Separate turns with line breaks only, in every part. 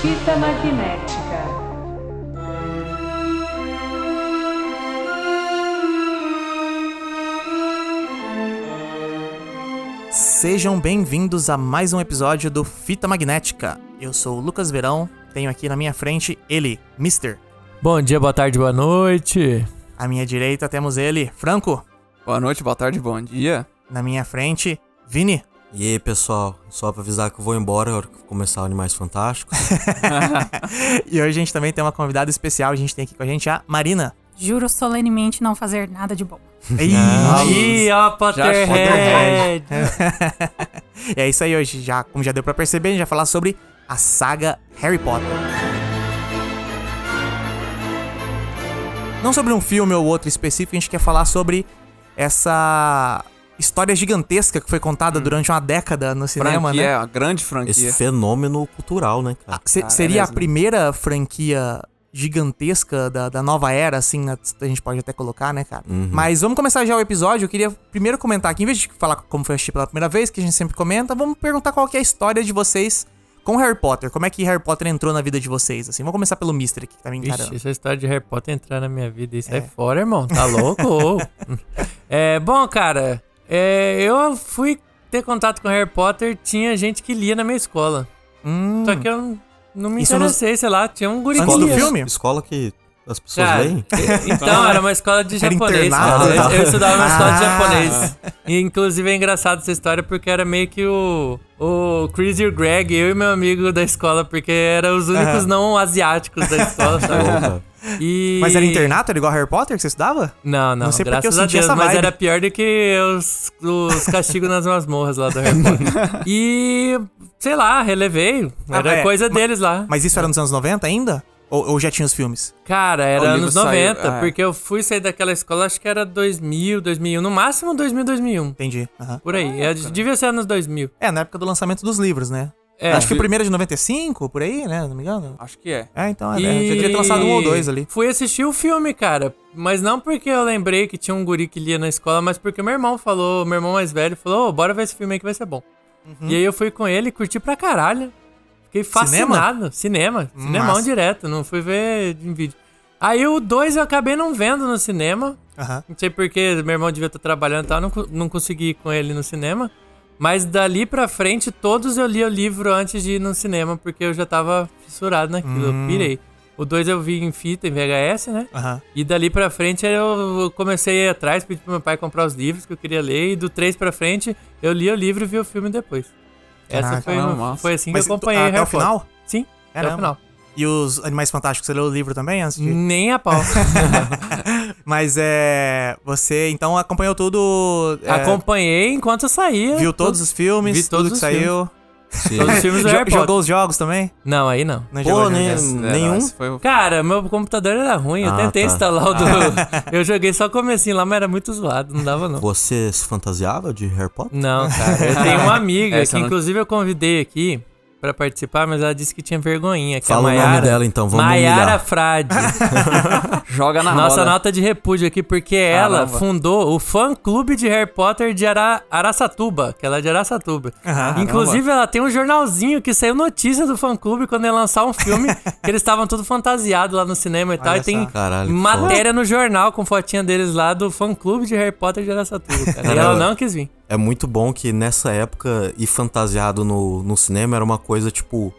Fita magnética.
Sejam bem-vindos a mais um episódio do Fita Magnética. Eu sou o Lucas Verão, tenho aqui na minha frente ele, Mister.
Bom dia, boa tarde, boa noite.
À minha direita temos ele, Franco.
Boa noite, boa tarde, bom dia.
Na minha frente, Vini.
E aí, pessoal, só pra avisar que eu vou embora na hora que começar o Animais Fantásticos.
E hoje a gente também tem uma convidada especial, a gente tem aqui com a gente a Marina.
Juro solenemente não fazer nada de bom.
Ih,
E a Potterhead.
E é isso aí hoje, já, como já deu pra perceber, a gente vai falar sobre a saga Harry Potter. Não sobre um filme ou outro específico, a gente quer falar sobre essa história gigantesca que foi contada durante uma década no cinema, né?
Franquia, a grande
Esse
franquia.
fenômeno cultural, né, cara?
Ah,
Ah,
Se-
Cara, é
seria a
mesmo.
primeira franquia gigantesca da, da nova era, assim, né? a gente pode até colocar, né, cara?
Uhum.
Mas vamos começar já o episódio. Eu queria primeiro comentar aqui, em vez de falar como foi assistir pela primeira vez, que a gente sempre comenta, vamos perguntar qual que é a história de vocês com Harry Potter. Como é que Harry Potter entrou na vida de vocês, assim? Vamos começar pelo Mister aqui, que tá me encarando.
Ixi, essa história de Harry Potter entrar na minha vida e
É.
sair fora, irmão. Tá louco? é, bom, cara, é, eu fui ter contato com Harry Potter, tinha gente que lia na minha escola.
Hum,
Só que eu não- não me
Isso nos-
interessei, sei lá, tinha um guri
Antes
que
do
lia.
filme?
Escola que as pessoas
Cara,
leem?
Então, era uma escola de
Era
japonês,
internado,
cara. Eu,
tá.
eu estudava na escola de
Ah.
japonês. E, inclusive, é engraçado essa história porque era meio que o, o Chris e o Greg, eu e meu amigo da escola, porque eram os únicos
Ah.
não asiáticos da escola, sabe? E-
Mas era internato? Era igual Harry Potter que você estudava?
Não, não,
Não sei porque
graças
eu
a
senti
Deus,
essa
mas
vibe.
era pior do que os, os castigos nas masmorras lá do Harry Potter. E, sei lá, relevei.
Ah,
Era
é,
coisa
ma-
deles lá.
Mas isso era nos anos 90 ainda? Ou, ou já tinha os filmes?
Cara,
O
era
livro
anos
saiu,
90,
é.
porque eu fui sair daquela escola, acho que era 2000, 2001, no máximo 2000, 2001.
Entendi. aham.
Por aí, é, devia ser anos 2000.
É, na época do lançamento dos livros, né?
É.
Acho que o
vi-
primeiro é de 95, por aí, né? Não me engano.
Acho que é.
É, então, é,
E-
né? já devia ter lançado um ou dois ali.
Fui assistir o filme, cara. Mas não porque eu lembrei que tinha um guri que lia na escola, mas porque meu irmão falou, meu irmão mais velho, falou: Ô, bora ver esse filme aí que vai ser bom.
Uhum.
E aí eu fui com ele e curti pra caralho. Fiquei fascinado. Cinema? Cinemão
Massa.
direto, não fui ver em vídeo. Aí o 2 eu acabei não vendo no cinema.
Aham.
Não sei porque meu irmão devia estar trabalhando e tal, não, co- não consegui ir com ele no cinema. Mas dali pra frente, todos eu li o livro antes de ir no cinema, porque eu já tava fissurado naquilo,
Hum.
eu pirei. O dois eu vi em fita, em VHS, né?
Aham.
E dali pra frente eu comecei a ir atrás, pedi pro meu pai comprar os livros que eu queria ler, e do 3 pra frente eu li o livro e vi o filme depois. Essa
Caraca,
foi,
não,
no-
massa.
foi assim que
Mas
eu acompanhei
até
Harry
o
Potter.
final?
Sim, até
Caramba.
o final. Hum.
E os Animais Fantásticos, você leu o livro também antes de...
Nem a pau.
Mas é... Você, então, acompanhou tudo... é,
Acompanhei enquanto eu saía.
Viu todos os filmes,
vi
tudo
todos
que
os
saiu.
Sim.
todos os filmes do
Jo-
Harry Potter.
jogou os jogos também?
Não, aí não.
Não
Pô,
né?
né?
Esse-
Nenhum?
esse foi o-
Cara, meu computador era ruim, eu
Ah,
tentei
tá.
instalar o do. Eu joguei só o comecinho lá, mas era muito zoado, não dava não.
Você se fantasiava de Harry Potter?
Não, cara, eu tenho uma amiga
Essa
que
eu não-
inclusive eu convidei aqui pra participar, mas ela disse que tinha vergonhinha, que é a
Fala o nome
Maiara.
dela, então, vamos
Maiara
humilhar.
Frade.
Joga na
Nossa
roda.
nota de repúdio aqui, porque ela
Caramba.
fundou o fã clube de Harry Potter de Ara... Araçatuba, que ela é de Araçatuba. Inclusive, ela tem um jornalzinho que saiu notícia do fã clube quando ia lançar um filme, que eles estavam tudo fantasiados lá no cinema e tal.
Olha
E tem
só.
Caralho, que
matéria no jornal com fotinha deles lá do fã clube de Harry Potter de Araçatuba. Cara. E ela não quis vir.
É muito bom que nessa época ir fantasiado no, no cinema era uma coisa, tipo,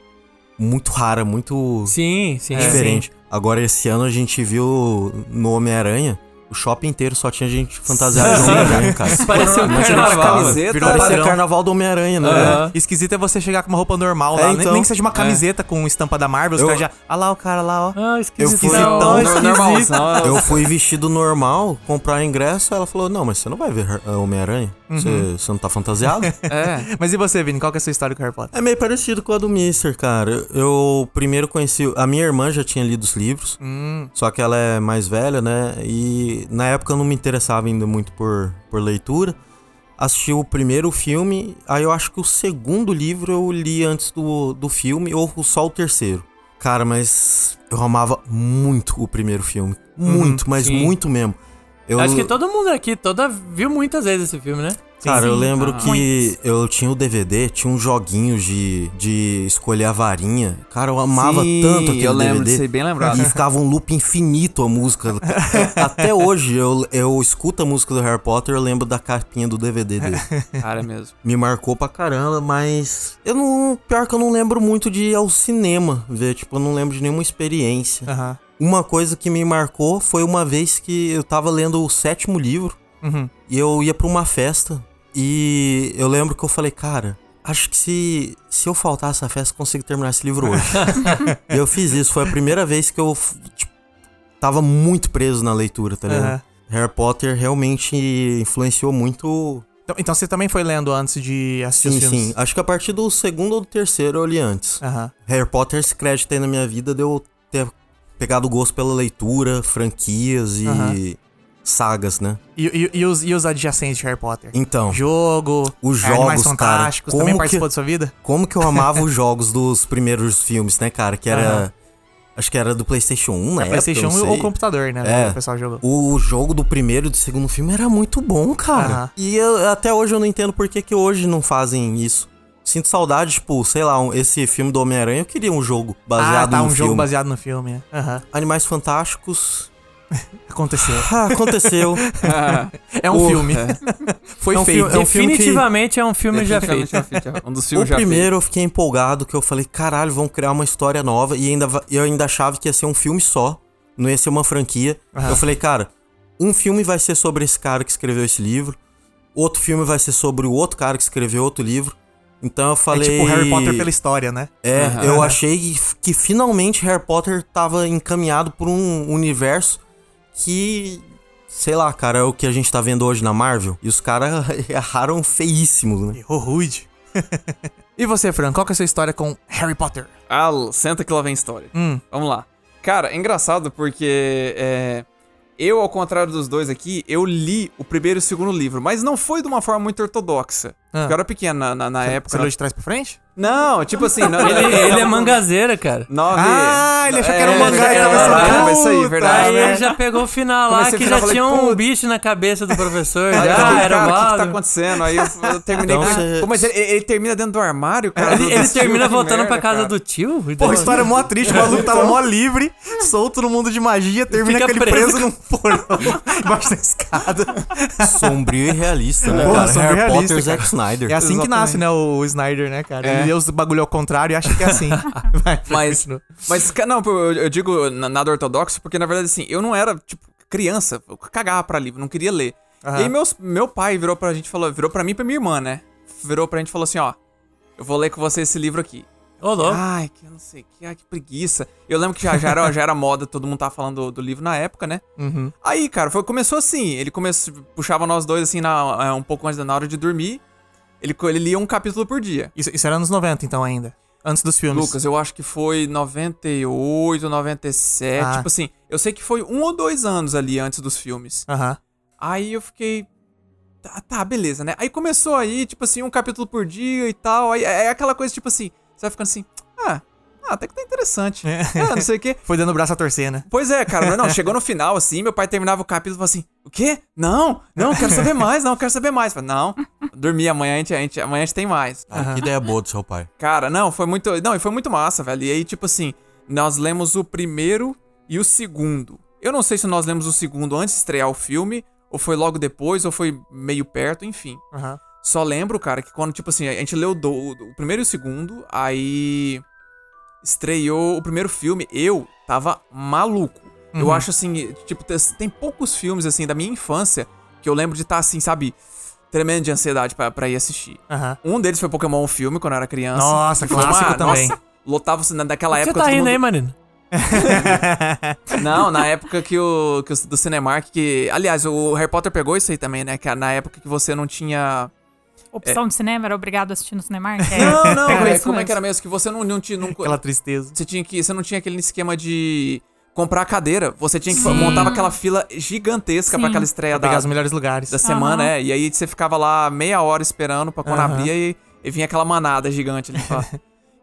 muito rara, muito
Sim, é, sim.
diferente. Agora, esse ano a gente viu no Homem-Aranha, o shopping inteiro só tinha gente fantasiada de Homem-Aranha, cara.
Parecia um
Mas era uma
carnaval.
camisa. camiseta,
Virou
Cara,
parceirão.
é carnaval do Homem-Aranha, né?
Aham.
Esquisito é você chegar com uma roupa normal
É,
lá, nem-
então.
nem que seja uma camiseta com estampa da Marvel, os
Eu-
caras já... Ah lá o cara lá, ó.
Ah, esquisitão.
fui- Não,
Nor- normalzão.
Eu fui vestido normal, comprar ingresso, ela falou: Não, mas você não vai ver eh, Homem-Aranha? Você, você não tá fantasiado?
É.
Mas e você, Vini? Qual que é a sua história com Harry Potter?
é meio parecido com a do Mister, cara. Eu primeiro conheci. A minha irmã já tinha lido os livros,
Hum.
só que ela é mais velha, né? E na época eu não me interessava ainda muito por, por leitura. Assisti o primeiro filme, aí eu acho que o segundo livro eu li antes do, do filme, ou só o terceiro. Cara, mas eu amava muito o primeiro filme. Muito, mas
Uhum, sim.
muito mesmo. Eu,
Acho que todo mundo aqui toda viu muitas vezes esse filme, né?
Cara, eu lembro
ah.
que eu tinha o DVD, tinha uns joguinhos de, de escolher a varinha. Cara, eu amava
Sim,
tanto aquele
eu lembro
DVD.
disso aí, bem lembrado.
E ficava um loop infinito a música. Até hoje eu, eu escuto a música do Harry Potter, eu lembro da capinha do DVD dele.
Cara mesmo.
Me marcou pra caramba, mas eu não, pior que eu não lembro muito de ir ao cinema ver, tipo, eu não lembro de nenhuma experiência.
Aham.
Uma coisa que me marcou foi uma vez que eu tava lendo o sétimo livro
Uhum.
e eu ia pra uma festa e eu lembro que eu falei, cara, acho que se, se eu faltar essa festa, eu consigo terminar esse livro hoje. e eu fiz isso, foi a primeira vez que eu f- tipo, tava muito preso na leitura, tá ligado?
Aham.
Harry Potter realmente influenciou muito.
Então, então você também foi lendo antes de assistir
Sim,
os filmes?
sim. Acho que a partir do segundo ou do terceiro eu li antes.
Aham.
Harry Potter, esse crédito aí na minha vida deu ter pegado gosto pela leitura, franquias e
Aham.
sagas, né?
E, e- e os, e os adjacentes de Harry Potter?
Então,
Jogo,
Os
Animais
jogos, cara.
Fantásticos,
Como
também
que-
participou da sua vida?
como que eu amava os jogos dos primeiros filmes, né, cara? Que era. Acho que era do PlayStation 1, né?
É, Playstation
não sei.
ou computador, né?
É.
O pessoal jogou.
O jogo do primeiro e do segundo filme era muito bom, cara.
Aham.
E eu- até hoje eu não entendo por que, que hoje não fazem isso. Sinto saudade, tipo, sei lá, um- esse filme do Homem-Aranha, eu queria um jogo
Ah,
baseado
tá, um
no
jogo
filme.
baseado no filme. é. Aham.
Animais Fantásticos.
Aconteceu.
Ah, aconteceu.
É um
O-
filme. Foi
É um
feito.
filme- é um filme que-
Definitivamente é um filme já feito.
Um dos
O
filmes já feitos.
primeiro eu fiquei empolgado, que eu falei, caralho, vão criar uma história nova. E ainda, va- eu ainda achava que ia ser um filme só, não ia ser uma franquia. Eu falei, cara, um filme vai ser sobre esse cara que escreveu esse livro, outro filme vai ser sobre o outro cara que escreveu outro livro. Então eu
É
falei.
tipo Harry Potter pela história, né?
É,
Aham.
eu achei que, que finalmente Harry Potter tava encaminhado por um universo que. Sei lá, cara, é o que a gente tá vendo hoje na Marvel. E os caras erraram feíssimo, né?
Errou rude. e você, Fran, qual que é a sua história com Harry Potter?
Ah, senta que lá vem história.
Hum.
Vamos lá. Cara, é engraçado porque é, eu, ao contrário dos dois aqui, eu li o primeiro e o segundo livro, mas não foi de uma forma muito ortodoxa.
Ah.
Porque eu era pequeno na, na, na
É,
época.
Você leu
na-
de trás pra frente?
Não, tipo assim... não-
Ele, ele é mangazeira, cara.
Nove...
Ah, ele achou que era um
É,
mangá,
ele
ele tava
achou que era
só-
um mangá, isso aí,
Puta,
verdade.
Aí
né?
ele já pegou o final lá
Comecei a
que
ficar,
já
falei,
tinha um
"Puta."
bicho na cabeça do professor.
Aí eu
ah,
fiquei,
era
cara,
o
o que que tá
Mauro.
acontecendo? Aí eu, eu terminei.
Então
Ah,
você-
pô, mas ele, ele- ele termina dentro do armário, cara. do-
Ele, ele
do tio,
termina
que
voltando
é merda,
pra casa
cara.
do tio.
Pô, história mó triste, o maluco tava mó livre, solto no mundo de magia, termina
Fica
aquele preso,
preso.
num porão, embaixo da escada.
Sombrio e realista, né,
Porra,
cara?
sombrio e
Harry
realista,
Potter,
cara.
Zack Snyder.
É assim que
Exatamente.
nasce, né, o, o Snyder, né, cara?
É.
Ele lê os bagulho ao contrário e acha que é assim. Vai,
Mas,
continua.
mas ca- não, pô, eu, eu digo na- nada ortodoxo, porque na verdade, assim, eu não era, tipo, criança, eu cagava pra livro, não queria ler.
Aham.
E aí meus, meu pai virou pra gente e falou, virou pra mim e pra minha irmã, né? Virou pra gente e falou assim, ó, eu vou ler com você esse livro aqui.
Ô, louco.
Ai, que eu não sei o que, ai, que preguiça. Eu lembro que já, já, era, já era moda, todo mundo tava falando do, do livro na época, né? Aí, cara, foi, começou assim, ele começou, puxava nós dois, assim, na, é, um pouco antes da na hora de dormir, ele, co- ele lia um capítulo por dia.
Isso, isso era anos 90, então, ainda. Antes dos filmes.
Lucas, eu acho que foi 98, 97,
Ah.
tipo assim. Eu sei que foi um ou dois anos ali antes dos filmes.
Aham.
Aí eu fiquei. Tá, tá, beleza, né? Aí começou aí, tipo assim, um capítulo por dia e tal. Aí é aquela coisa, tipo assim, você vai ficando assim, ah, ah até que tá interessante.
É.
Ah, não sei o quê.
Foi dando o braço a torcer, né?
Pois é, cara, mas não, chegou no final, assim, meu pai terminava o capítulo e falava assim, o quê? Não, não, quero saber mais, não, quero saber mais. Eu falei, não, dormir, amanhã a gente, a gente, amanhã a gente tem mais.
Ah, Que ideia boa do seu pai.
Cara, não, foi muito. Não, e foi muito massa, velho. E aí, tipo assim, nós lemos o primeiro e o segundo. Eu não sei se nós lemos o segundo antes de estrear o filme, ou foi logo depois, ou foi meio perto, enfim.
Aham.
Só lembro, cara, que quando, tipo assim, a gente leu o, do- o primeiro e o segundo, aí estreou o primeiro filme, eu tava maluco. Eu acho assim, tipo, tem- tem poucos filmes, assim, da minha infância que eu lembro de estar, assim, sabe, tremendo de ansiedade pra, pra ir assistir.
Aham.
Um deles foi Pokémon o filme, quando eu era criança.
Nossa,
Que foi uma-
clássico também.
Nossa, lotava se naquela
Você
época.
tá
todo
rindo
mundo-
aí, Marina?
Não, na época que o, que o- do Cinemark. Que, aliás, o Harry Potter pegou isso aí também, né? Que na época que você não tinha.
Opção
É.
de cinema, era obrigado a assistir no cinema? né?
Não, não,
pegou
é,
isso
como é
mesmo.
que era mesmo? Que você não, não tinha. Não,
Aquela tristeza.
você, tinha que, você não tinha aquele esquema de comprar a cadeira. Você tinha que
Sim.
montava aquela fila gigantesca pra
Sim.
aquela estreia da,
Pegar os melhores lugares.
da semana,
Aham.
é. E aí você ficava lá meia hora esperando pra quando
Aham.
abria e, e vinha aquela manada gigante ali. pra-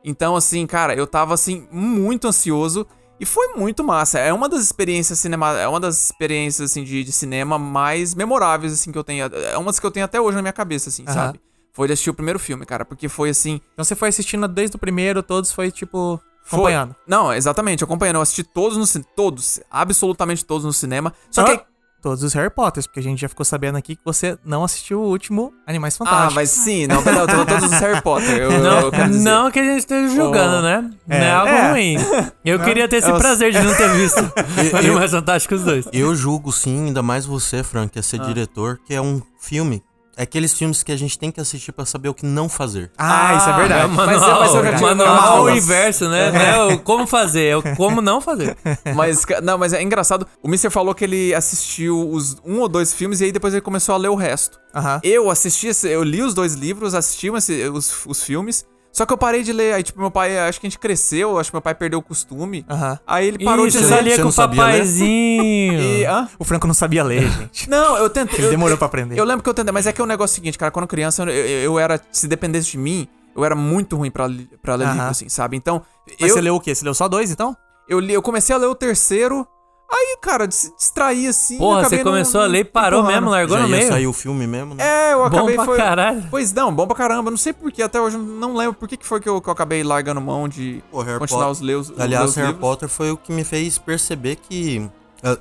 Então, assim, cara, eu tava assim, muito ansioso. E foi muito massa. É uma das experiências cinema, é uma das experiências assim de, de cinema mais memoráveis assim que eu tenho, é uma das que eu tenho até hoje na minha cabeça assim,
Aham.
sabe? Foi de assistir o primeiro filme, cara, porque foi assim,
Então você foi assistindo desde o primeiro, todos foi tipo
foi-
acompanhando.
Não, exatamente, acompanhando, eu assisti todos no cin- todos, absolutamente todos no cinema. Só que
Todos os Harry Potters, porque a gente já ficou sabendo aqui que você não assistiu o último Animais
Ah,
Fantásticos.
mas sim, não, perdão, eu tô falando todos os Harry Potter. Eu, É, eu
Não,
quero dizer.
não que a gente esteja julgando, né?
É.
Não é algo
É.
ruim. Eu queria ter esse
Eu-
prazer de não ter visto
Eu-
Animais Fantásticos 2.
É
Eu julgo sim, ainda mais você, Frank, a ser diretor, que é um filme. É aqueles filmes que a gente tem que assistir pra saber o que não fazer.
Ah, isso é
É o
verdade.
mas eu-
manual,
mas eu já
é o
tive
manual
aulas.
inverso, né? Não é o como fazer, é o como não fazer.
Mas, ca- não, mas é engraçado. O Mr. falou que ele assistiu os um ou dois filmes e aí depois ele começou a ler o resto.
Aham.
Eu assisti, esse- eu li os dois livros, assisti um esse- os, os filmes. Só que eu parei de ler. Aí, tipo, meu pai, acho que a gente cresceu, acho que meu pai perdeu o costume.
Aham.
Aí ele parou
Parou Isso,
de
você
ler.
lia
você
com
não
o
sabia, né?
papaizinho.
E, hã?
O Franco não sabia ler, gente.
Não, eu tentei.
Ele
eu-
demorou pra aprender.
Eu lembro que eu tentei, mas é que é o negócio seguinte, cara. Quando criança, eu, eu- eu era. Se dependesse de mim, eu era muito ruim pra, li- pra ler
Aham.
livro, assim, sabe? Então.
Mas
eu,
você leu o quê? Você leu só dois, então?
Eu, li, eu comecei a ler o terceiro. Aí, cara, se distraí assim.
Porra,
acabei
você
não-
começou
não-
a ler e parou
empurrando.
mesmo, largou
Já
no
ia
meio.
sair o filme mesmo, né?
É, eu
Bom
acabei.
pra
foi-
caralho.
Pois não, bom pra caramba. Não sei porquê, até hoje eu não lembro por que, que foi que eu, que eu acabei largando mão de
O Harry
continuar
Potter-
os leus. os
Aliás,
meus
Harry
livros.
Potter foi o que me fez perceber que a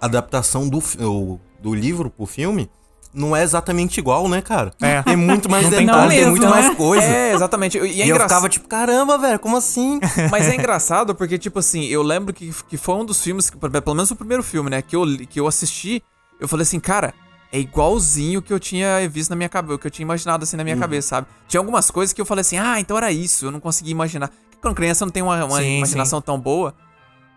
a adaptação do, fi- o- do livro pro filme não é exatamente igual, né, cara?
É.
Tem muito mais
Não tem
detalhe, tem,
como.
muito
Não mesmo,
mais coisa.
É, exatamente. E é
E eu ficava
engraçado.
tipo, caramba, velho, como assim?
Mas é engraçado porque, tipo assim, eu lembro que, que foi um dos filmes, que- pelo menos o primeiro filme, né, que eu, li- que eu assisti, eu falei assim, cara, é igualzinho o que eu tinha visto na minha cabeça, o que eu tinha imaginado assim na
Uhum.
minha cabeça, sabe? Tinha algumas coisas que eu falei assim, ah, então era isso, eu não consegui imaginar. Porque Quando criança eu não tem uma, uma
Sim, sim.
imaginação tão boa.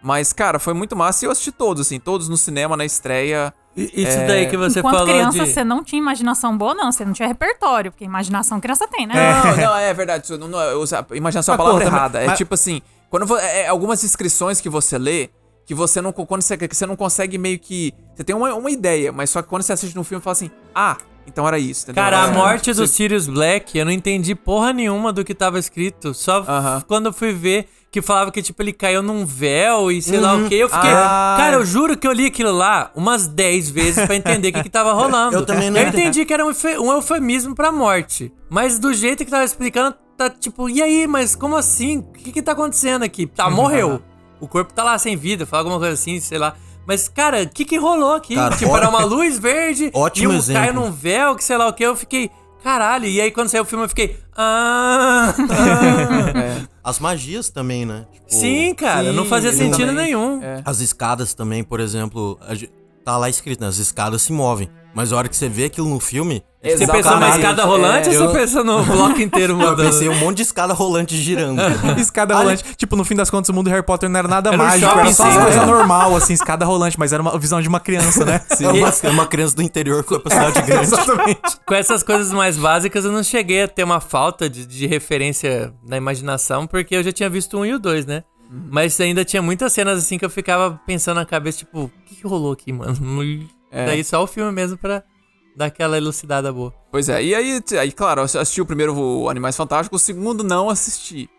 Mas, cara, foi muito massa e eu assisti todos, assim, todos no cinema, na estreia.
E- Isso
É.
daí que você
Enquanto
falou
criança,
de...
você não tinha imaginação boa, não. Você não tinha repertório, porque imaginação criança tem, né?
Não, não, é verdade. isso Não, não, eu usa- imaginação é a
Mas,
palavra
pô, também-
errada. é
mas-
tipo assim, quando vo- é, é algumas inscrições que você lê, que você não. co- Quando você, que você não consegue meio que. Você tem uma, uma ideia, mas só que quando você assiste um filme, fala assim, ah, então era isso, entendeu?
Cara, a
É,
morte do
você-
Sirius Black, eu não entendi porra nenhuma do que tava escrito. Só f-
Aham.
quando eu fui ver que falava que, tipo, ele caiu num véu e sei lá
Uhum.
o que. Eu fiquei.
Ah.
Cara, eu juro que eu li aquilo lá umas 10 vezes pra entender o que, que tava rolando.
Eu também não
Eu
entendi.
entendi que era um, efe- um eufemismo pra morte. Mas do jeito que tava explicando, tá tipo, e aí, mas como assim? O que, que tá acontecendo aqui? Tá,
Uhum.
morreu. O corpo tá lá sem vida, fala alguma coisa assim, sei lá. Mas, cara, o que, que rolou aqui?
Cara,
tipo,
ó-
era uma luz verde
Ótimo
e um
exemplo.
cai num véu, que sei lá o que, eu fiquei, caralho. E aí quando saiu o filme eu fiquei, ah, ah.
As magias também, né? Tipo,
sim, cara, não
Sim,
fazia sentido
exatamente.
nenhum.
É.
As escadas também, por exemplo, a ge- tá lá escrito, né? As escadas se movem. Mas a hora que você vê aquilo no filme, é
Você
tipo,
pensou numa
caralho,
escada rolante
é,
ou
eu-
você pensou no bloco inteiro
Eu
mudando?
pensei um monte de escada rolante girando.
Ah,
Escada rolante. Tipo, no fim das contas, o mundo do Harry Potter não era nada
Era um
mágico.
shopping
Era só
center.
uma coisa normal, assim, escada rolante. Mas era uma visão de uma criança, né? Então,
É uma, é uma criança do interior com
É.
capacidade grande.
Exatamente.
Com essas coisas mais básicas eu não cheguei a ter uma falta de, de referência na imaginação, porque eu já tinha visto um e o dois, né?
Uhum.
Mas ainda tinha muitas cenas assim que eu ficava pensando na cabeça, tipo, o que, que rolou aqui, mano?
É.
Daí só o filme mesmo pra dar aquela elucidada boa.
Pois é, e aí, t- aí, claro, eu assisti o primeiro o Animais Fantásticos, o segundo não assisti.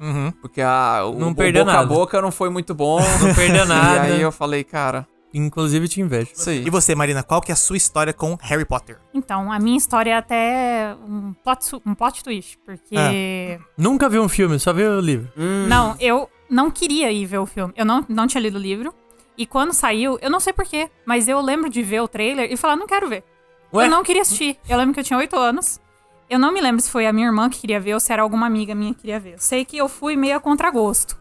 Porque a, o,
Uhum. Não
o
perdeu
boca a
nada.
boca não foi muito bom.
Não perdeu nada.
E aí eu falei, cara,
Inclusive te invejo.
isso aí.
E você, Marina, qual que é a sua história com Harry Potter?
Então, a minha história é até um plot, su- um plot twist, porque...
Nunca vi um filme, só vi o livro.
Não, eu não queria ir ver o filme. Eu não, não tinha lido o livro. E quando saiu, eu não sei porquê, mas eu lembro de ver o trailer e falar, não quero ver.
Ué?
Eu não queria assistir. Eu lembro que eu tinha 8 anos. Eu não me lembro se foi a minha irmã que queria ver ou se era alguma amiga minha que queria ver. Eu sei que eu fui meio a contragosto.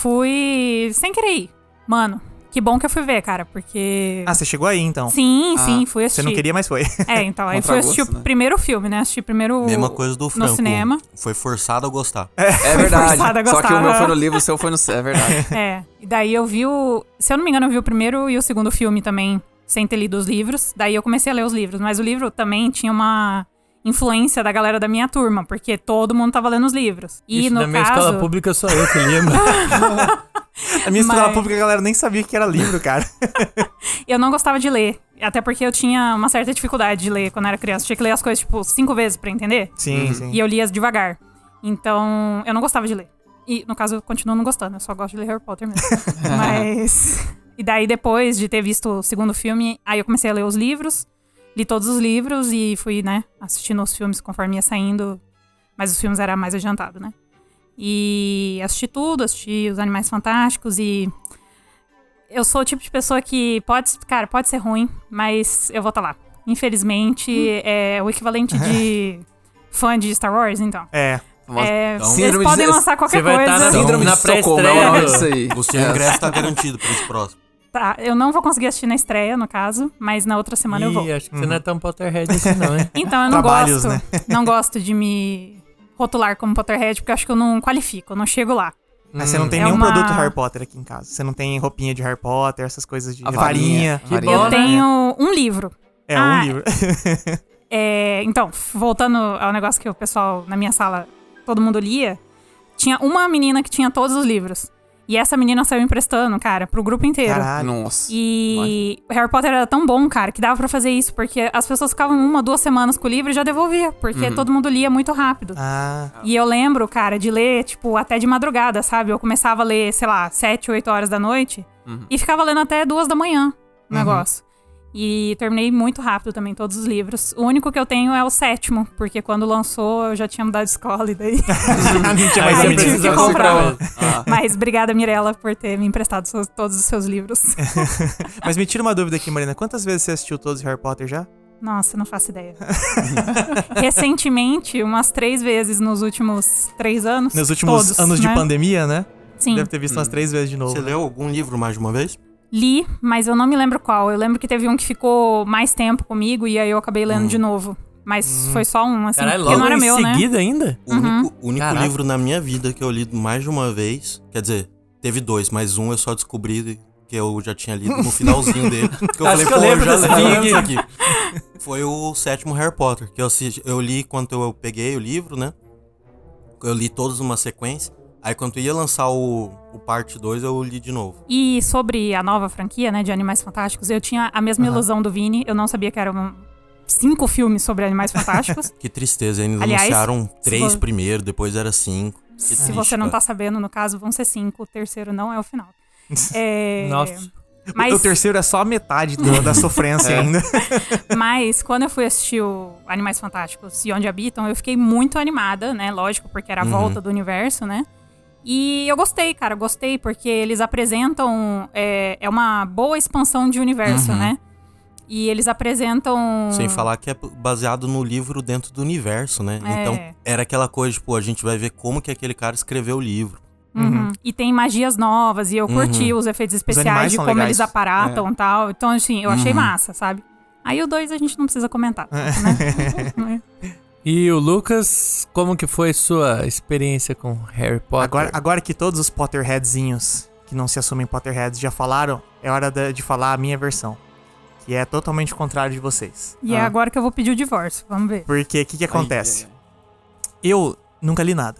Fui sem querer ir. Mano, que bom que eu fui ver, cara, porque.
Ah, você chegou aí, então.
sim, sim, fui
Você
assistir.
não queria, mas foi.
É, então, aí fui
Contragosto,
assistir o
né?
primeiro filme, né? Assisti primeiro.
Mesma coisa do Franco.
No cinema.
Foi forçado a gostar.
É verdade.
forçada a
Só que
gostar,
o meu
né?
foi no livro, o seu foi no. É verdade.
É. E daí eu vi o. Se eu não me engano, eu vi o primeiro e o segundo filme também, sem ter lido os livros. Daí eu comecei a ler os livros. Mas o livro também tinha uma influência da galera da minha turma, porque todo mundo tava lendo os livros. E
Ixi,
no
na minha
caso.
escola pública só eu que lia, mano.
A minha escola
Mas-
pública, a galera nem sabia que era livro, cara.
Eu não gostava de ler. Até porque eu tinha uma certa dificuldade de ler quando era criança. Tinha que ler as coisas, tipo, cinco vezes pra entender.
Sim, sim.
E eu lia devagar. Então, eu não gostava de ler. E, no caso, eu continuo não gostando, eu só gosto de ler Harry Potter mesmo. Mas. E daí, depois de ter visto o segundo filme, aí eu comecei a ler os livros, li todos os livros e fui, né, assistindo os filmes conforme ia saindo. Mas os filmes era mais adiantado, né? E assisti tudo, assisti Os Animais Fantásticos e. Eu sou o tipo de pessoa que pode. Cara, pode ser ruim, mas eu vou estar lá. Infelizmente, é o equivalente de fã de Star Wars, então.
É.
É,
um
Então,
vocês
síndrome de-
podem lançar
Você
qualquer
vai
coisa.
estar na,
Síndrome
na
de Estocolmo, é o
pré-estreia.
nome disso aí. É.
O seu ingresso tá garantido para esse próximo.
Tá, eu não vou conseguir assistir na estreia, no caso, mas na outra semana eu vou.
Ih, acho
Hum.
que você não é tão Potterhead assim, não, hein?
Então eu não
Trabalhos,
gosto,
né?
não gosto de me rotular como Potterhead, porque eu acho que eu não qualifico, eu não chego lá.
Mas você não tem
É
nenhum
uma-
produto Harry Potter aqui em casa. Você não tem roupinha de Harry Potter, essas coisas de
A
varinha.
varinha.
Que
Maria.
bom,
Eu
né?
tenho um livro.
É
Ah,
um livro.
É, então, voltando ao negócio que o pessoal na minha sala, todo mundo lia, tinha uma menina que tinha todos os livros. E essa menina saiu emprestando, cara, pro grupo inteiro.
Caralho.
Nossa.
E o Harry Potter era tão bom, cara, que dava pra fazer isso, porque as pessoas ficavam uma, duas semanas com o livro e já devolvia, porque todo mundo lia muito rápido.
Ah,
E eu lembro, cara, de ler, tipo, até de madrugada, sabe? Eu começava a ler, sei lá, sete, oito horas da noite e ficava lendo até duas da manhã o negócio. E terminei muito rápido também todos os livros. O único que eu tenho é o sétimo, porque quando lançou eu já tinha mudado de escola e daí.
não tinha
Aí
mais
você
nenhum.
precisa
Você
comprar.
comprou. Ah,
Mas obrigada, Mirella, por ter me emprestado seus- todos os seus livros.
Mas me tira uma dúvida aqui, Marina. Quantas vezes você assistiu todos os Harry Potter já?
Nossa, não faço ideia. Recentemente, umas três vezes nos últimos três anos.
Nos últimos
todos,
anos
né?
de pandemia, né?
Sim.
Deve ter visto umas três vezes de novo.
Você leu algum livro mais de uma vez?
Li, mas eu não me lembro qual. Eu lembro que teve um que ficou mais tempo comigo e aí eu acabei lendo
Hum.
de novo. Mas foi só um, assim.
Caralho,
porque
logo
não era
em
meu, né?
seguida ainda?
O
Uhum.
único, o único
Caraca.
livro na minha vida que eu li mais de uma vez, quer dizer, teve dois, mas um eu só descobri que eu já tinha lido no finalzinho dele. Que eu
Acho que eu lembro
já
dessa
li, eu
fig.
lembro disso aqui. Foi o sétimo Harry Potter, que eu, assisti- eu li quando eu peguei o livro, né? Eu li todos numa sequência. Aí quando ia lançar o, o parte 2, eu li de novo.
E sobre a nova franquia, né, de Animais Fantásticos, eu tinha a mesma ilusão do Vini. Eu não sabia que eram cinco filmes sobre Animais Fantásticos.
Que tristeza, eles
Aliás,
anunciaram
se
três
vo-
primeiro, depois era cinco. Que
Se
triste,
você não
cara.
tá sabendo, no caso, vão ser cinco. O terceiro não é o final. É,
Nossa.
Mas...
O terceiro é só a metade do- da sofrência ainda.
Mas quando eu fui assistir o Animais Fantásticos e Onde Habitam, eu fiquei muito animada, né? Lógico, porque era a volta do universo, né? E eu gostei, cara, gostei, porque eles apresentam. É, é uma boa expansão de universo, né? E eles apresentam.
Sem falar que é baseado no livro dentro do universo, né?
É.
Então, era aquela coisa, tipo, a gente vai ver como que aquele cara escreveu o livro.
Uhum. E tem magias novas, e eu curti os efeitos especiais
animais
de
são
como
legais.
eles aparatam e tal. Então, assim, eu achei massa, sabe? Aí o dois a gente não precisa comentar, né?
E o Lucas, como que foi sua experiência com Harry Potter?
Agora, agora que todos os Potterheadzinhos que não se assumem Potterheads já falaram, é hora da- de, falar a minha versão. Que é totalmente o contrário de vocês.
E é
Ah.
agora que eu vou pedir o divórcio, vamos ver.
Porque o que, que acontece? Eu nunca li nada.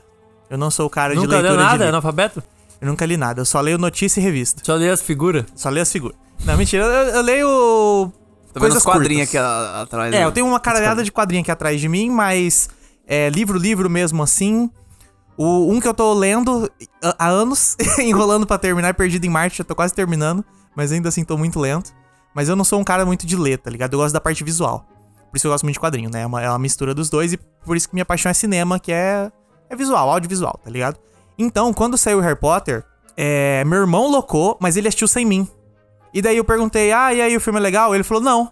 Eu não sou o cara de
Nunca
leitura
deu
de
nada?
livro.
Analfabeto?
Eu nunca li nada. Eu só leio notícia e revista.
Só dei as figuras.
Só leio as figuras. Não, mentira. Eu, eu leio
Tá vendo
coisas
os quadrinhos
curtas.
aqui a- atrás?
É,
né?
eu tenho uma caralhada de quadrinho aqui atrás de mim, mas é, livro, livro mesmo assim. O, um que eu tô lendo há- há anos, enrolando pra terminar, Perdido em Marte, já tô quase terminando, mas ainda assim tô muito lento. Mas eu não sou um cara muito de ler, tá ligado? Eu gosto da parte visual. Por isso que eu gosto muito de quadrinho, né? É uma, é uma mistura dos dois e por isso que minha paixão é cinema, que é, é visual, audiovisual, tá ligado? Então, quando saiu o Harry Potter, é, meu irmão locou, mas ele assistiu sem mim. E daí eu perguntei, ah, e aí o filme é legal? Ele falou, não,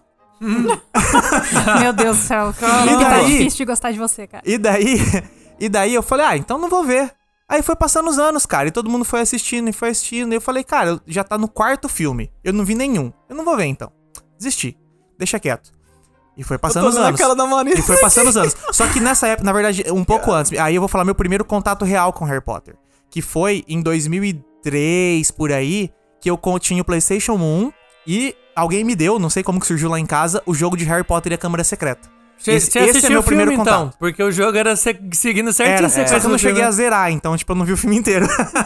Meu Deus do céu.
E
Que tá
daí?
difícil de gostar de você, cara.
E daí, e daí eu falei, ah, então não vou ver. Aí foi passando os anos, cara, e todo mundo foi assistindo e foi assistindo. E eu falei, cara, eu- já tá no quarto filme. Eu não vi nenhum. Eu não vou ver então. Desisti. Deixa quieto. E foi
Eu
passando
tô
os
vendo a
anos.
cara da Marina.
E foi passando os anos. Só que nessa época, na verdade, um pouco antes, aí eu vou falar meu primeiro contato real com Harry Potter. Que foi em 2003, por aí, que eu con- tinha o um PlayStation 1 e alguém me deu, não sei como que surgiu lá em casa, o jogo de Harry Potter e a Câmara Secreta.
Você
Esse-
você
esse é
assistiu
meu
o filme,
primeiro
então?
contato.
Porque o jogo era se- seguindo certinho
Era,
a sequência
só que eu
do
não cheguei a
filme. né?
zerar, então, tipo, eu não vi o filme inteiro.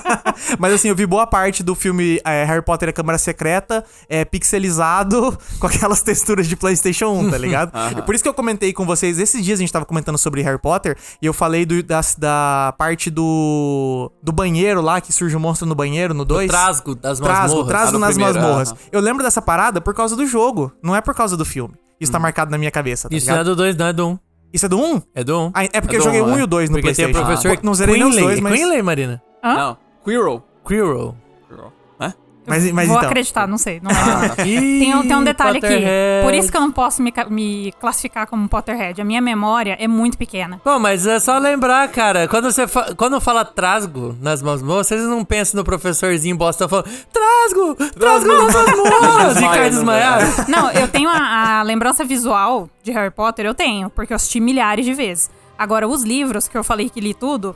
Mas assim, eu vi boa parte do filme é, Harry Potter e a Câmara Secreta é, pixelizado com aquelas texturas de Playstation 1, tá ligado? Por isso que eu comentei com vocês, esses dias a gente tava comentando sobre Harry Potter e eu falei do- da, da parte do. do banheiro lá, que surge o monstro no banheiro, no 2.
Trasgo das
Trasgo,
masmorras.
trasgo
Ah, no
nas
primeiro,
masmorras.
aham.
Eu lembro dessa parada por causa do jogo, não é por causa do filme. Isso tá marcado na minha cabeça, tá
Isso não é
ligado?
do 2, não, é do 1. Um.
Isso é do 1? Um?
É do 1. Um.
Ah, é porque
É
eu
do
joguei o
um,
1
é.
e o 2 no
Porque tem o
Playstation. Ah,
professor
Não zerei nem os
Quinley.
dois, mas...
Quinley, Marina.
Hã?
Não, Quirrell.
Quirrell.
Quirrell. Hã?
Mas, mas
Vou
então. Ah.
acreditar, não sei. Não é meu nome.
Tem,
Tem, um- tem um detalhe aqui. Por isso que eu não posso me, ca- me classificar como Potterhead. A minha memória é muito pequena.
Bom, mas é só lembrar, cara. Quando você fa- quando fala trasgo nas masmorras, vocês não pensam no professorzinho bosta falando trasgo, trasgo nas masmorras e
Desmaia,
cai desmaiado.
Não, eu tenho a, a lembrança visual de Harry Potter, eu tenho, porque eu assisti milhares de vezes. Agora, os livros que eu falei que li tudo,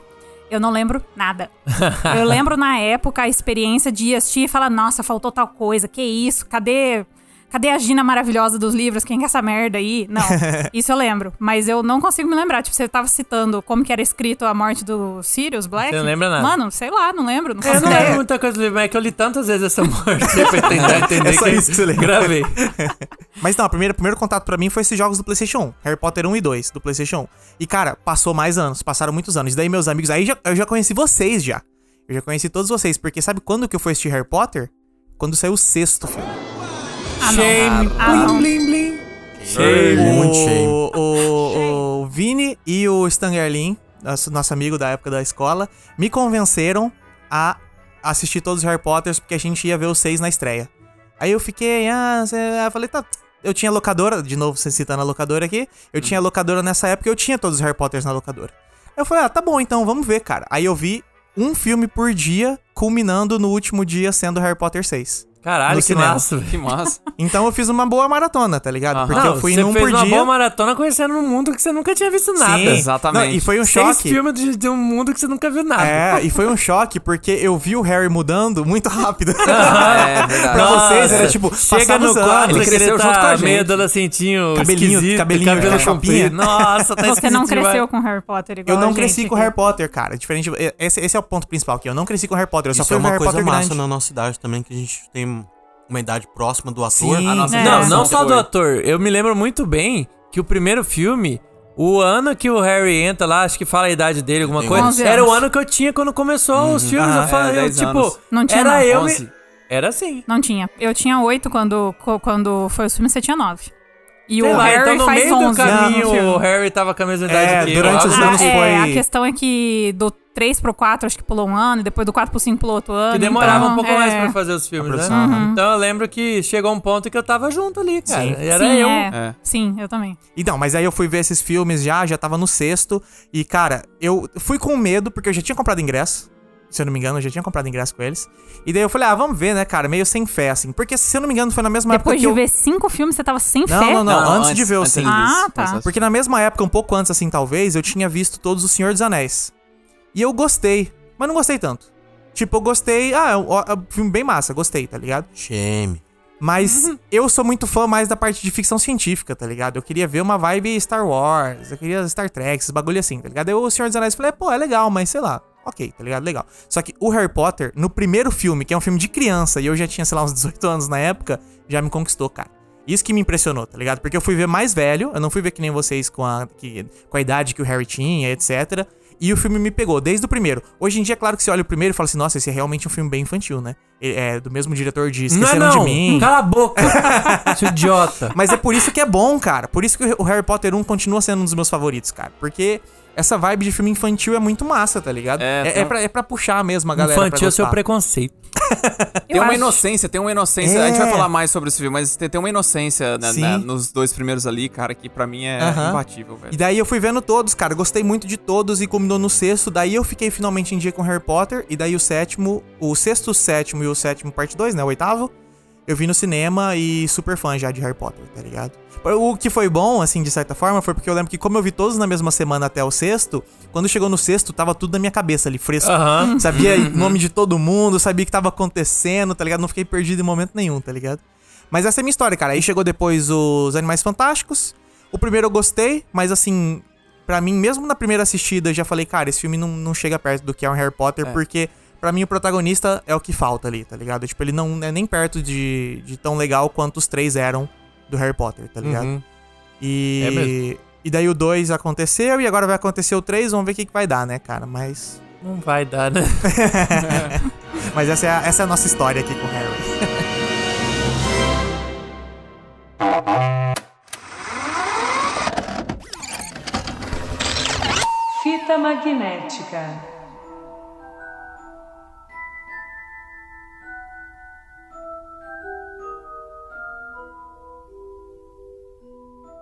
eu não lembro nada. Eu lembro na época a experiência de assistir e falar: nossa, faltou tal coisa, que isso, cadê. Cadê a Gina maravilhosa dos livros? Quem que é essa merda aí? Não, isso eu lembro. Mas eu não consigo me lembrar. Tipo, você tava citando como que era escrito a morte do Sirius Black.
Você não lembra nada.
Mano, sei lá, não lembro. Não
Eu
faço
não
ideia.
lembro muita coisa do livro, mas é que eu li tantas vezes essa morte pra tentar entender
É só isso que você lembra. Ah,
Gravei.
Mas não, o primeiro, primeiro contato pra mim foi esses jogos do PlayStation 1. Harry Potter 1 e 2 do PlayStation 1. E, cara, passou mais anos, passaram muitos anos. E daí, meus amigos, aí já- eu já conheci vocês já. Eu já conheci todos vocês, porque sabe quando que eu fui assistir Harry Potter? Quando saiu o sexto filme.
Shame.
Ah, não.
Blim, blim, blim. é
Muito shame.
O, o, o Vini e o Stan Gerlin, nosso, nosso amigo da época da escola, me convenceram a assistir todos os Harry Potters porque a gente ia ver os seis na estreia. Aí eu fiquei, ah, cê- ah, eu falei, tá. Eu tinha locadora, de novo você citando a locadora aqui.
Uhum.
Eu tinha locadora nessa época eu tinha todos os Harry Potters na locadora. Aí eu falei, ah, tá bom, então vamos ver, cara. Aí eu vi um filme por dia, culminando no último dia sendo Harry Potter 6.
Caralho,
No
que
cinema.
massa, velho.
Que massa.
Então eu fiz uma boa maratona, tá ligado?
Aham.
Porque eu fui
você
num
fez
por
uma
dia.
boa maratona conhecendo um mundo que você nunca tinha visto nada.
Sim.
Exatamente.
e foi um
Seis
choque.
filmes de, de um mundo que você nunca viu nada.
É, e foi um choque porque eu vi o Harry mudando muito rápido.
é verdade.
pra vocês era
Nossa,
tipo,
Chega
passava
no
os anos.
quarto,
Ele cresceu
você
junto
tá
com a gente.
meio adolescentinho,
Cabelinho-
um esquisito,
cabelinho,
cabelo
é, chapinha.
comprido. Nossa, tá
Você não
esquisito demais.
cresceu com Harry Potter
Eu
igual a
não
gente
cresci com
aqui.
Harry Potter, cara. Diferente. Esse, esse é o ponto principal aqui. Eu não cresci com Harry Potter. Eu só
Isso
fui
é
um
uma
Harry
coisa
Potter
massa
grande.
na nossa idade também, que a gente tem uma idade próxima do ator.
Sim.
Ah,
nossa
É.
Não,
geração
não só do ator. Eu me lembro muito bem que o primeiro filme, o ano que o Harry entra lá, acho que fala a idade dele, alguma
Tem
coisa,
11
era o
anos.
ano que eu tinha quando começou os filmes.
Ah,
eu falei,
é,
eu,
10
tipo,
anos.
Não tinha
era
nada.
eu. me-
11.
Era assim.
Não tinha. Eu tinha oito quando, co- quando foi o filme, você tinha nove. E
Sei
o
lá,
Harry
então no
faz
meio do
onze.
caminho
no filme.
o Harry tava com a mesma idade
É,
que
durante
eu.
os
Ah,
anos
Ah, é,
foi-
a questão é que do 3 pro 4, acho que pulou um ano, e depois do 4 pro 5 pulou outro ano.
Que demorava
então,
um pouco
é, Uhum.
mais pra fazer os filmes, né?
produção,
Então eu lembro que chegou um ponto que eu tava junto ali, cara.
Sim.
Era
sim,
eu.
é.
É.
Sim, eu também.
Então, mas aí eu fui ver esses filmes já, já tava no sexto. E, cara, eu fui com medo, porque eu já tinha comprado ingresso. Se eu não me engano, eu já tinha comprado ingresso com eles. E daí eu falei, ah, vamos ver, né, cara? Meio sem fé, assim. Porque, se eu não me engano, foi na mesma
depois de
época que eu.
ver cinco filmes, você tava sem
Não,
fé?
não, não. antes de ver o
antes
Sim.
Ah,
disso.
tá.
Processo.
Porque na mesma época, um pouco antes, assim, talvez, eu tinha visto todos os Senhor dos Anéis. E eu gostei, mas não gostei tanto. Tipo, eu gostei. Ah, é um, ó, é um filme bem massa, gostei, tá ligado?
Shame.
Mas
Uhum.
eu sou muito fã mais da parte de ficção científica, tá ligado? Eu queria ver uma vibe Star Wars, eu queria Star Trek, esses bagulho assim, tá ligado? Aí o Senhor dos Anéis falei, pô, é legal, mas sei lá. Ok, tá ligado? Legal. Só que o Harry Potter, no primeiro filme, que é um filme de criança, e eu já tinha, sei lá, uns 18 anos na época, já me conquistou, cara. Isso que me impressionou, tá ligado? Porque eu fui ver mais velho, eu não fui ver que nem vocês com a, que- com a idade que o Harry tinha, etc. E o filme me pegou, desde o primeiro. Hoje em dia, é claro que você olha o primeiro e fala assim, nossa, esse é realmente um filme bem infantil, né? É é do mesmo diretor de
Não,
Esqueceram
não.
de Mim.
Cala a boca. Seu idiota.
Mas é por isso que é bom, cara. Por isso que o Harry Potter 1 continua sendo um dos meus favoritos, cara. Porque essa vibe de filme infantil é muito massa, tá ligado?
É,
É, é,
tem-
pra, é pra puxar mesmo a galera.
um Infantil
pra
é seu
gostar.
preconceito.
Tem
Eu
uma
acho.
inocência, tem uma inocência. A gente vai falar mais sobre esse filme, mas tem, tem uma inocência né,
É. Sim.
né, nos dois primeiros ali, cara, que pra mim é
Aham.
imbatível, velho.
E daí eu fui vendo todos, cara. Gostei muito de todos e combinou no sexto. Daí eu fiquei finalmente em dia com Harry Potter. E daí o sétimo, o sexto, o sétimo e o sétimo, parte 2, né? O oitavo. Eu vi no cinema e super fã já de Harry Potter, tá ligado? O que foi bom, assim, de certa forma, foi porque eu lembro que, como eu vi todos na mesma semana até o sexto, quando chegou no sexto, tava tudo na minha cabeça ali, fresco.
Aham.
Sabia o nome de todo mundo, sabia o que tava acontecendo, tá ligado? Não fiquei perdido em momento nenhum, tá ligado? Mas essa é a minha história, cara. Aí chegou depois os Animais Fantásticos. O primeiro eu gostei, mas assim, pra mim, mesmo na primeira assistida, eu já falei, cara, esse filme não, não chega perto do que é um Harry Potter, porque pra mim o protagonista é o que falta ali, tá ligado? Tipo, ele não é nem perto de, de tão legal quanto os três eram do Harry Potter, tá ligado?
Uhum.
E,
É mesmo.
e daí o 2 aconteceu e agora vai acontecer o 3, vamos ver o que, que vai dar, né, cara? Mas,
Não vai dar, né?
mas essa, é a, essa é a nossa história aqui com o Harry.
Fita magnética.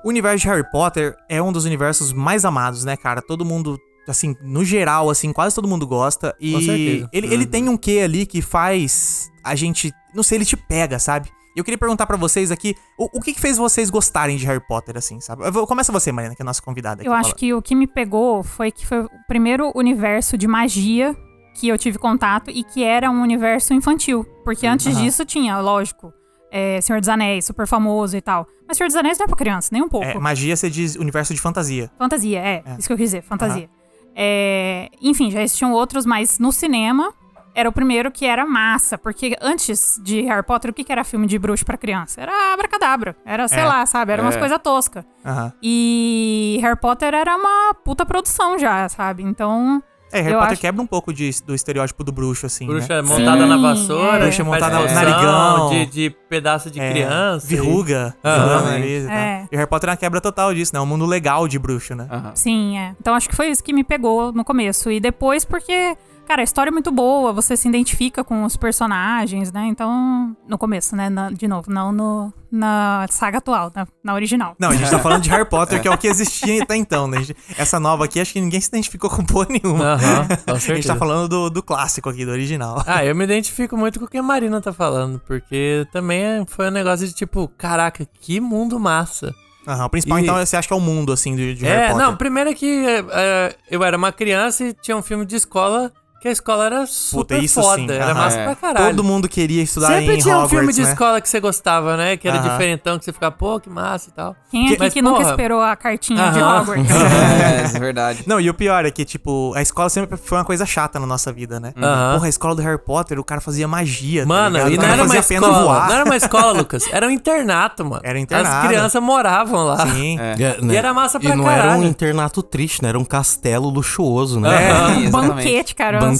O universo de Harry Potter é um dos universos mais amados, né, cara? Todo mundo, assim, no geral, assim, quase todo mundo gosta. E
Com certeza.
Ele,
Uhum.
ele tem um quê ali que faz a gente. Não sei, ele te pega, sabe? Eu queria perguntar pra vocês aqui o, o que, que fez vocês gostarem de Harry Potter, assim, sabe? Eu vou- Começa você, Mariana, que é a nossa convidada aqui.
Eu acho
fala.
que o que me pegou foi que foi o primeiro universo de magia que eu tive contato e que era um universo infantil. Porque antes disso tinha, lógico, é, Senhor dos Anéis, super famoso e tal. Mas Senhor dos Anéis não é pra criança, nem um pouco.
É, magia você diz universo de fantasia.
Fantasia, é, Isso que eu quis dizer, fantasia. É, enfim, já existiam outros, mas no cinema era o primeiro que era massa. Porque antes de Harry Potter, o que, que era filme de bruxo pra criança? Era abracadabra. Era, sei
É.
lá, sabe? Era umas
É.
coisas toscas.
Aham.
E Harry Potter era uma puta produção já, sabe? Então.
É, Harry
Eu
Potter
acho-
quebra um pouco de- do estereótipo do bruxo, assim. né?
Bruxa montada
Sim,
na vassoura.
é.
Bruxa
faz
montada no
função
narigão.
De, de pedaço de
É,
criança.
Verruga.
Aham.
verruga no nariz e tal.
É.
E o Harry Potter é uma quebra total disso, né? É um mundo legal de bruxo, né?
Aham.
Sim, é. Então acho que foi isso que me pegou no começo. E depois, porque, cara, a história é muito boa, você se identifica com os personagens, né? Então. No começo, né? Na- de novo, não no, na saga atual, na, na original.
Não, a gente tá falando de Harry Potter, que é o que existia até então, né? A gente- Essa nova aqui, acho que ninguém se identificou com porra nenhuma.
Aham, com
a gente
certeza.
tá falando do, do clássico aqui, do original.
Ah, eu me identifico muito com o que a Marina tá falando, porque também é- foi um negócio de tipo, caraca, que mundo massa.
Aham, o principal,
E-
então, você acha que é o mundo, assim, de, de Harry
É,
Potter.
não, primeiro é que é, é, eu era uma criança e tinha um filme de escola que a escola era super
isso
foda,
sim,
era
aham.
massa
É.
pra caralho.
Todo mundo queria estudar
Sempre
em
tinha um
Hogwarts,
filme de
né? É.
escola que você gostava, né? Que era
Aham.
diferentão, que você ficava, pô, que massa e tal.
Quem aqui
Mas,
que nunca
porra,
esperou a cartinha de
Aham.
Hogwarts?
É, isso é verdade.
Não, e o pior é que, tipo, a escola sempre foi uma coisa chata na nossa vida, né?
Aham.
Porra, a escola do Harry Potter, o cara fazia magia, tá
Uhum. Mano,
ligado?
e
O
não
cara
era uma
fazia pena
escola.
voar.
Não era uma escola, Lucas. Era um internato, mano.
Era internado.
As crianças moravam lá.
Sim.
É.
É, né?
E era massa
E
pra
não era um
caralho.
internato triste, né? Era um castelo luxuoso, né?
Sim,
Um
exatamente.
banquete, cara.
Banquete.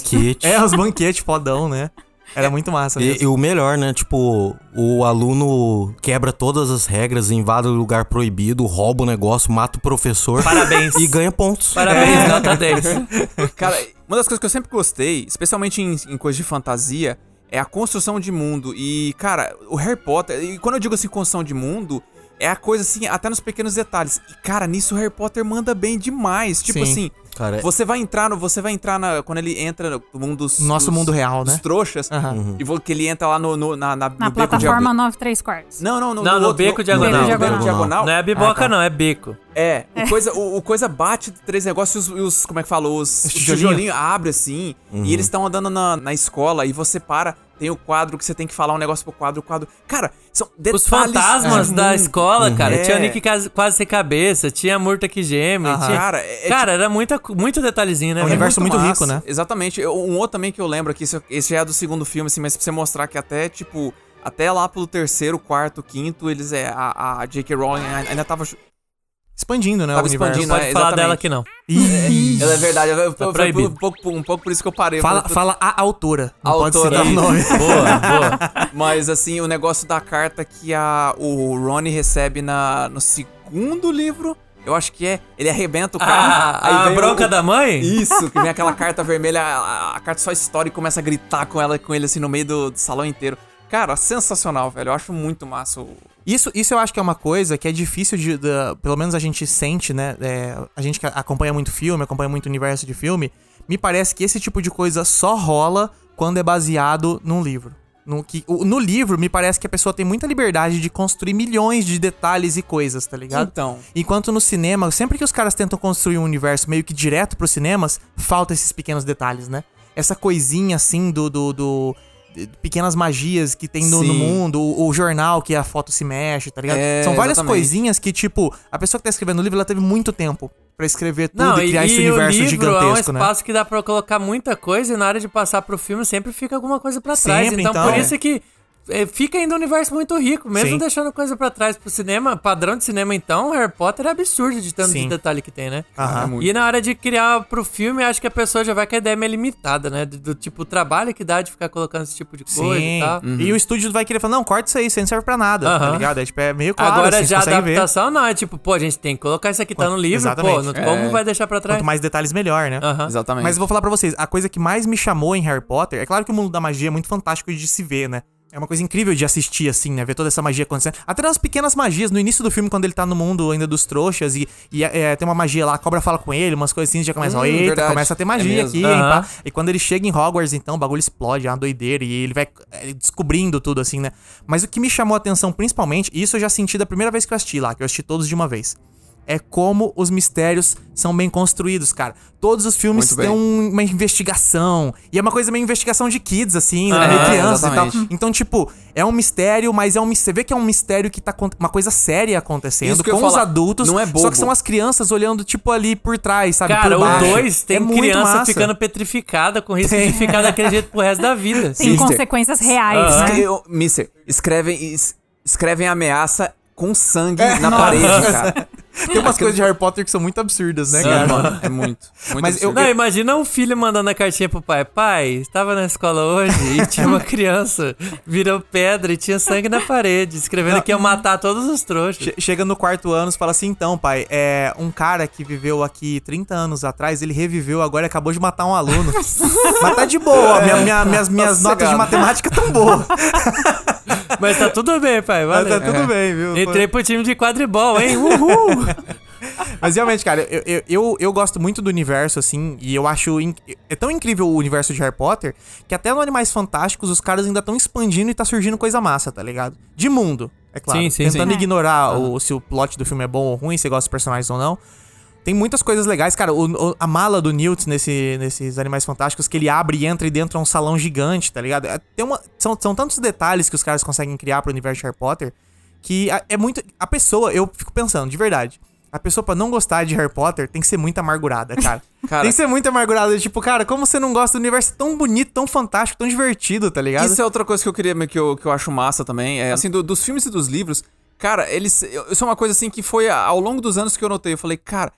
É, os banquetes fodão, né? Era muito
é
massa mesmo.
E, e o melhor, né? Tipo, o aluno quebra todas as regras, invade o lugar proibido, rouba o negócio, mata o professor.
Parabéns.
E ganha pontos.
Parabéns,
É.
nota 10.
Cara, uma das coisas que eu sempre gostei, especialmente em, em coisas de fantasia, é a construção de mundo. E, cara, o Harry Potter, e quando eu digo assim, construção de mundo, é a coisa assim, até nos pequenos detalhes. E, cara, nisso o Harry Potter manda bem demais. Tipo
Sim.
assim,
Cara,
você vai entrar no. Você vai entrar na. Quando ele entra no mundo dos.
Nosso
dos-
mundo real,
dos
né?
trouxas.
Aham.
E vo- que ele entra lá no, no- na, na,
Na
no beco de
plataforma 9 3 quartos.
Não, não, não.
Não, no beco diagonal.
No beco
Beco
diagonal.
Não é biboca, não, é bico.
É, o coisa, o, o coisa bate três negócios e os, e os- Como é que fala? Os, os
tijolinho.
tijolinhos abrem assim. E eles estão andando na, na escola e você para. Tem o quadro que você tem que falar um negócio pro quadro, o quadro. Cara, são detalhes.
Os fantasmas
É.
de
da
mundo.
escola, cara.
Uhum.
É.
Tinha o Nick quase, quase sem cabeça, tinha a Murta que geme.
Aham.
tinha-
Cara, é- é
Cara, era muita, co- muito detalhezinho, né?
É um
velho?
tipo universo muito rico, né?
Exatamente. Eu- Um outro também que eu lembro aqui, isso- esse já é do segundo filme, assim, mas pra você mostrar que até, tipo, até lá pro terceiro, quarto, quinto, eles é. A, a J.K. Rowling ainda tava. ju-
Expandindo, né?
Tava
o universo.
expandindo,
Não pode
É,
falar
exatamente.
dela aqui, não.
Ih,
Ela é verdade, eu, eu, foi
proibido.
um, pouco, um pouco por isso que eu
É.
parei. eu
Fala,
falei,
fala a autora. Não
A
pode
autora.
citar É o nome.
Boa, boa.
Mas assim, o negócio da carta que a, o Ronnie recebe na, no segundo livro, eu acho que é. Ele arrebenta o
Ah,
carro. aí
A, a
vem o-
bronca da mãe?
Isso, que vem aquela carta vermelha, a, a- a carta só estoura e começa a gritar com ela com ele assim no meio do, do salão inteiro. Cara, sensacional, velho. Eu acho muito massa o.
Isso, isso eu acho que é uma coisa que é difícil de. da- pelo menos a gente sente, né? é, a gente que acompanha muito filme, acompanha muito universo de filme. Me parece que esse tipo de coisa só rola quando é baseado num livro. No, que, o- no livro, me parece que a pessoa tem muita liberdade de construir milhões de detalhes e coisas, tá ligado?
Então.
Enquanto no cinema, sempre que os caras tentam construir um universo meio que direto pros cinemas, falta esses pequenos detalhes, né? Essa coisinha assim do. do, do- pequenas magias que tem no, no
Sim.
mundo, o, o jornal que a foto se mexe, tá ligado?
É,
São várias
exatamente.
coisinhas que, tipo, a pessoa que tá escrevendo o livro, ela teve muito tempo pra escrever tudo
Não,
e
e,
criar esse
e o
universo
livro é um
gigantesco, né?
espaço que dá pra colocar muita coisa e na hora de passar pro filme sempre fica alguma coisa pra trás.
Sempre,
Então,
então,
por
é.
isso que é, fica ainda um universo muito rico, mesmo
Sim.
deixando coisa pra trás pro cinema, padrão de cinema então, Harry Potter é absurdo de tanto
Sim.
de detalhe que tem, né?
Aham.
É muito.
E na hora de criar pro filme, acho que a pessoa já vai com a ideia meio limitada, né? Do, do tipo, o trabalho que dá de ficar colocando esse tipo de coisa
Sim.
e tal.
Uhum.
E o estúdio vai querer falar, não, corta isso aí, isso aí não serve pra nada, tá
Aham.
ligado? É, tipo, é meio claro,
Agora
assim, você
já a
consegue ver.
adaptação não, é tipo, pô, a gente tem que colocar isso aqui, tá no livro, pô,
exatamente.
não, como
É.
vai deixar pra trás?
Quanto mais detalhes, melhor, né?
Aham.
Exatamente.
Mas eu vou falar pra vocês, a coisa que mais me chamou em Harry Potter, é claro que o mundo da magia é muito fantástico de se ver, né? É uma coisa incrível de assistir, assim, né? Ver toda essa magia acontecendo. Até nas pequenas magias, no início do filme, quando ele tá no mundo ainda dos trouxas e, e, é, tem uma magia lá, a cobra fala com ele, umas coisas assim, já começa,
Hum,
eita,
verdade.
começa a ter
É
magia
mesmo.
aqui, hein,
Aham.
pá. E quando ele chega em Hogwarts, então, o bagulho explode, é uma doideira, e ele vai é, descobrindo tudo, assim, né? Mas o que me chamou a atenção, principalmente, e isso eu já senti da primeira vez que eu assisti lá, que eu assisti todos de uma vez, é como os mistérios são bem construídos, cara. Todos os filmes
Muito bem.
têm um- uma investigação, e é uma coisa meio investigação de kids, assim, né?
Aham,
Meio crianças e tal.
exatamente.
Então, tipo, é um mistério, mas é um mis- Você vê que é um mistério que tá acon- uma coisa séria acontecendo
Isso que eu
com
ia
os
falar,
adultos.
não é
Só
bobo.
que são as crianças olhando, tipo, ali por trás, sabe? por
Cara, o
baixo.
2 tem
É muito
criança
massa.
ficando petrificada, com risco de ficar daquele jeito pro resto da vida. assim.
Tem
Sister.
consequências reais,
Aham.
né?
Escre- eu- Mister, escrevem, es- escrevem ameaça com sangue na
É, nossa.
parede, cara. é
Tem umas coisas de Harry Potter que são muito absurdas, né,
Sim,
cara?
mano, é muito. muito
Mas eu-
absurdo.
Não, imagina um filho mandando a cartinha pro pai. Pai, estava na escola hoje e tinha uma criança, virou pedra e tinha sangue na parede, escrevendo que ia matar todos os trouxas.
Che- Chega no quarto ano e fala assim: então, pai, é um cara que viveu aqui 30 anos atrás, ele reviveu agora e acabou de matar um aluno. Mas tá de boa, minha- minha- minhas, minhas notas de
sossegado.
matemática tão boas.
Mas tá tudo bem, pai,
Mas
valeu. É.
tá tudo bem, viu?
Entrei pro time de quadribol, hein? Uhul!
Mas realmente, cara, eu, eu, eu, eu gosto muito do universo, assim, e eu acho. in- É tão incrível o universo de Harry Potter que até no Animais Fantásticos os caras ainda estão expandindo e tá surgindo coisa massa, tá ligado? De mundo, é claro.
Sim, sim,
Tentando
sim.
ignorar o, se o plot do filme é bom ou ruim, se gosta dos personagens ou não. Tem muitas coisas legais, cara. o- o- a mala do Newt nesse, nesses Animais Fantásticos que ele abre e entra e dentro é um salão gigante, tá ligado? É, tem uma, são, são tantos detalhes que os caras conseguem criar pro universo de Harry Potter que a- é muito. A pessoa, eu fico pensando, de verdade. A pessoa, pra não gostar de Harry Potter, tem que ser muito amargurada, cara.
Cara.
Tem que ser muito amargurada. Tipo, cara, como você não gosta do universo tão bonito, tão fantástico, tão divertido, tá ligado?
Isso é outra coisa que eu queria, que eu, que eu acho massa também. É, assim, do- dos filmes e dos livros, cara, eles. eu- Isso é uma coisa assim que foi a- ao longo dos anos que eu notei. Eu falei, cara,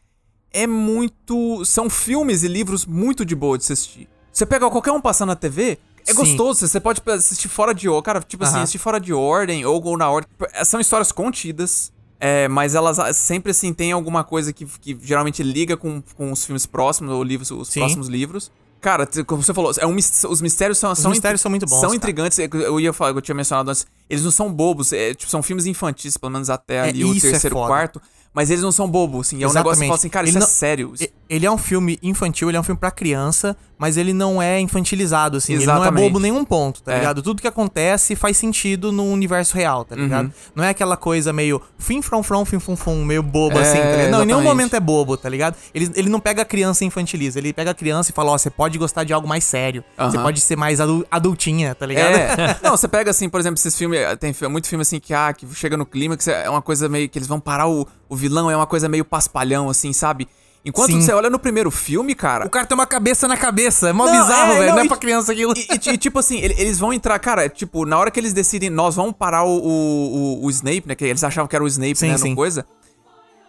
é muito. São filmes e livros muito de boa de se assistir. Você pega qualquer um passando na TV. É
Sim.
gostoso, você pode assistir fora de ordem. Cara, tipo assim,
Aham.
assistir fora de ordem ou, ou na ordem. tipo, é, São histórias contidas, é, mas elas ah, sempre, assim, tem alguma coisa que, que geralmente liga com, com os filmes próximos ou livros, os
Sim.
próximos livros. Cara, t- como você falou, é um, mis- os mistérios são,
Os
são
mistérios são muito bons,
São
cara.
intrigantes. Eu- Eu ia falar, eu tinha mencionado antes. Eles não são bobos. é, tipo, são filmes infantis, pelo menos até ali o
isso é
terceiro,
foda.
quarto. Mas eles não são bobos, assim. É um negócio que você fala assim, cara,
Ele
isso
não-
é sério. isso-
E- Ele é um filme infantil, ele é um filme pra criança, mas ele não é infantilizado, assim. Ele não é
Exatamente.
bobo em nenhum ponto, tá
É.
ligado? Tudo que acontece faz sentido no universo real,
Uhum.
tá ligado? Não é aquela coisa meio fim from from, fim fum fum, meio bobo
É,
assim, tá ligado? Não, em nenhum
exatamente.
momento é bobo, tá ligado? Ele, ele não pega a criança e infantiliza, ele pega a criança e fala, ó, você pode gostar de algo mais sério, você
Aham.
pode ser mais adu- adultinha, tá ligado?
É. Não, você pega assim, por exemplo, esses filmes. Tem fi- muito filme assim que, ah, que chega no clímax, é uma coisa meio que eles vão parar o, o vilão, é uma coisa meio paspalhão, assim, sabe? Enquanto
Sim.
você olha no primeiro filme, cara.
O cara tem uma cabeça na cabeça, é mó
Não,
bizarro,
é,
velho, não,
não,
é
e-
pra criança aquilo.
E, e ti- e, tipo assim, ele- eles vão entrar, cara, é, tipo, na hora que eles decidem, nós vamos parar o, o, o- o Snape, né? Que eles achavam que era o Snape,
Sim,
né?
sim.
No coisa.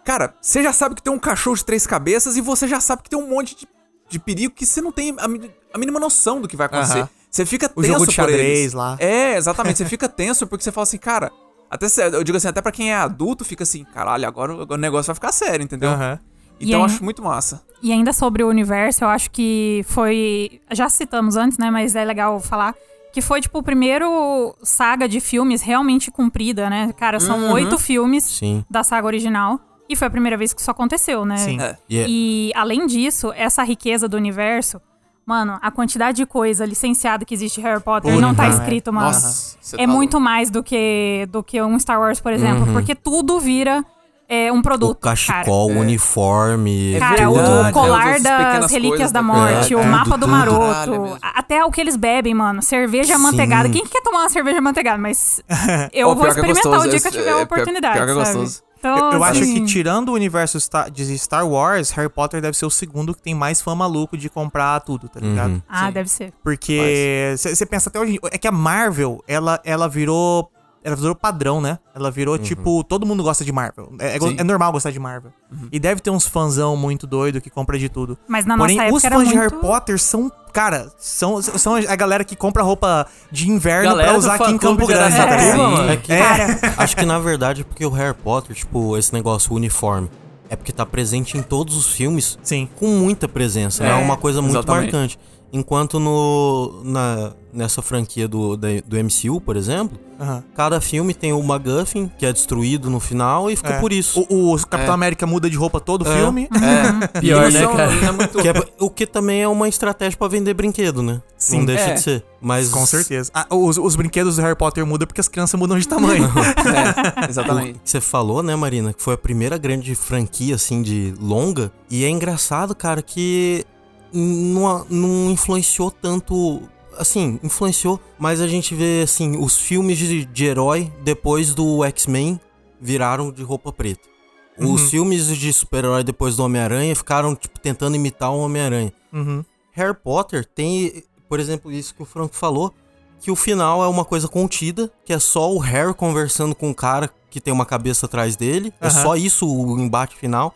Cara, você já sabe que tem um cachorro de três cabeças e você já sabe que tem um monte de, de perigo que você não tem a, mi- a mínima noção do que vai acontecer.
Aham.
Você fica
O
tenso
jogo de
por eles.
xadrez lá.
É, exatamente. Você fica tenso porque você fala assim, cara. Até, se- eu digo assim, até pra quem é adulto, fica assim, caralho, agora, o- agora o negócio vai ficar sério, entendeu?
Aham.
Então eu
E aí?
acho muito massa.
E ainda sobre o universo, eu acho que foi. Já citamos antes, né? Mas é legal falar. Que foi, tipo, o primeiro saga de filmes realmente cumprida, né? Cara, são oito filmes
Sim.
da saga original. E foi a primeira vez que isso aconteceu, né?
Sim.
É.
E é-
E além disso, essa riqueza do universo, mano, a quantidade de coisa licenciada que existe em Harry Potter
Puta,
não tá
né?
escrito, mano.
Nossa, você
é
tá louco. Uhum.
muito mais do que do que um Star Wars, por exemplo, porque tudo vira é, um
O
produto. cara.
cachecol, o uniforme.
Cara, É o
tudo,
É
né,
verdade,
colar
essas
das
pequenas
relíquias
coisas,
da
né?
morte,
É,
o
tudo,
mapa do
tudo.
Caralho
maroto,
mesmo.
a- até o que eles bebem, mano. Cerveja
Sim.
manteigada. Quem que quer tomar uma cerveja manteigada? Mas eu
Ó,
vou
pior que é
experimentar
gostoso,
o dia
esse-
que eu tiver
é,
a
pior-
oportunidade,
pior que é
sabe?
gostoso.
Então,
Eu, eu acho
assim,
que tirando o universo Star- de Star Wars, Harry Potter deve ser o segundo que tem mais fã maluco de comprar tudo, tá ligado?
Ah, deve ser.
Porque você pensa até hoje. em- É que a Marvel, ela, ela virou. Ela virou padrão, né? Ela virou, tipo, todo mundo gosta de Marvel. É, é go-
Sim.
é normal gostar de Marvel. E deve ter uns fãzão muito doido que compra de tudo.
Uhum. Mas na
Porém,
nossa época
os fãs
era
de
muito-
Harry Potter são. Cara, são, são a galera que compra roupa de inverno
Galera
pra
do
usar aqui em
fã-clube
Campo
de
Grande. tá
Araçatuba,
ligado?
mano.
É que-
Cara.
Acho que na verdade é porque o Harry Potter, tipo, esse negócio uniforme, é porque tá presente em todos os filmes
Sim.
com muita presença, né? É uma coisa muito
exatamente.
marcante. Enquanto no, na, nessa franquia do, da- do MCU, por exemplo,
Aham.
cada filme tem o MacGuffin, que é destruído no final e fica
É.
por isso.
O, o Capitão América muda de roupa todo o filme.
É,
Pior,
E
né,
são-
cara?
não é muito-
Que é- o que também é uma estratégia pra vender brinquedo, né?
Sim.
Não deixa
É.
de ser. Mas
Com certeza. Ah, os, os brinquedos do Harry Potter mudam porque as crianças mudam de tamanho.
É,
O
exatamente.
que Você falou, né, Marina, que foi a primeira grande franquia, assim, de longa. E é engraçado, cara, que não, não influenciou tanto. Assim, influenciou, mas a gente vê, assim, os filmes de, de herói depois do X-Men viraram de roupa preta. Os filmes de super-herói depois do Homem-Aranha ficaram, tipo, tentando imitar o Homem-Aranha. Harry Potter tem, por exemplo, isso que o Franco falou, que o final é uma coisa contida, que é só o Harry conversando com o cara que tem uma cabeça atrás dele. É
Aham.
só isso o embate final.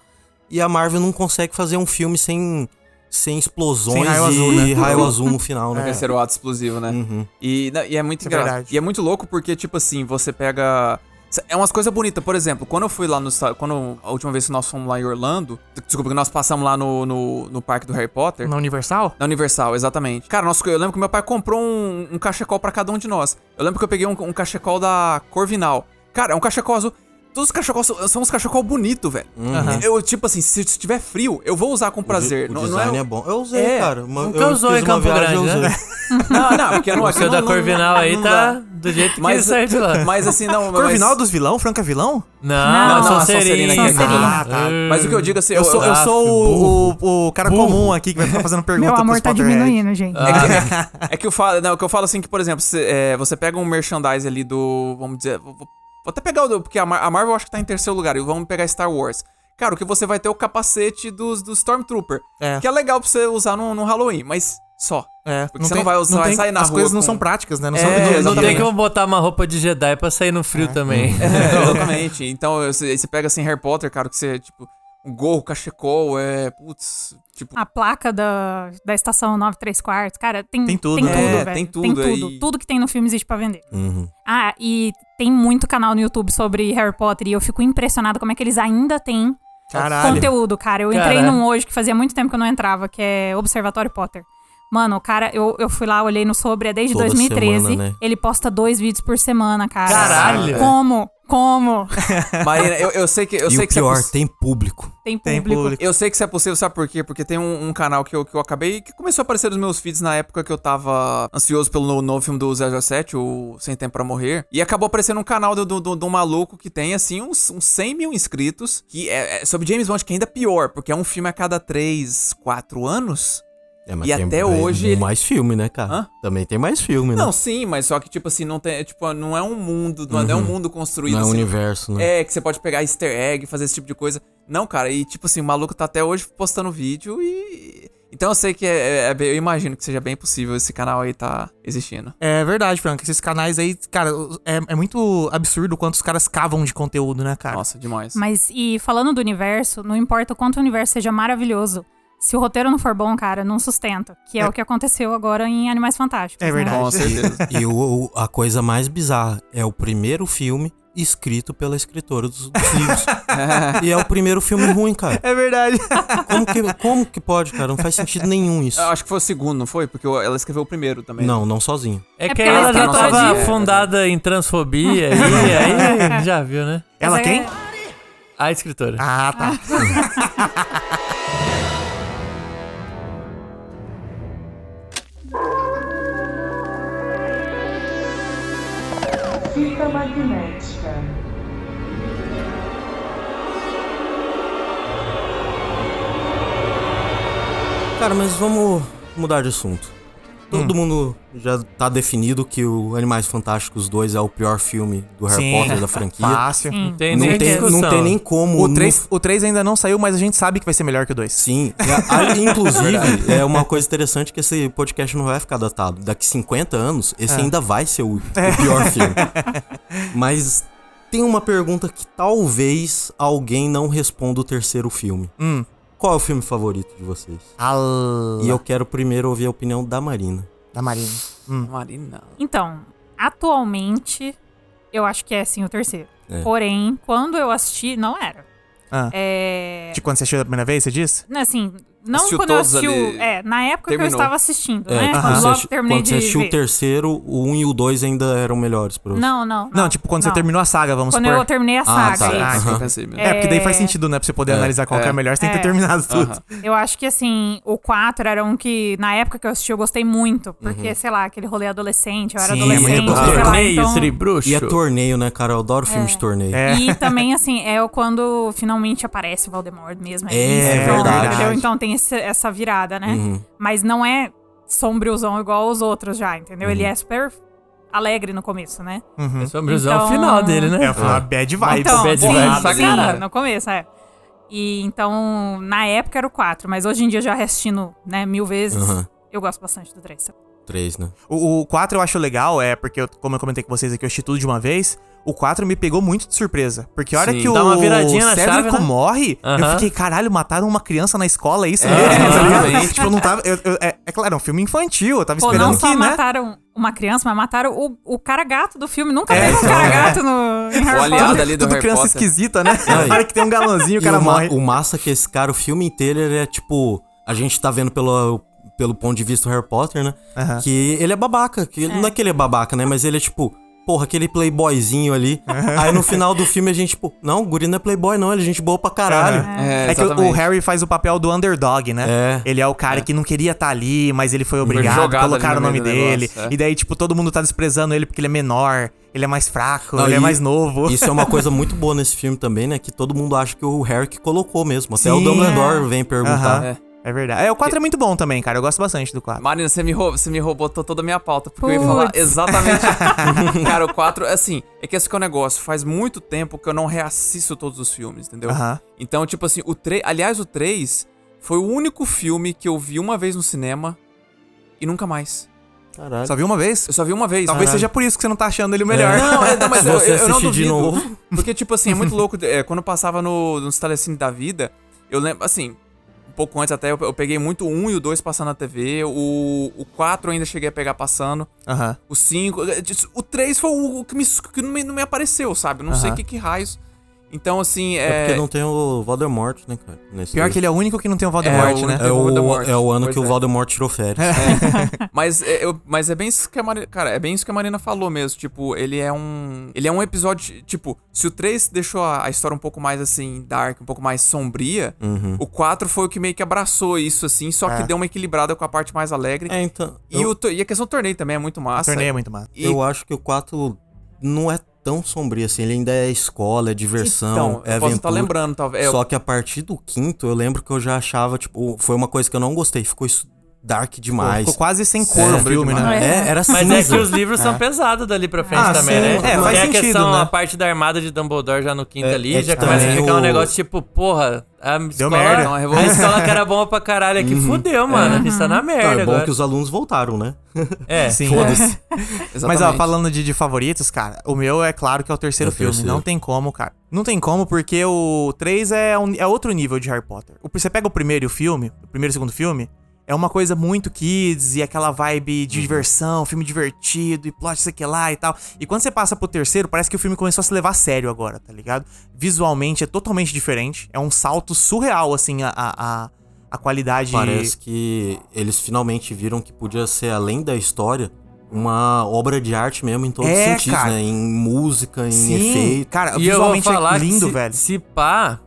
E a Marvel não consegue fazer um filme sem, sem explosões
Sem raio
e
azul, né?
raio azul no final, né?
Terceiro ato explosivo, né?
Uhum.
E, não, e é muito
Isso é
engraçado.
verdade.
e é muito louco porque, tipo assim, você pega. É umas coisas bonitas. Por exemplo, quando eu fui lá no. esta- Quando a última vez que nós fomos lá em Orlando. Desculpa, que nós passamos lá no, no, no parque do Harry Potter.
Na Universal?
Na Universal, exatamente. Cara, nossa, eu lembro que meu pai comprou um, um cachecol pra cada um de nós. Eu lembro que eu peguei um, um cachecol da Corvinal. Cara, é um cachecol azul. Todos os cachecols são, são uns cachecol bonito, velho. Eu, tipo assim, se estiver frio, eu vou usar com prazer.
Uhum.
não,
O, o
não
design é...
é...
bom. Eu usei,
É,
cara. Uma,
nunca
eu
usou
fiz
em
uma
Campo
viagem,
Grande,
eu
né?
usei.
Não, não, porque não
O seu
aquilo
da
não-
Corvinal aí
não
tá
dá.
do jeito que ele
Mas,
saiu de lá.
mas assim, não. mas-
Corvinal é dos vilão? Franca vilão?
Não,
Não,
não,
não,
Sonserina.
Sonserina aqui,
Sonserina.
Ah, tá.
Mas o que eu digo assim,
Eu sou, eu
eu-
sou o- o, o cara comum aqui que vai ficar fazendo pergunta
Meu amor
pros
tá
Potterhead.
diminuindo, gente.
É que eu falo, não, o que eu falo assim que, por exemplo, cê, é, você pega um merchandise ali do, vamos dizer, vou, vou- vou até pegar o, do- porque a, Mar- a Marvel eu acho que tá em terceiro lugar, e vamos pegar Star Wars. Cara, o que você vai ter é o capacete dos, do Stormtrooper,
É.
que é legal pra você usar no, no Halloween, mas só.
É,
Porque você não vai usar, vai sair na
As
rua
coisas não
com-
são práticas, né? Não são
É,
não- não
Não tem
exatamente.
como botar uma roupa de Jedi pra sair no frio também.
É, exatamente. Então, eu- cê- aí você pega assim Harry Potter, cara, que você, tipo, um gorro, cachecol, é, putz, tipo,
A placa da, da estação 934, cara, tem,
Tem tudo,
Tem
né?
tudo,
É,
velho.
tem tudo,
tudo.
e-
Tudo que tem no filme existe pra vender.
Uhum.
Ah, e tem muito canal no YouTube sobre Harry Potter e eu fico impressionada como é que eles ainda têm
Caralho.
conteúdo, cara. Eu
Cara,
entrei
é.
num hoje que fazia muito tempo que eu não entrava, que é Observatório Potter. Mano, o cara, eu, eu fui lá, olhei no sobre, é desde
Toda
2013.
semana, né?
Ele posta dois vídeos por semana, cara.
Caralho.
Como? Como?
Ah.
Marina, eu, eu sei que, eu
E
sei
o
que cê é
pior,
poss-
tem público.
Tem
Tem
público.
público.
Eu sei que isso é possível, sabe por quê? Porque tem um, um canal que eu, que eu acabei que começou a aparecer nos meus feeds na época que eu tava ansioso pelo novo, novo filme do 007, o Sem Tempo Pra Morrer. E acabou aparecendo um canal de do, do, do um maluco que tem, assim, uns, uns 100 mil inscritos. Que é, é sobre James Bond, que ainda é pior, porque é um filme a cada 3, 4 anos.
É, mas
E
tem
até
mais-
hoje ele-
Mais filme, né, cara?
Hã?
Também tem mais filme, né?
Não, sim, mas só que, tipo assim, não tem. é, Tipo, não é um mundo. Não, é- não é um mundo construído
Não é um
assim.
universo, né?
É, que você pode pegar easter egg, fazer esse tipo de coisa. Não, cara, e tipo assim, o maluco tá até hoje postando vídeo e. Então eu sei que é, é- é bem- Eu imagino que seja bem possível esse canal aí tá existindo.
É verdade, Franca. Esses canais aí, cara, é, é muito absurdo o quanto os caras cavam de conteúdo, né, cara?
Nossa, demais.
Mas, e falando do universo, não importa o quanto o universo seja maravilhoso, se o roteiro não for bom, cara, não sustenta. Que é,
É.
o que aconteceu agora em Animais Fantásticos. né?
É verdade.
Com certeza.
E, e o- o- a coisa mais bizarra é o primeiro filme escrito pela escritora dos, dos livros. e é o primeiro filme ruim, cara.
É verdade.
Como que, como que pode, cara? Não faz sentido nenhum isso.
Eu acho que foi o segundo, não foi? Porque ela escreveu o primeiro também.
Não, não sozinho.
É que
porque
ela
ela tá
já
escritora
tava
de-
afundada em transfobia e aí já viu, né?
Ela
Mas é-
quem?
A escritora.
Ah, tá.
Fita magnética.
Cara, mas vamos mudar de assunto. Todo
Hum.
mundo já tá definido que o Animais Fantásticos 2 é o pior filme do Harry
Sim.
Potter da franquia.
Fácil.
Não tem
Não
nem
tem,
discussão.
não tem nem como.
O
não-
3, o três ainda não saiu, mas a gente sabe que vai ser melhor que o 2.
Sim. E a- a- inclusive, é uma coisa interessante que esse podcast não vai ficar datado. Daqui 50 anos, esse ainda vai ser o, o pior filme. Mas tem uma pergunta que talvez alguém não responda o terceiro filme. Qual é o filme favorito de vocês? E eu quero primeiro ouvir a opinião da Marina.
Da Marina.
Marina.
Então, atualmente, eu acho que é sim o terceiro.
É.
Porém, quando eu assisti, não era.
Ah.
É.
De quando você assistiu a primeira vez, você disse?
Assim, não
Assistiu
quando eu
todos
assisti
ali,
o. É, na época que eu
terminou.
estava assistindo,
É,
né?
quando
Quando
você
logo
assisti-
terminei
quando
de.
você assistiu
ver.
o terceiro, o 1 e o 2 ainda eram melhores pra você.
Não, não.
Não, tipo, quando você
não.
terminou a saga, vamos
Quando
supor.
eu terminei a
Ah,
saga.
tá.
isso.
Ah,
Eu
Aham.
pensei mesmo.
É, porque daí faz
É.
sentido, né? Pra você poder analisar qual que é
É.
o melhor, você tem que ter
É.
terminado tudo.
Aham.
Eu acho que, assim, o 4 era um que, na época que eu assisti, eu gostei muito. Porque, sei lá, aquele rolê adolescente, eu era
Sim, é muito
adolescente,
bom.
sei lá,
Torneio,
então...
Tribruxo.
E é torneio, né, cara? Eu adoro filme de torneio.
É.
E também, assim, é o quando finalmente aparece o Voldemort mesmo.
É,
então,
verdade.
entendeu? Então tem esse- essa virada, né? Mas não é sombriozão igual os outros já, entendeu? Ele é super alegre no começo, né?
É sobre usar
Então-
o final dele, né?
É, foi uma bad vibe.
Então,
Bad
sim,
vibes pra
sim,
caralho.
no começo, é. E então, na época era o 4, mas hoje em dia já assistindo, né, mil vezes,
Aham.
eu gosto bastante do 3.
Três, né?
O, o 4 eu acho legal, é, porque eu- como eu comentei com vocês aqui, eu assisti tudo de uma vez. O 4 me pegou muito de surpresa. Porque a hora
Sim,
que o
dá uma viradinha na
Cedrico
chave, né?
morre, eu
Aham.
fiquei, caralho, mataram uma criança na escola, é isso mesmo? Tá ligado? tipo, eu não tava. eu- eu- é, é claro, é um filme infantil, eu tava
Pô,
esperando
não
que,
só
né?
mataram uma criança, mas mataram o, o cara gato do filme. Nunca teve um cara gato no, em Harry
O aliado
Potter.
ali do
Tudo
Harry
criança
Potter.
esquisita, né?
Aí.
Na hora que tem um galãozinho, o
E
cara
o, ma-
morre.
o massa é que esse cara, o filme inteiro, ele é tipo. A gente tá vendo pelo, pelo ponto de vista do Harry Potter, né?
Aham.
Que ele é babaca. Que Não é que ele é babaca, né? Mas ele é tipo. Porra, aquele playboyzinho ali. Aí no final do filme a gente, tipo, não, o guri não é playboy, não, ele é gente boa pra caralho.
É,
É, que o- o
exatamente.
Harry faz o papel do underdog, né?
É.
Ele é o cara que não queria estar ali, mas ele foi obrigado,
jogado ali
colocaram o
no
nome
meio do
dele.
negócio, é.
E daí, tipo, todo mundo tá desprezando ele porque ele é menor, ele é mais fraco,
Não,
ele é
e-
mais novo.
Isso é uma coisa muito boa nesse filme também, né? Que todo mundo acha que o Harry que colocou mesmo. Até o
Sim.
Dumbledore vem perguntar.
Aham. É verdade. É, o 4 é muito bom também, cara. Eu gosto bastante do 4.
Marina, você me, roubou, você me roubou to- toda a minha pauta, porque eu ia falar
Puts.
exatamente. Cara, o 4, assim, é que esse que é o negócio. Faz muito tempo que eu não reassisto todos os filmes, entendeu?
Aham.
Então, tipo assim, o 3. Aliás, o 3 foi o único filme que eu vi uma vez no cinema e nunca mais.
Caralho.
Só viu uma vez?
Eu só vi uma vez.
Talvez
Caralho.
seja por isso que você não tá achando ele o melhor.
Não, é, não, mas
Se
eu,
você
eu não
assistir de
duvido.
novo.
Porque, tipo assim, é muito louco. é, quando eu passava no, nos telecine da vida, eu lembro, assim, um pouco antes até, eu, eu peguei muito o 1 e o 2 passando na TV. O, o 4 eu ainda cheguei a pegar passando.
Aham.
O 5. O 3 foi o que, me, que não, me, não me apareceu, sabe? Não sei
Aham.
que, que raios. Então, assim,
É
é.
porque não tem o Voldemort, né, cara? Nesse
Pior que ele é o único que não tem o Voldemort,
É, o-
né?
É
o
o,
Voldemort.
é o ano
Pois
que o
é.
Voldemort tirou férias.
Mas é, eu- mas é bem isso que a Marina. Cara, é bem isso que a Marina falou mesmo. Tipo, ele é um. Ele é um episódio. Tipo, se o 3 deixou a, a história um pouco mais assim, dark, um pouco mais sombria, o 4 foi o que meio que abraçou isso, assim, só que deu uma equilibrada com a parte mais alegre.
É, então.
E,
eu,
o to- e a questão do torneio também é muito
O
massa.
torneio é muito massa.
E-
eu acho que o 4 não é tão sombrio assim. Ele ainda é escola, é diversão,
Então,
é
eu posso
aventura.
estar lembrando, talvez. É,
Só que a partir do quinto, eu lembro que eu já achava, tipo, foi uma coisa que eu não gostei. Ficou isso dark
Pô,
demais.
Ficou quase sem cor o
Sério
filme, né?
demais. É, era
Mas é que
cinza.
os livros são pesados dali pra frente
Ah,
também,
sim.
né?
É,
Porque
faz
a
sentido,
questão,
né?
a parte da armada de Dumbledore já no quinto
É,
ali,
é
já
que
começa a
também
ficar um
o-
negócio tipo, porra, a escola,
merda.
Não, é
a
revolução.
escola que era boa pra caralho aqui, fudeu, mano. A gente tá na
Não,
merda
é bom
agora.
que os alunos voltaram, né?
É,
Sim.
Foda-se.
Mas
exatamente.
ó, falando de, de favoritos, cara, o meu é claro que é o terceiro
É o
filme.
terceiro.
Não tem como, cara. Não tem como, porque o 3 é, um- é outro nível de Harry Potter. O- Você pega o primeiro filme, o primeiro e o segundo filme, é uma coisa muito kids e aquela vibe
Uhum.
de diversão, filme divertido e plot, sei que lá e tal. E quando você passa pro terceiro, parece que o filme começou a se levar a sério agora, tá ligado? Visualmente é totalmente diferente. É um salto surreal, assim, a, a, a- a qualidade.
Parece que eles finalmente viram que podia ser, além da história, uma obra de arte mesmo em todos os
É,
sentidos,
cara.
né? Em música, em
Sim,
efeito.
cara,
E eu vou
visualmente
falar
é
que
lindo,
se,
velho.
Se pá,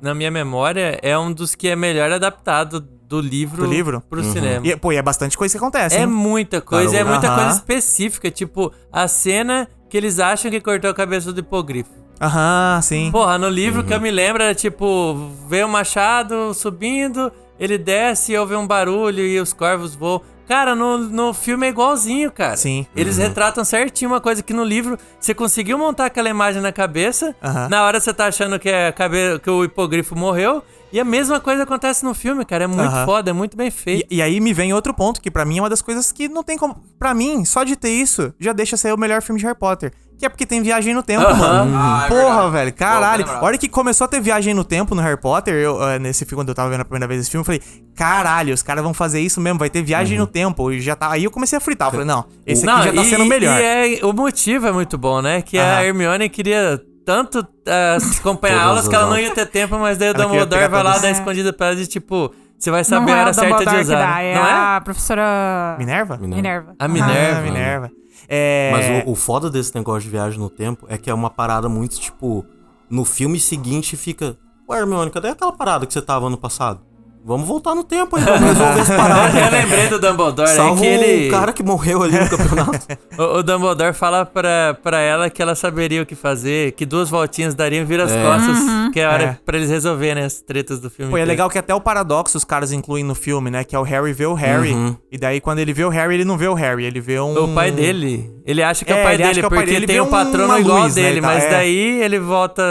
na minha memória, é um dos que é melhor adaptado do livro,
Do livro?
pro cinema.
E, pô, e é bastante coisa que acontece,
É
hein?
muita coisa, é
Carol,
muita
aham.
coisa específica. Tipo, a cena que eles acham que cortou a cabeça do hipogrifo.
Aham, Ah, sim.
Porra, no livro que eu me lembro era tipo, veio o machado subindo, Ele desce e ouve um barulho e os corvos voam. Cara, no, no filme é igualzinho, cara.
Sim.
Eles retratam certinho uma coisa que no livro você conseguiu montar aquela imagem na cabeça.
Aham.
Na hora você tá achando que, é cabe- que o hipogrifo morreu. E a mesma coisa acontece no filme, cara. É muito
Aham.
foda, é muito bem feito.
E, e aí me vem outro ponto, que pra mim é uma das coisas que não tem como. Pra mim, só de ter isso, já deixa sair o melhor filme de Harry Potter. Que é porque tem viagem no tempo,
Aham.
mano.
Ah,
Porra,
é verdade.
velho,
Boa, bem
caralho.
lembrado.
A hora que começou a ter viagem no tempo no Harry Potter, eu, ah, nesse filme, quando eu tava vendo a primeira vez esse filme, eu falei, caralho, os caras vão fazer isso mesmo, vai ter viagem no tempo. E já tá. Aí eu comecei a fritar. Eu falei, não, esse aqui já tá
e-
sendo o melhor.
E é- o motivo é muito bom, né? Que a
Aham.
Hermione queria tanto ah, acompanhar
Todas
aulas
as
que ela não
aulas.
ia ter tempo, mas daí o
Ela queria
Dumbledore
pegar
vai lá
todas.
dar
É.
escondida pra ela de tipo, você vai
Não
saber
é
a hora
o
certa de
Dumbledore que
usar.
dá, é
não é?
a professora
Minerva?
Minerva.
A
Ah,
Minerva.
Minerva. É...
Mas o, o foda desse negócio de viagem no tempo é que é uma parada muito, tipo, no filme seguinte fica. Ué, Hermione, cadê aquela parada que você tava ano passado? Vamos voltar no tempo aí, vamos resolver essa
Ah,
parada.
Eu lembrei do Dumbledore, é
Salvo
que ele.
o cara que morreu ali no campeonato.
O, o Dumbledore fala pra, pra ela que ela saberia o que fazer, que duas voltinhas dariam vira as
É.
costas,
Uhum.
que é a hora
É.
pra eles resolverem as tretas do filme.
Pô, e é
inteiro.
legal que até o paradoxo os caras incluem no filme, né? Que é o Harry vê o Harry. E daí, quando ele vê o Harry, ele não vê o Harry, ele vê um.
O pai dele. Ele acha que é, o
É,
pai
ele acha
dele,
que é o pai
porque
dele,
tem
vê
um patrono
uma
igual
luz, né,
dele,
e tal,
mas
é.
daí ele volta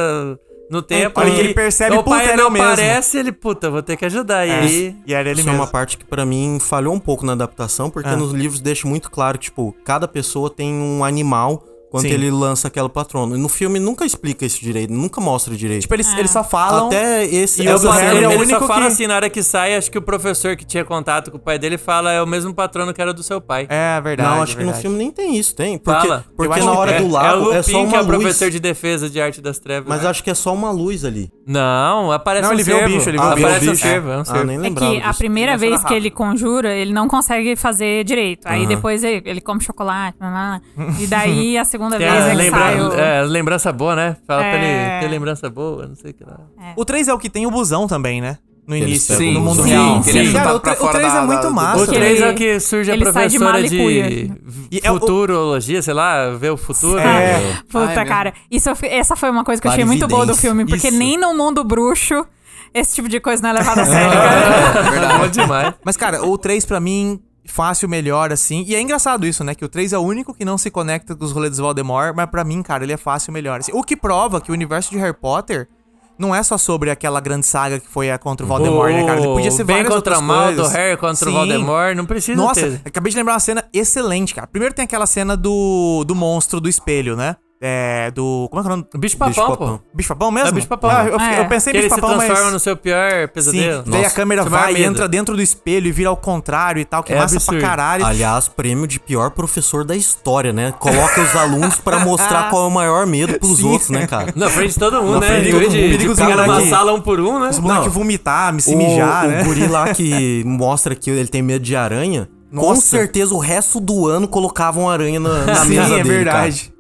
no tempo.
Aí
e
ele percebe,
o
puta,
pai
ele é
não
o mesmo.
aparece, ele, puta, vou ter que ajudar. E
É,
aí.
E era ele
Isso é
mesmo.
uma parte que pra mim falhou um pouco na adaptação, porque
Ah.
nos livros deixa muito claro que, tipo, cada pessoa tem um animal quando
Sim.
ele lança aquela patrona. No filme nunca explica isso direito, nunca mostra direito.
Tipo, eles, eles só falam.
Até esse
E o
essa
Harry
cena-
ele,
é o
ele
único
só fala
que-
assim, na hora que sai, acho que o professor que tinha contato com o pai dele fala, é o mesmo patrono que era do seu pai.
É verdade.
não, acho
é
que no
verdade.
filme nem tem isso, tem. Porque,
Fala.
Eu
porque
acho
na
que
hora
tem.
do
é o
lago é, só
Lupin, que
uma
é o
luz.
professor de defesa de arte das trevas. né?
Mas acho que é só uma luz ali.
Não, aparece
Não,
um
ele vê o
cervo.
bicho, ele vê o bicho.
aparece um
bicho.
cervo, é um
Ah,
cervo.
nem
É
lembrava
que a
disso.
primeira
Funciona
vez que
rápido.
ele conjura, ele não consegue fazer direito. Aí depois ele, ele come chocolate, blá, blá, blá. e daí a segunda
Tem
vez
a
ele
É, lembra-
sai o...
é, lembrança boa, né? Fala pra
É.
ele ter lembrança boa, não sei o que lá.
O 3 é o que tem o busão também, né? No
Eles
início,
pegam
no
o
mundo
busão.
real.
Sim, que ele é
Cara,
chutado
o
tá pra
tre- o
fora
3 é
da- da-
muito
do-
mala.
O
massa.
Que ele-
3 é o que surge a
ele sai de
professora
mala e cuia.
de,
E é o-
futurologia, sei lá, ver o futuro.
É.
Ah, é
Puta,
mesmo?
cara. Isso, eu fi- essa foi uma coisa que eu achei muito boa do
Clarividência.
filme, porque
Isso.
nem no mundo bruxo esse tipo de coisa não é levada a sério, cara.
é Bom demais.
Mas, cara, o 3 pra mim, fácil, melhor, assim. E é engraçado isso, né? Que o 3 é o único que não se conecta com os rolês do Voldemort, mas pra mim, cara, ele é fácil, melhor. assim. O que prova que o universo de Harry Potter não é só sobre aquela grande saga que foi a contra o Voldemort, né, cara? Ele podia ser
bem
várias
contra
outras
mal do
coisas.
Harry contra o
Sim.
Voldemort, não precisa
Nossa,
ter.
acabei de lembrar uma cena excelente, cara. Primeiro tem aquela cena do, do monstro do espelho, né? É, do... Como é que é o nome?
Bicho papão, pô.
Bicho papão mesmo?
É, bicho papão.
Ah, eu,
Ah, é.
eu pensei
Que ele
bicho
se
papão, mas...
transforma no seu pior pesadelo.
Sim, daí a câmera
Isso é maior
vai e
medo.
entra dentro do espelho e vira ao contrário e tal, que
É
massa
absurdo.
pra caralho.
Aliás, prêmio de pior professor da história, né? Coloca os alunos pra mostrar qual é o maior medo pros
Sim.
outros, né, cara?
Na frente de todo
Na
mundo, né?
frente de
Em vez
todo
de,
mundo.
de,
Perigoso
ficar
cara
numa
que-
sala um por um, né?
Os moleques
Não.
vomitar, me se
o,
mijar,
o
né?
guri lá que mostra que ele tem medo de aranha, com
Nossa.
certeza o resto do ano colocavam aranha na, na mesa
Sim,
dele,
é
cara.
verdade.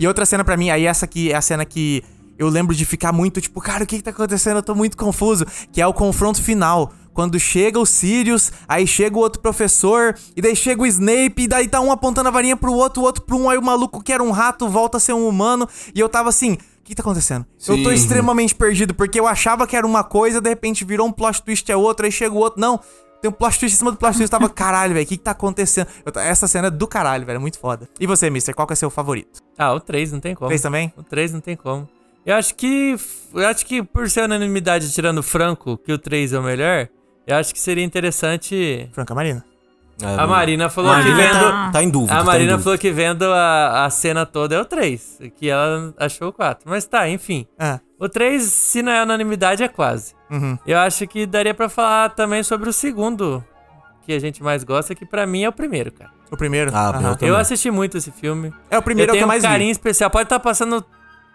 E outra cena pra mim, aí essa aqui é a cena que eu lembro de ficar muito tipo, cara, o que que tá acontecendo? Eu tô muito confuso. Que é o confronto final. Quando chega o Sirius, aí chega o outro professor, e daí chega o Snape, e daí tá um apontando a varinha pro outro, o outro pro um, aí o maluco que era um rato volta a ser um humano, e eu tava assim, o que tá acontecendo? Eu tô
Sim.
extremamente perdido, porque eu achava que era uma coisa, de repente virou um plot twist, é outra, aí chega o outro, não, tem um plot twist em cima do plot twist, eu tava, caralho, velho, o que que tá acontecendo? Eu ta- essa cena é do caralho, velho, é muito foda. E você, mister, qual que é seu favorito?
Ah, o 3 não tem como.
Fez também?
O 3 não tem como. Eu acho que. Eu acho que por ser unanimidade tirando o Franco, que o 3 é o melhor, eu acho que seria interessante.
Franca Marina.
É,
A Marina falou que
Marina
vendo.
tá, tá em dúvida. tá
A
em
Marina
dúvida.
falou que vendo a, a cena toda é o 3. Que ela achou o 4. Mas tá, enfim.
Ah,
O 3, se não é unanimidade, é quase.
uhum.
Eu acho que daria pra falar também sobre o segundo, que a gente mais gosta, que pra mim é o primeiro, cara.
O primeiro?
Ah,
Aham.
meu, também.
Eu assisti muito esse filme.
É o primeiro
eu
é o que
tenho
eu mais
um carinho
vi.
especial. Pode estar passando.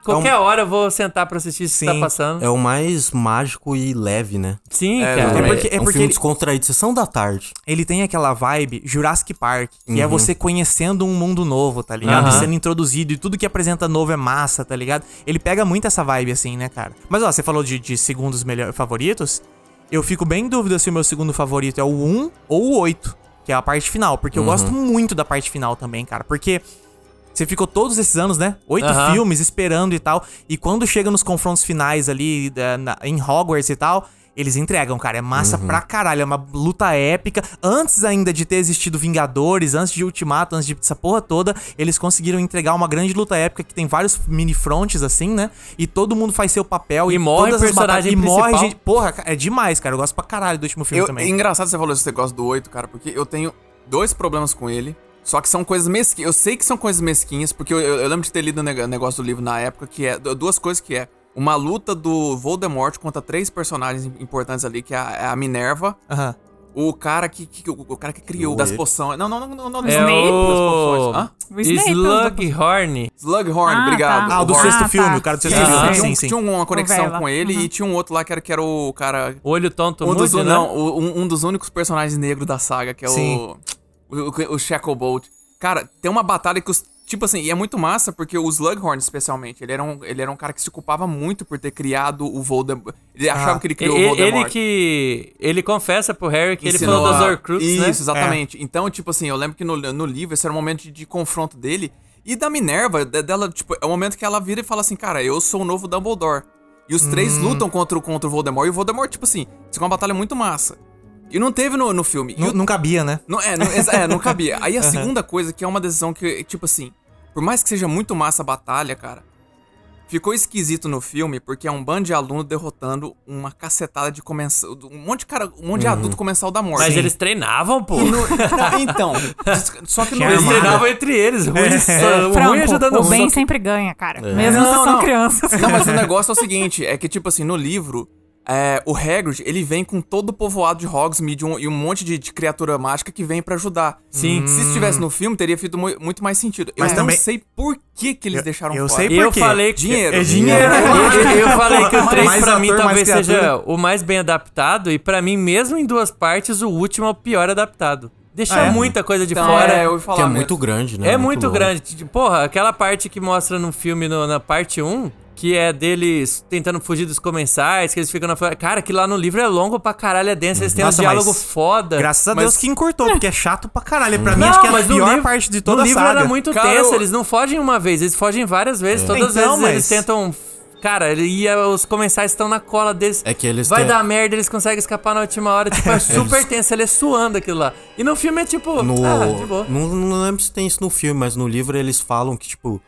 Qualquer hora eu vou sentar pra assistir se tá
Sim,
passando.
É o mais mágico e leve, né?
Sim,
É,
cara.
É
também.
porque, é
É, um
porque
filme
ele,
descontraído, sessão da tarde.
ele tem aquela vibe Jurassic Park, que é você conhecendo um mundo novo, tá ligado?
Uhum. Aham.
E Sendo introduzido e tudo que apresenta novo é massa, tá ligado? Ele pega muito essa vibe assim, né, cara? Mas ó, você falou de, de segundos melhor, favoritos. Eu fico bem em dúvida se o meu segundo favorito é o 1 ou o 8, que é a parte final. Porque
Uhum.
eu gosto muito da parte final também, cara. Porque você ficou todos esses anos, né? Oito
Aham.
filmes esperando e tal. E quando chega nos confrontos finais ali da- na- em Hogwarts e tal, eles entregam, cara. É massa
Uhum.
pra caralho. É uma luta épica. Antes ainda de ter existido Vingadores, antes de Ultimato, antes de essa porra toda, eles conseguiram entregar uma grande luta épica que tem vários mini fronts, assim, né? E todo mundo faz seu papel.
E morre
todas as batalhas-
personagem
E morre
principal.
gente. Porra, é demais, cara. Eu gosto pra caralho do último filme
Eu, é
também.
engraçado você falou esse negócio do 8, cara, porque eu tenho dois problemas com ele. Só que são coisas mesquinhas. Eu sei que são coisas mesquinhas, porque eu, eu- eu lembro de ter lido o neg- negócio do livro na época, que é. du- Duas coisas que é. Uma luta do Voldemort contra três personagens im- importantes ali, que é a, é a Minerva,
Aham.
o cara que, que- o, o cara que criou
O
das
Snape.
poções. Não, não, não, não, não, não.
É
das
Snape?
o...
poções. Hã?
O Snape é o do-
Slughorn.
Slughorn,
Ah,
obrigado.
tá.
Ah, o do
Horn.
sexto
tá.
filme, o cara do
Que
sexto
Ah,
filme.
tinha,
Sim,
um-
sim.
tinha uma conexão
Novela.
com ele
Uhum.
e tinha um outro lá que era, que era o cara
Olho tonto
Um dos,
mude, né?
não, o- um, um dos únicos personagens negros da saga, que é
Sim.
o, o, o Shacklebolt. Cara, tem uma batalha que os. Tipo assim, e é muito massa porque o Slughorn, especialmente, ele era um, ele era um cara que se culpava muito por ter criado o Voldemort. Ele achava que ele criou o
Ah, Ele,
Voldemort.
ele que... Ele confessa pro Harry que
Ensinou
ele falou dos
a-
Horcrux,
Isso,
né?
exatamente. Então, tipo assim, eu lembro que no, no livro esse era o momento de, de confronto dele e da Minerva, de- dela, tipo, é o momento que ela vira e fala assim, cara, eu sou o novo Dumbledore. E os três
Hum.
lutam contra, o- contra o Voldemort, e o Voldemort, tipo assim, isso é uma batalha muito massa. E não teve no, no filme. E
Nu-
o-
Não cabia, né?
não, é, não, exa- é, não cabia. Aí a segunda coisa, que é uma decisão que, tipo assim, por mais que seja muito massa a batalha, cara, ficou esquisito no filme porque é um bando de aluno derrotando uma cacetada de comensal. Um monte de cara, um
Uhum.
monte de adulto comensal da morte.
Mas eles treinavam, pô.
E no- não, é, então, só que no
Eles
Armada.
treinavam entre eles. Ruim,
É.
só- É.
Franco,
ruim é ajudando
o bem
outro.
sempre ganha, cara. Mesmo
Não,
se são
não.
crianças.
Não, mas o negócio é o seguinte, é que, tipo assim, no livro, é, o Hagrid, ele vem com todo o povoado de Hogsmeade um- e um monte de, de criatura mágica que vem pra ajudar. Sim. Se estivesse no filme, teria feito mu- muito mais sentido. Eu
Mas
não
também-
sei por que que eles deixaram
eu
fora.
sei
Eu
Por quê?
falei que...
Dinheiro.
É dinheiro.
Eu- Eu falei que o 3
Mais
pra mim
ator,
talvez
mais
seja
criatura.
o mais bem adaptado e pra mim mesmo em duas partes o último é o pior adaptado. Deixa
Ah, é?
muita coisa de
Então,
fora.
é, eu ia falar
Que é
mesmo.
muito grande, né?
É muito
longo.
grande. Tipo, Porra, aquela parte que mostra no filme, no- na parte 1, que é deles tentando fugir dos comensais, que eles ficam na floresta. Cara, que lá no livro é longo pra caralho, é denso, eles têm um
Nossa,
diálogo
mas
foda.
Graças a
Mas-
Deus que encurtou, porque é chato pra caralho. Pra mim,
Hum. Não,
acho que é a
mas no
pior
livro-
parte de toda
no
a
livro
saga.
era muito
Cara,
tenso,
eu-
eles não fogem uma vez, eles fogem várias vezes. Todas as
Então,
vezes eles
mas-
tentam. Cara, ele- e a- os comensais estão na cola deles.
É que eles
Vai
têm-
dar merda, eles conseguem escapar na última hora. Tipo, é super tenso, ele é suando aquilo lá. E no filme é tipo.
No,
Ah, de boa.
não, não lembro se tem isso no filme, mas no livro eles falam que, tipo,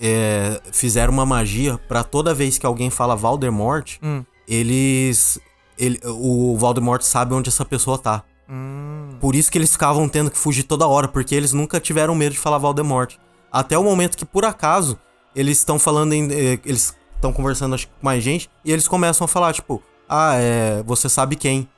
é, fizeram uma magia pra toda vez que alguém fala Valdemort,
Hum.
eles. Ele, o Valdemort sabe onde essa pessoa tá.
Hum.
Por isso que eles ficavam tendo que fugir toda hora, porque eles nunca tiveram medo de falar Valdemort. Até o momento que, por acaso, eles estão falando em. eh, Eles estão conversando acho que, com mais gente e eles começam a falar, tipo, ah, é. Você sabe quem?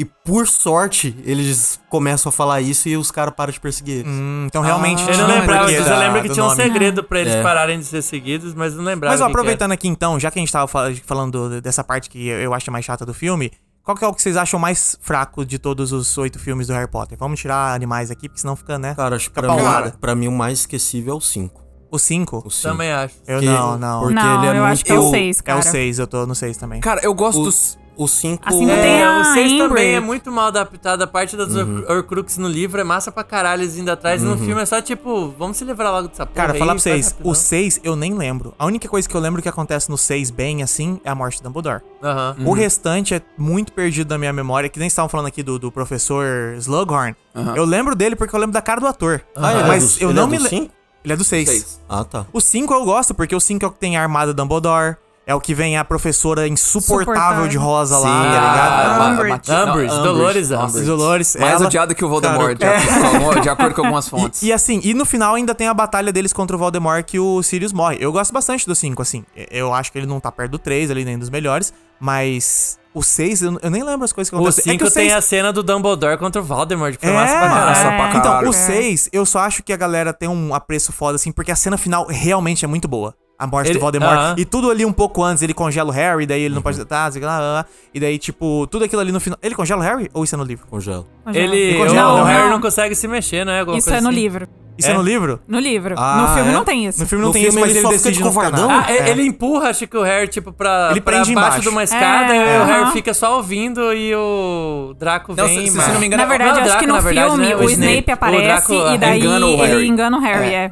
E por sorte, eles começam a falar isso e os caras param de perseguir eles.
Hum, então, realmente.
Ah, Eu
tinha
não
um
lembrava
porquê
disso.
da-
Eu lembro que
do
tinha um
nome.
segredo pra eles
É.
pararem de ser seguidos, mas não lembrava.
Mas,
o
ó,
que é. que era.
aproveitando aqui então, já que a gente tava fala- falando do- dessa parte que eu acho mais chata do filme, qual que é o que vocês acham mais fraco de todos os oito filmes do Harry Potter? Vamos tirar animais aqui, porque senão fica, né?
Cara, acho que pra
paulada.
mim, pra mim o mais esquecível é o 5.
O cinco?
O 5.
Também acho.
Eu não, não.
Porque
Não,
ele é
eu acho
muito-
que é o
eu-
6,
É
cara.
o seis, eu tô no seis também.
Cara, eu gosto dos...
O 5.
A cinco Assim tem
É,
a
o 6 também
Ingrid.
é muito mal adaptado. A parte das
Uhum.
Hor- Horcrux no livro é massa pra caralho, eles indo atrás. E no filme é só tipo, vamos se livrar logo dessa porra.
Cara,
aí,
falar pra
faz
vocês,
rapidão.
o 6 eu nem lembro. A única coisa que eu lembro que acontece no 6 bem assim é a morte do Dumbledore.
Aham.
O restante é muito perdido na minha memória, que nem estavam falando aqui do, do professor Slughorn. Eu lembro dele porque eu lembro da cara do ator.
Ah, ele é
mas
do-
eu
ele é
não
do
me lembro.
cinco?
Ele é do 6.
Seis.
Ah, tá.
O 5 eu gosto, porque o 5 é o que tem a armada Dumbledore. É o que vem a professora insuportável
Suportável.
de rosa lá,
Sim.
tá ligado?
Ah,
Umbridge.
Mati- não,
Umbridge, Dolores Umbridge.
Os Dolores.
Mais
ela-
odiado que o Voldemort,
Cara,
de, acordo com, de acordo com algumas fontes.
E, e assim, e no final ainda tem a batalha deles contra o Voldemort que o Sirius morre. Eu gosto bastante do 5, assim. E- Eu acho que ele não tá perto do 3 ali, nem dos melhores. Mas o 6, eu, eu nem lembro as coisas que
O
acontecem. É que
5 tem
seis-
a cena do Dumbledore contra o Voldemort, que foi
É,
massa pra caralho.
Massa pra
Então,
caralho.
o 6, eu só acho que a galera tem um apreço foda, assim, porque a cena final realmente é muito boa. A morte
Ele-
do Voldemort.
Aham.
E tudo ali um pouco antes, ele congela o Harry, daí ele não pode. Tá, sei lá, lá, lá. e daí, tipo, tudo aquilo ali no final. Ele congela o Harry ou isso é no livro?
Congelo.
Ele, é
Ele
o,
congela,
o
né?
Harry não consegue se mexer, né? Alguma
Isso
coisa
é no
assim.
livro.
Isso é,
É?
no livro?
No livro.
Ah,
no filme
é?
não tem isso.
No filme não
No
tem
filme
isso, mas
ele
ele,
só fica
decide
de
não É. ficar
covardão?
nada.
Ah, e- ele empurra, acho que o Harry, tipo, pra,
Ele
pra
prende
baixo
embaixo.
de uma escada, e
é.
o Harry
Aham.
fica só ouvindo e o Draco
Não,
vem.
se- se-
mas-
se não me engano,
Na
é-
verdade,
Não,
eu acho que
Draco,
no
na verdade,
filme
né?
o Snape aparece
Draco,
e daí
engana o
ele
Harry.
engana o Harry, é.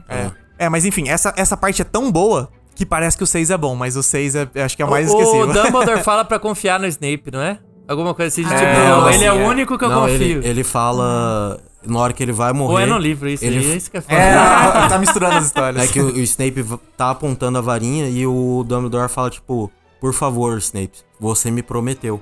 É, mas enfim, essa, essa parte é tão boa que parece que o 6 é bom, mas o 6 é, acho que é o mais
o
esquecido.
Dumbledore fala pra confiar no Snape, não é? Alguma coisa assim de tipo,
É,
não,
não,
ele é o
assim, é.
único que eu
Não,
confio.
Ele, ele fala. Na hora que ele vai morrer.
Ou é no livro, isso
ele-
aí, é isso que é foda.
É, tá, tá misturando as histórias.
É que o, o Snape v- tá apontando a varinha e o Dumbledore fala, tipo, por favor, Snape, você me prometeu.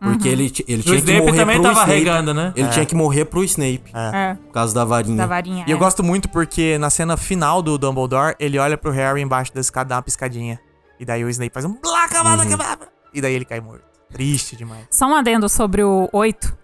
Uhum.
Porque ele, ti- ele
O
tinha que
Snape
morrer
também
pro
tava
Snape.
regando, né?
Ele tinha que morrer pro Snape,
É,
por causa da varinha.
da varinha.
E eu
é.
gosto muito porque na cena final do Dumbledore, ele olha pro Harry embaixo da escada, dá uma piscadinha. E daí o Snape faz um blá, cavada, cavada. E daí ele cai morto. Triste demais.
Só um adendo sobre o 8.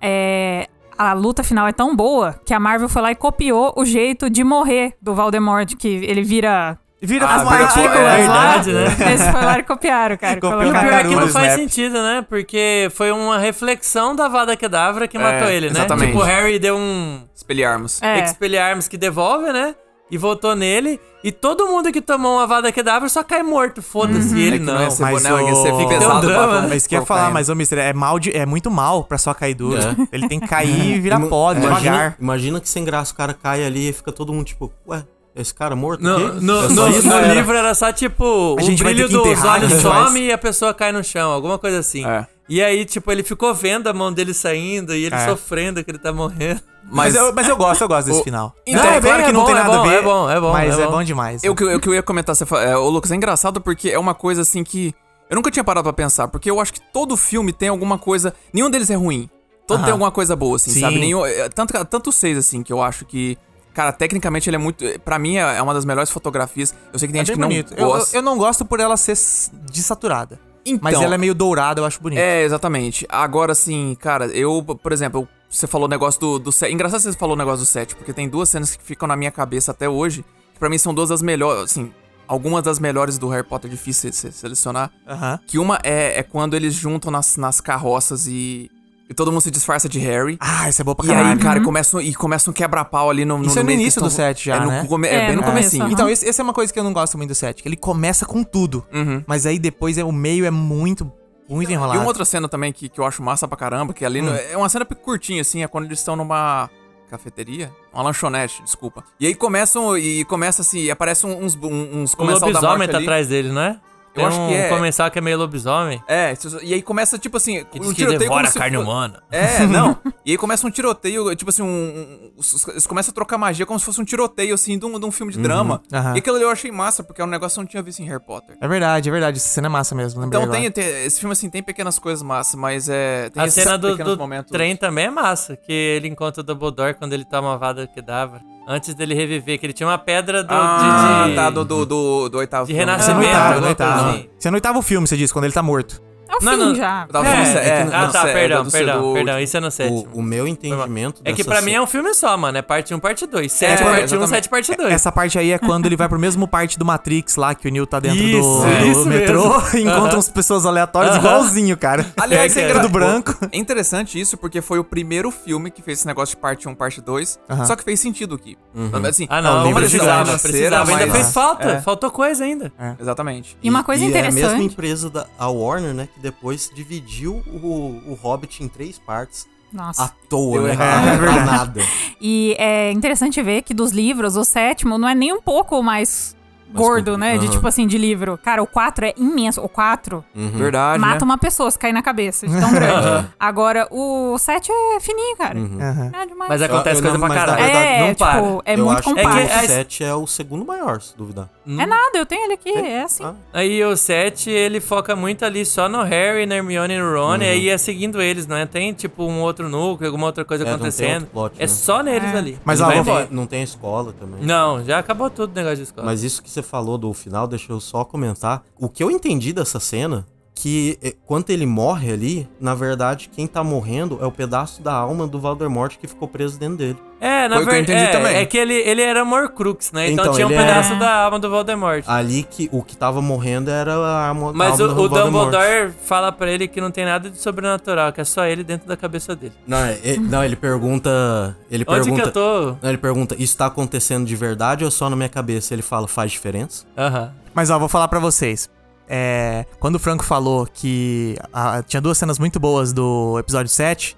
É, a luta final é tão boa que a Marvel foi lá e copiou o jeito de morrer do Voldemort, que ele vira.
E vira
Ah,
as
vira
partículas
fumaça.
lá.
É verdade, né?
Eles foram lá e copiaram, cara.
Copiou
E o
Colocaram-
pior é que não
Caruso,
faz
né?
sentido, né? Porque foi uma reflexão da Vada Kedavra que matou ele, né?
exatamente.
Tipo, o Harry deu um
Espelharmos.
É.
Expelliarmus que devolve, né? E voltou nele. E todo mundo que tomou uma Vada Kedavra só cai morto, foda-se. E ele
É que
não.
não é ser
mas
bonel, é que
o-
ser
Tem um
pesado.
drama,
pra-
né?
Mas que eu ia
colocar
falar,
ele.
mas ô Mister, é mal de, é muito mal pra só cair duro.
É.
Ele tem que cair e virar
Ima-
pó
imagina-
devagar.
Imagina que sem graça o cara cai ali e fica todo mundo tipo, ué, esse cara morto?
No,
aqui?
no-
É
no-
só isso,
no
galera?"
livro era só tipo,
A
o
gente vai
brilho
ter que
dos
enterrar,
olhos
a gente
some
vai-
e a pessoa cai no chão, alguma coisa assim.
É.
E aí, tipo, ele ficou vendo a mão dele saindo e ele
É.
sofrendo que ele tá morrendo.
Mas,
Mas- é
eu, mas eu gosto, eu gosto desse
O-
final.
Então,
é
é
claro
bem-
que
é
não
bom,
tem
é
nada a
bom,
ver.
é bom, é bom,
Mas
é
é
bom.
bom demais.
Eu, que- eu que eu ia comentar, você fala, é, ô Lucas, é engraçado porque é uma coisa assim que. Eu nunca tinha parado pra pensar, porque eu acho que todo filme tem alguma coisa. Nenhum deles é ruim. Todo
Aham.
tem alguma coisa boa, assim,
Sim.
sabe? Nenhum, é, tanto, tanto seis, assim, que eu acho que. Cara, tecnicamente ele é muito. é, Pra mim, é é uma das melhores fotografias. Eu sei que tem
É bem
gente que não
bonito. Eu, eu,
gosta.
eu não gosto por ela ser s- desaturada.
então,
Mas ela é meio dourada, eu acho bonito.
É, exatamente. Agora, assim, cara, eu, por exemplo, você falou o negócio do, do set. Engraçado você falou o negócio do set, porque tem duas cenas que ficam na minha cabeça até hoje, que pra mim são duas das melhores, assim, algumas das melhores do Harry Potter, difícil de se- selecionar.
Aham.
Que uma é, é quando eles juntam nas, nas carroças e, e todo mundo se disfarça de Harry.
Ah, isso é boa pra
E
caralho.
aí, cara, começa, um- e começa um quebra-pau ali no,
Isso é no
meio que
início
estão-
do set já,
é no
né?
come- é
É,
bem no
no
comecinho.
começo,
Então, esse- essa é uma coisa que eu não gosto muito do set, que ele começa com tudo.
Uhum. Então,
Mas aí depois é, o meio é muito, muito enrolado.
E uma outra cena também que, que eu acho massa pra caramba, que
Hum.
ali no- é uma cena curtinha, assim, é quando eles estão numa cafeteria? Uma lanchonete, desculpa. E aí começam, e começa assim, e aparece um- uns, um- uns
O
comensal da
lobisomem
morte
tá
ali.
atrás dele, né?
Eu acho
um
que é.
comensal que é meio lobisomem.
É, isso- e aí começa, tipo assim,
Que diz que devora a carne humana.
É, não. E aí começa um tiroteio, tipo assim, um, um- os- os- eles começam a trocar magia como se fosse um tiroteio, assim, de um, de um filme de
Uhum,
drama.
aham.
E aquilo ali eu achei massa, porque é um negócio que eu não tinha visto em Harry Potter.
É verdade, é verdade. Essa cena é massa mesmo, lembrei
Então
agora.
tem, tem- esse filme, assim, tem pequenas coisas massas, mas é... Tem
A
esses
cena do,
pequenos
do
momentos-
trem também é massa, que ele encontra o Dumbledore quando ele toma a vada que dava. Antes dele reviver, que ele tinha uma pedra do,
Ah,
de, de-
tá, do, do, do, do oitavo Ah, tá, filme.
de
Isso é no
renascimento.
oitavo, no
alguma coisa
oitavo.
assim.
Isso é no oitavo filme, você diz, quando ele tá morto.
É o
Não,
fim
não.
já.
Eu tava
É,
falando sé-
é
é,
que- ah,
não,
tá,
sé-
perdão,
do-
perdão,
do-
perdão. Isso é no
tipo, O,
sétimo.
o meu
Foi mal.
entendimento
É que
dessa
pra mim
cena-
é um filme só, mano. É parte 1, parte 2. 7,
É,
parte 1,
exatamente.
7, parte 2.
Essa parte aí é quando ele vai pro mesmo parte do Matrix lá, que o Neo tá dentro do-
Isso,
do,
isso
metrô
mesmo.
e encontra umas pessoas aleatórias
Aham.
igualzinho, cara.
Aliás, é,
é,
engra-
tudo branco.
É interessante isso, porque foi o primeiro filme que fez esse negócio de parte 1, parte 2.
Aham.
Só que fez sentido aqui. Assim,
Ah, não. Não
livro é
precisava,
gigante.
não precisava. Ainda
mas-
fez falta.
É,
Faltou coisa ainda.
exatamente.
E uma coisa
e É a mesma
interessante.
empresa da a Warner, né? Que depois dividiu o, o Hobbit em três partes.
Nossa.
À toa,
Deu
né?
errado.
É verdade. nada.
E é interessante ver que dos livros, o sétimo não é nem um pouco mais gordo,
complicado.
né? De
Aham.
tipo assim, de livro. Cara, o 4 é imenso. O 4
Verdade,
mata
né?
uma pessoa se cair na cabeça, de tão grande. Agora, o 7 é fininho, cara.
Aham.
É demais.
Mas
Eu-
acontece
eu
coisa
não-
pra
mas na
caralho.
verdade,
é,
não
tipo,
para.
é
eu
muito
acho que
compacto.
o
É que-
7 é o segundo maior, se duvidar.
É nada, eu tenho ele aqui, é assim.
Ah,
Aí o 7, ele foca muito ali só no Harry, na Hermione e no Ron, e aí é seguindo eles, não é? Tem, tipo, um outro núcleo, alguma outra
É,
coisa
não tem
acontecendo.
outro plot,
é
né?
só neles ali.
Mas,
Ele
ó,
vai
vou-
embora.
Tem- não tem escola também.
Não, já acabou tudo o negócio de escola.
Mas isso que você falou do final, deixa eu só comentar. O que eu entendi dessa cena, que eh, quando ele morre ali, na verdade, quem tá morrendo é o pedaço da alma do Voldemort que ficou preso dentro dele.
É, na
Foi o que eu
verdade,
entendi
é,
também.
é que ele, ele era Morcrux, né? Então,
Então,
tinha um
ele é-
pedaço da alma do Voldemort.
Ali que o que tava morrendo era a alma,
Mas
a alma
o,
do
o
Voldemort.
Dumbledore fala pra ele que não tem nada de sobrenatural, que é só ele dentro da cabeça dele.
Não, é- é- não, ele pergunta. Ele
Onde que
pergunta.
eu tô?
Não, ele pergunta, isso tá acontecendo de verdade ou é só na minha cabeça? Ele fala, faz diferença?
Aham.
Mas ó, vou falar pra vocês. É, quando o Franco falou que ah, tinha duas cenas muito boas do episódio 7,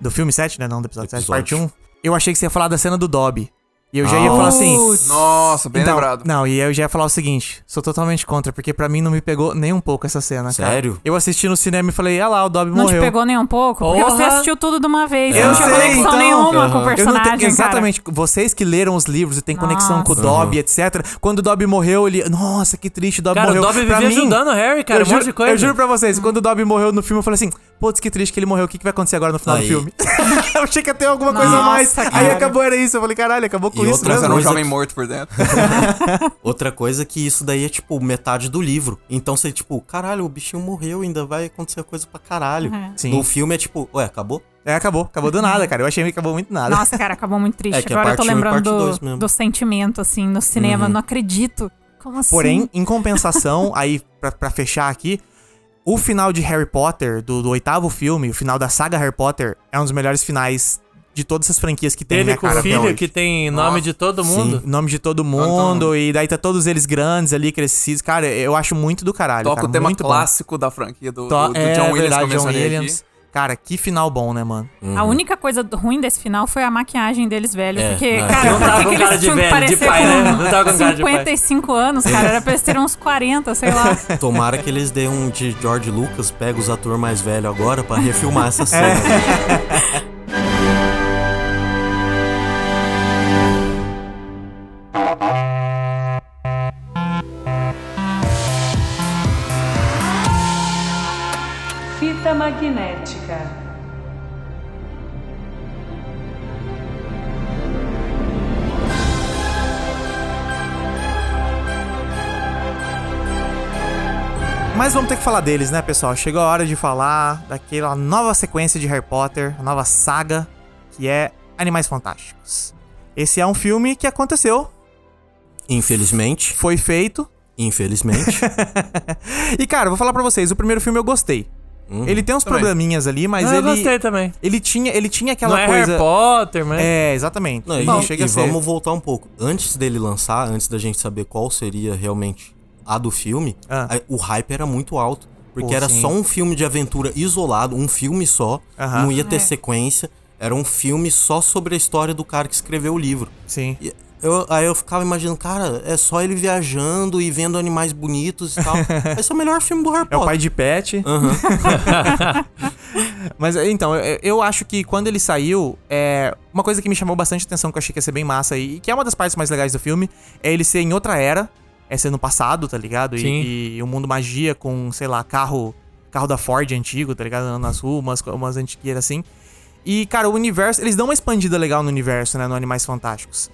do filme 7, né? Não, do episódio 7,
Episódio.
parte 1. Eu achei que você ia falar da cena do Dobby. E eu já ia falar assim.
Nossa, bem
então,
lembrado.
Não, e aí eu já ia falar o seguinte: sou totalmente contra, porque pra mim não me pegou nem um pouco essa cena. cara.
Sério?
Eu assisti no cinema e falei, ah lá, o Dobby
Não
morreu.
te pegou nem um pouco? Porque
Porra!
você assistiu tudo de uma vez. Eu
Eu
não tinha
sei,
conexão
então.
nenhuma com o
Eu não
personagem.
tenho,
cara.
exatamente, vocês que leram os livros e tem conexão com o
Nossa.
Dobby, etc. Quando o Dobby morreu, ele. Nossa, que triste, o Dobby
Cara,
morreu.
o Dobby
Pra
vivia
mim,
ajudando o Harry, cara,
eu
um monte de
juro-
coisa.
Eu juro pra vocês, quando o Dobby morreu no filme, eu falei assim: putz, que triste que ele morreu, o que, que vai acontecer agora no final do
Aí.
filme? eu achei que ia ter alguma coisa a
Nossa,
mais. Aí
cara.
acabou, era isso. Eu falei, caralho, acabou com
E
isso.
outra
mesmo?"
Mas era um
coisa
jovem
que-
morto por dentro.
Outra coisa é que isso daí é, tipo, metade do livro. Então você, tipo, caralho, o bichinho morreu, ainda vai acontecer coisa pra caralho.
É.
Sim.
No filme é tipo, ué, acabou?
É, acabou, acabou do nada, cara. Eu achei que acabou muito nada.
Nossa, cara, acabou muito triste.
É que é
Agora eu tô
parte um e
lembrando
parte dois
do,
mesmo.
do sentimento, assim, no cinema. Não acredito. Como assim?
Porém, em compensação, aí, pra, pra fechar aqui, o final de Harry Potter, do, do oitavo filme, o final da saga Harry Potter, é um dos melhores finais de todas as franquias que tem,
Ele
né,
com
cara,
o
até
filho
Então,
hoje.
que tem nome de todo mundo.
Nome de todo mundo, e daí tá todos eles grandes ali, crescidos. Cara, eu acho muito do caralho.
Toca
cara,
o tema
muito bom.
clássico da franquia do,
To-
do- do
é,
John Williams
verdade,
que eu
John
mencionei
Williams. Cara, que final bom, né, mano?
A única coisa ruim desse final foi a maquiagem deles, velho.
É,
porque,
é.
cara,
Não
por
tava
que,
com
que
cara
eles
de
tinham que
velho, de
parecer
pai, né? Não tava
com
com cara de pai.
55 anos, cara? Era pra eles terem uns 40, sei lá.
Tomara que eles deem um de George Lucas, pega os atores mais velhos agora pra refilmar essa cena.
Fita magnética.
Mas vamos ter que falar deles, né, pessoal? Chegou a hora de falar daquela nova sequência de Harry Potter, a nova saga, que é Animais Fantásticos. Esse é um filme que aconteceu,
Infelizmente.
foi feito.
Infelizmente.
E, cara, vou falar pra vocês, o primeiro filme eu gostei. Ele tem uns
Também.
probleminhas ali, mas
Não, eu
ele.
gostei também.
Ele tinha, ele tinha
Não
aquela
é
coisa.
Harry Potter, né? mas...
É, exatamente.
Não, e
Bom,
e vamos voltar um pouco. Antes dele lançar, antes da gente saber qual seria realmente a do filme,
Ah.
a- o hype era muito alto. Porque
Pô,
era
sim.
só um filme de aventura isolado, um filme só.
Aham.
Não ia ter sequência. Era um filme só sobre a história do cara que escreveu o livro.
Sim.
E eu- aí eu ficava imaginando, cara, é só ele viajando e vendo animais bonitos e tal. Esse é o melhor filme do Harry
É o
Potter.
pai de Pet. Mas então, eu, eu acho que quando ele saiu, é, uma coisa que me chamou bastante atenção, que eu achei que ia ser bem massa, e que é uma das partes mais legais do filme, é ele ser em outra era, é ser no passado, tá ligado?
Sim.
E, e o mundo magia com, sei lá, carro carro da Ford antigo, tá ligado? Nas ruas, umas, co- umas antiqueiras assim. E, cara, o universo. Eles dão uma expandida legal no universo, né? No Animais Fantásticos.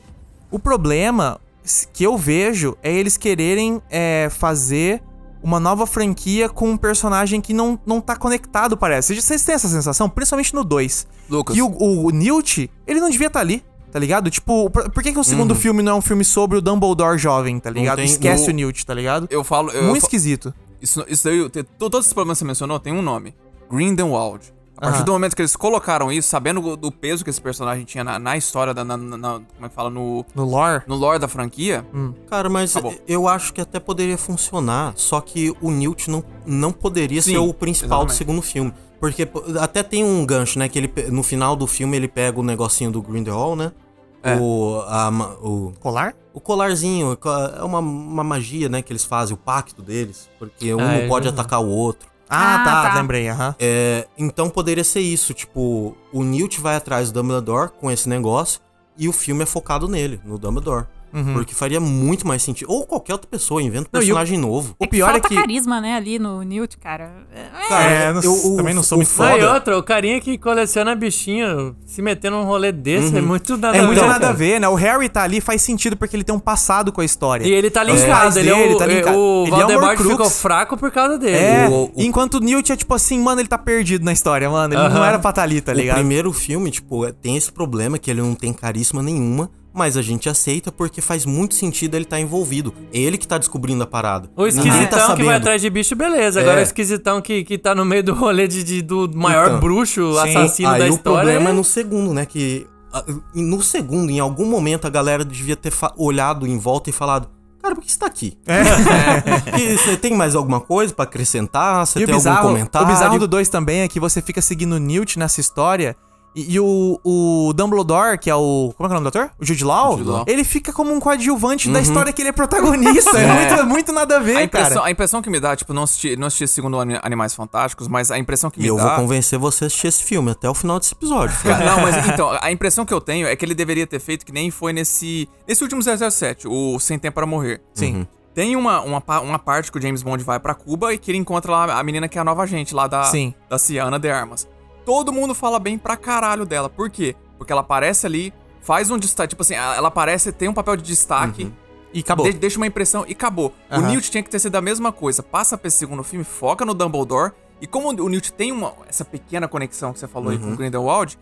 O problema s- que eu vejo é eles quererem é, fazer uma nova franquia com um personagem que não, não tá conectado, parece. Vocês- Vocês têm essa sensação? Principalmente no 2.
Lucas.
Que o, o Newt, ele não devia estar ali, tá ligado? Tipo, por, por que, que o segundo filme não é um filme sobre o Dumbledore jovem, tá ligado?
tem-
Esquece
no-
o Newt, tá ligado?
Eu falo. Eu,
Muito
eu fa-
esquisito.
isso, isso daí, tem- to- todos esses problemas que você mencionou tem um nome: Grindelwald. A partir
Aham.
do momento que eles colocaram isso, sabendo do- do peso que esse personagem tinha na, na história, da, na, na- na- como é que fala, no,
No lore.
no lore da franquia,
Cara, mas
bom.
eu acho que até poderia funcionar, só que o Newt não, não poderia
Sim,
ser o principal do
exatamente.
segundo filme. Porque pô, até tem um gancho, né? Que ele, pe- no final do filme ele pega o negocinho do Grindelwald, né?
É.
O, a ma- o,
Colar?
o colarzinho, co- é uma, uma magia, né? Que eles fazem, o pacto deles. Porque um
Ah,
não
é
pode
verdade.
atacar o outro.
Ah,
Ah,
tá,
tá.
lembrei, aham.
É, então poderia ser isso, tipo, o Newt vai atrás do Dumbledore com esse negócio e o filme é focado nele, no Dumbledore. Porque faria muito mais sentido. Ou qualquer outra pessoa, inventa um
Uhum. Não, e o-
personagem novo.
O pior é
Falta
que.
carisma, né, ali no Newt, cara. É,
Cara,
É, não- também não sou muito
foda-
Não, e outra, o carinha que coleciona bichinho se metendo num rolê desse é muito nada
É muito
ver.
nada a ver, né? O Harry tá ali faz sentido porque ele tem um passado com a história.
E ele tá
Os pais
linkado, ele, é
dele
o,
tá
é-
linkado.
o
Ele é um
Valdemar
Horcrux.
ficou fraco por causa dele.
É,
O- o-
enquanto o Newt é tipo assim, mano, ele tá perdido na história, mano. Ele não
Aham.
era pra tá ali, tá
O
ligado?
primeiro filme, tipo, é- tem esse problema que ele não tem carisma nenhuma, mas a gente aceita porque faz muito sentido ele estar envolvido. É ele que tá descobrindo a parada.
O
Ninguém tá
esquisitão que vai
sabendo.
atrás de bicho, beleza. Agora
É.
o esquisitão que, que tá no meio do rolê de, de- do maior
Então,
bruxo,
sim,
assassino
Aí
da
o
história.
problema é no segundo, né? Que ah, e no segundo, em algum momento, a galera devia ter fa- olhado em volta e falado: Cara, por que você tá aqui? E Você tem mais alguma coisa pra acrescentar? Você
É. E o
tem algum
bizarro,
comentário?
o bizarro do 2 também é que você fica seguindo o Newt nessa história. E, e o, o Dumbledore, que é o. Como é que é o nome do ator? O Jude Law?
Jude Law.
Ele fica como um coadjuvante
Uhum.
da história que ele é protagonista. É, muito, muito nada a ver,
A impressão,
cara.
a impressão que me dá, tipo, não assisti, não assisti esse segundo Ani- Animais Fantásticos, mas a impressão que
E
me
eu
dá.
vou convencer você a assistir esse filme até o final desse episódio.
Cara, Não, mas então, a impressão que eu tenho é que ele deveria ter feito que nem foi nesse. Nesse último 007, o Sem Tempo para Morrer.
Sim.
Tem uma, uma, pa- uma parte que o James Bond vai pra Cuba e que ele encontra lá a menina que é a nova agente lá da,
Sim.
da Ciana de Armas. Todo mundo fala bem pra caralho dela. Por quê? Porque ela aparece ali, faz um destaque. Tipo assim, ela ela aparece, tem um papel de destaque,
E acabou.
de- deixa uma impressão e acabou. O
Aham.
Newt tinha que ter sido a mesma coisa. Passa pra esse segundo filme, foca no Dumbledore. E como o Newt tem uma, essa pequena conexão que você falou aí com o Grindelwald,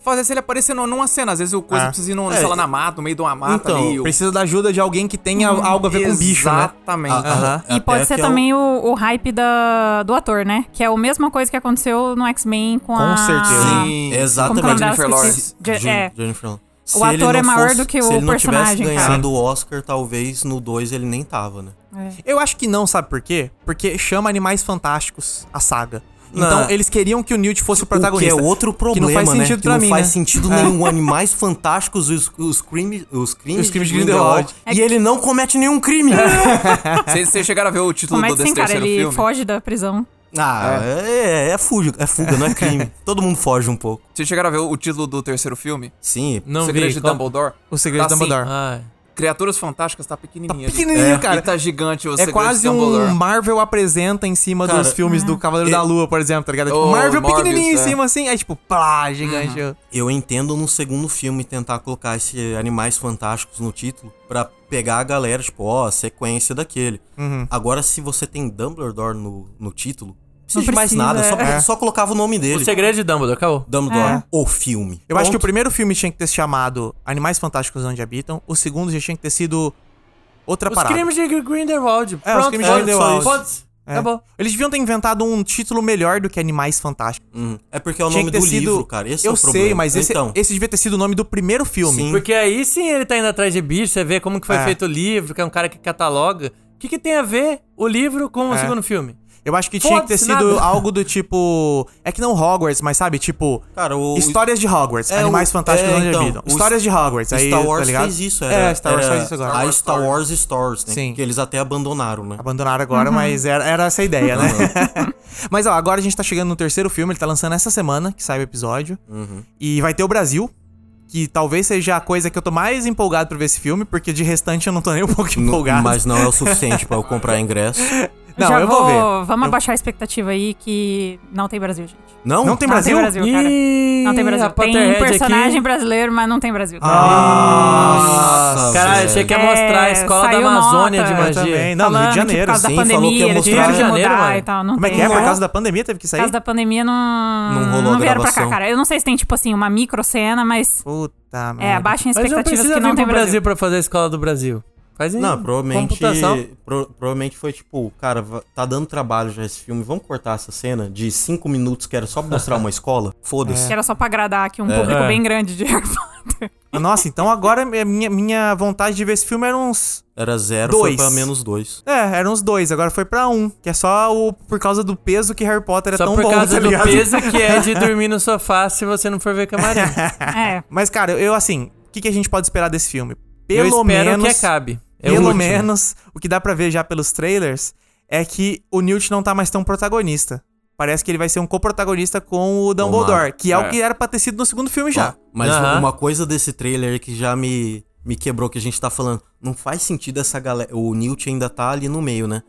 fazer se ele aparecer numa, numa cena. Às vezes o coisa
Uhum. Ah.
precisa ir num,
É,
sei lá, na mata, no meio de uma mata
então,
ali. o-
Precisa da ajuda de alguém que tenha
Hum,
algo a ver com bicho, né?
Exatamente.
Aham.
E
Até
pode ser
que é o-
também o, o hype da, do ator, né? Que é a mesma coisa que aconteceu no X-Men com,
Com
a...
certeza.
Sim.
Exatamente.
Como que é o nome
Jennifer
dela?
Lawrence.
Esqueci. Je- é.
Jennifer Lawrence.
O ator
ele não
é maior
fosse-
do que o
Se ele não
personagem,
tivesse
cara.
ganhado o Oscar, talvez no 2 ele nem tava, né?
Eu acho que não, sabe por quê? Porque chama Animais Fantásticos a saga.
Não.
Então, eles queriam que o Newt fosse o protagonista.
O que é outro problema,
Que não faz
né? É.
sentido
que
pra
não
mim,
faz
né?
sentido nenhum. Animais fantásticos, os, os crimes, os crimes, É.
Os crimes de Grindelwald.
E ele não comete nenhum crime.
Vocês vocês chegaram a ver o título
Como é
do
que
desse
sim, cara?
terceiro
Ele
filme?
foge da prisão.
ah, é, é, fuga, é fuga, não é crime. Todo mundo foge um pouco.
Vocês chegaram a ver o título do terceiro filme?
Sim.
Não
o Segredo
vi.
de
qual-
Dumbledore?
O Segredo
Tá
de
assim,
Dumbledore.
Ah,
Criaturas Fantásticas tá pequenininha. ali.
Pequenininho,
É.
E
cara.
tá gigante o
É
Segredo de
quase
Dumbledore.
um Marvel apresenta em cima
Cara, é.
dos filmes do Cavaleiro da Lua, por exemplo, tá ligado? É Tipo,
Oh,
Marvel
Morbius,
pequenininho
é.
em cima, assim, aí tipo, plá, gigante.
Eu entendo no segundo filme tentar colocar esse Animais Fantásticos no título pra pegar a galera, tipo, ó, sequência daquele. Agora, se você tem Dumbledore no, no título, não precisa de mais
precisa,
nada, só,
é.
só colocava o nome
o
dele.
segredo de Dumbledore, acabou.
Dumbledore,
É.
o filme.
Eu acho que o
Ponto.
primeiro filme tinha que ter se chamado Animais Fantásticos Onde Habitam, o segundo já tinha que ter sido outra
Os
parada.
crimes de Grindelwald.
É, os
Pronto,
crimes de
foda-se,
Grindelwald.
foda-se,
É.
Acabou.
Eles deviam ter inventado um título melhor do que Animais Fantásticos.
Hum, É porque é o
Tinha
nome
que ter
do
sido.
livro, cara. Esse
eu
é o problema.
sei, mas esse,
então,
esse devia ter sido o nome do primeiro filme.
Sim.
Porque aí sim ele tá indo atrás de bicho, você vê como que foi
É.
feito o livro, que é um cara que cataloga. O que, que tem a ver o livro com o
É.
segundo filme?
Eu acho que tinha que ter
Foda-se,
sido
nada.
algo do tipo. É que não Hogwarts, mas sabe, tipo.
Cara, o-
Histórias de Hogwarts,
É,
Animais
o-
Fantásticos
é,
Onde
então,
Habitam.
o
Histórias de Hogwarts, aí.
Star
tá
Wars
ligado?
fez isso, era,
É, Star Wars
era
faz isso agora.
A Star Wars Stories, né?
Sim.
Que eles até abandonaram, né?
Abandonaram agora, mas era, era essa a ideia, né?
Uhum.
mas ó, agora a gente tá chegando no terceiro filme, ele tá lançando essa semana, que sai o episódio.
Uhum.
E vai ter o Brasil, que talvez seja a coisa que eu tô mais empolgado pra ver esse filme, porque de restante eu não tô nem um pouco
No-
empolgado.
mas não é o suficiente pra eu comprar ingresso.
Não,
Já
eu vou ver.
Vamos abaixar a expectativa aí que não tem Brasil, gente.
Não?
Não tem
Não
Brasil?
tem Brasil, cara. Não tem Brasil. Tem um personagem brasileiro, mas não tem Brasil.
Ah,
Nossa,
Caralho,
velho.
achei que ia
É,
mostrar a escola da
saiu
Amazônia
nota.
de
Eu
magia.
também. Não, no Rio de
Falando que
Janeiro.
por causa
sim,
da
falou que ia
pandemia, eles
mostrar.
tiveram que
Rio de
mudar
Janeiro,
e tal. Não
Como é que
tem.
é? Por causa da pandemia teve que
Por
sair?
causa da pandemia não,
Não rolou a
vieram pra cá,
gravação.
cara. Eu não sei se tem, tipo assim, uma micro cena, mas
Puta merda.
é, abaixem
Mas não
expectativas
precisa
que não
vir
tem
pro Brasil
Brasil.
pra fazer a escola do Brasil. Faz em
Não, provavelmente,
computação.
pro- provavelmente foi tipo, cara, va- tá dando trabalho já esse filme, vamos cortar essa cena de cinco minutos que era só pra mostrar uma escola?
É.
Foda-se.
Que era só pra agradar aqui um público
É.
bem grande de Harry Potter.
Nossa, então agora a minha, minha vontade de ver esse filme era uns.
Era zero,
Dois.
foi pra menos dois.
É, eram uns dois, agora foi pra um. Que é só o por causa do peso que Harry Potter é
Só
tão
por
bom,
causa
tá
do
ligado?
peso que é de dormir no sofá se você não for ver camarim.
É.
Mas, cara, eu assim, o que, que a gente pode esperar desse filme?
Eu
Pelo
espero
menos.
que acabe. É o
pelo
último.
menos, o que dá pra ver já pelos trailers é que o Newt não tá mais tão protagonista. Parece que ele vai ser um coprotagonista com o Dumbledore, que é, o
É.
que era pra ter sido no segundo filme já.
Tá. Mas
Tá, Aham.
uma coisa desse trailer que já me, me quebrou, que a gente tá falando, não faz sentido essa galera. O Newt ainda tá ali no meio, né?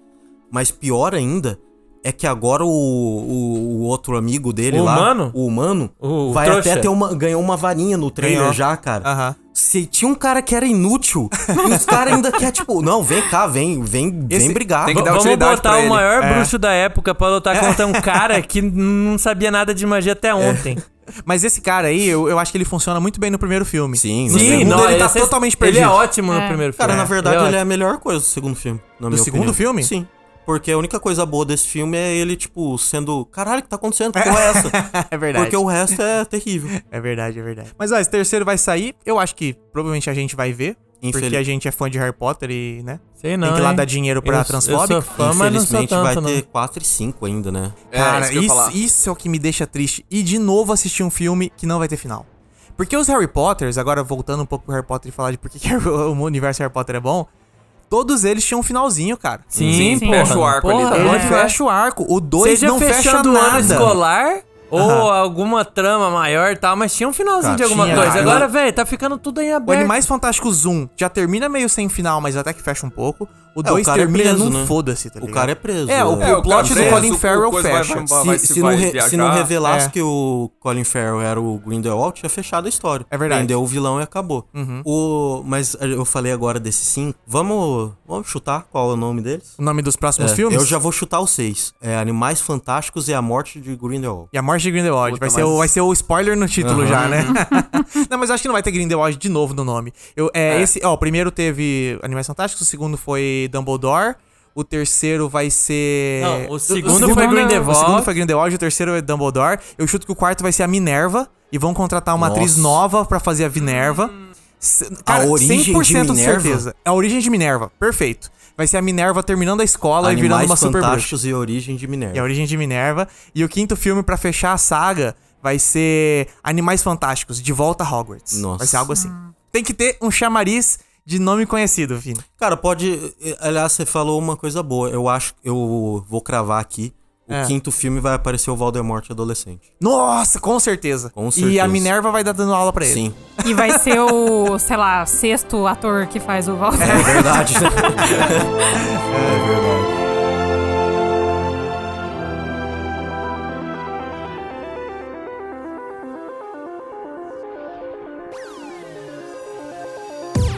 Mas pior ainda é que agora o, o, o outro amigo dele
O
lá,
humano?
o humano,
O
vai
trouxa. Ah.
até ter uma, ganhou uma varinha no trailer
Ganhou.
já, cara.
Aham.
Se tinha um cara que era inútil, e os caras ainda quer, tipo, não, vem cá, vem, vem,
Esse-
vem brigar.
tem que dar-
Vamos
utilidade
botar
pra
o
ele.
maior bruxo da época pra lutar contra um cara que não sabia nada de magia até ontem.
Mas esse cara aí, eu, eu acho que ele funciona muito bem no primeiro filme.
Sim, Um no
Sim,
segundo
não, é
ele
tá
esse-
totalmente
Ele
perdido.
é ótimo no primeiro filme.
Cara, na verdade, ele é
ótimo.
a melhor coisa do segundo filme. na minha
segundo
opinião.
filme?
Sim. Porque a única coisa boa desse filme é ele, tipo, sendo. Caralho, o que tá acontecendo? Que porra é essa?
É verdade.
Porque o resto é terrível.
É verdade, é verdade. Mas ó, esse terceiro vai sair. Eu acho que provavelmente a gente vai ver.
Infel-
Porque a gente é fã de Harry Potter e, né?
Sei não.
Tem que ir lá
hein?
dar dinheiro pra
Eu- eu
transfóbico.
sou fã, mas não sou
Infelizmente vai
tanto, não.
ter 4 e 5 ainda, né?
É,
Cara,
que eu ia
isso,
falar.
isso é o que me deixa triste. E de novo assistir um filme que não vai ter final. Porque os Harry Potters, agora voltando um pouco pro Harry Potter e falar de por que que o universo Harry Potter é bom, todos eles tinham um finalzinho, cara.
Sim,
Sim,
porra.
fecha o arco
porra,
ali,
Ele
É.
fecha o arco. O 2
Seja
não fecha
fechando o ano
nada.
escolar ou
Aham.
alguma trama maior e tal, mas tinha um
Cara,
finalzinho de alguma
tinha,
coisa.
cara.
Agora, velho, tá ficando tudo em
O
aberto.
Animais Fantásticos 1 já termina meio sem final, mas até que fecha um pouco. O
É, o
2
cara é
termina
preso,
num
né?
foda-se, tá
O
ligado?
cara é preso.
É, o,
é.
o plot do
preso,
Colin
o
Farrell
coisa vai-
fecha.
vai-
Se,
vai-
se
se
não
vai
re- se não
viajar.
revelasse
É.
que o Colin Farrell era o Grindelwald, tinha fechado a história.
É verdade.
Prendeu o vilão e acabou. O, mas eu falei agora desse 5. Vamos, vamos chutar qual é o nome deles?
O nome dos próximos
É,
filmes?
Eu já vou chutar os seis. É Animais Fantásticos e a Morte de Grindelwald.
E a morte de Grindelwald.
Puta,
vai, ser o,
mas-
vai ser o spoiler no título já, né? não, mas eu acho que não vai ter Grindelwald de novo no nome. Eu, é, Esse, ó, o primeiro teve Animais Fantásticos, o segundo foi Dumbledore, o terceiro vai ser.
Não, o segundo foi Grindelwald.
O segundo foi Grindelwald, o terceiro é Dumbledore. Eu chuto que o quarto vai ser a Minerva. E vão contratar uma atriz
Nossa. Hum.
nova pra fazer a Minerva. Se- Cara,
origem de
100% de,
Minerva?
certeza. É A origem de Minerva, perfeito. Vai ser a Minerva terminando a escola e virando uma
Animais
super bruxa.
Fantásticos e a Origem de Minerva.
E É a origem de Minerva. E o quinto filme pra fechar a saga vai ser Animais Fantásticos, De Volta a Hogwarts.
Nossa.
Vai ser algo assim. Tem que ter um chamariz de nome conhecido, Vini.
Cara, pode. eh, Aliás, você falou uma coisa boa. Eu acho. Eu vou cravar aqui. O
É.
quinto filme vai aparecer o Voldemort adolescente.
Nossa, com certeza.
Com
E a
certeza.
Minerva vai dar dando aula pra ele.
Sim.
E vai ser o, sei lá, sexto ator que faz o Walter.
É verdade. é verdade.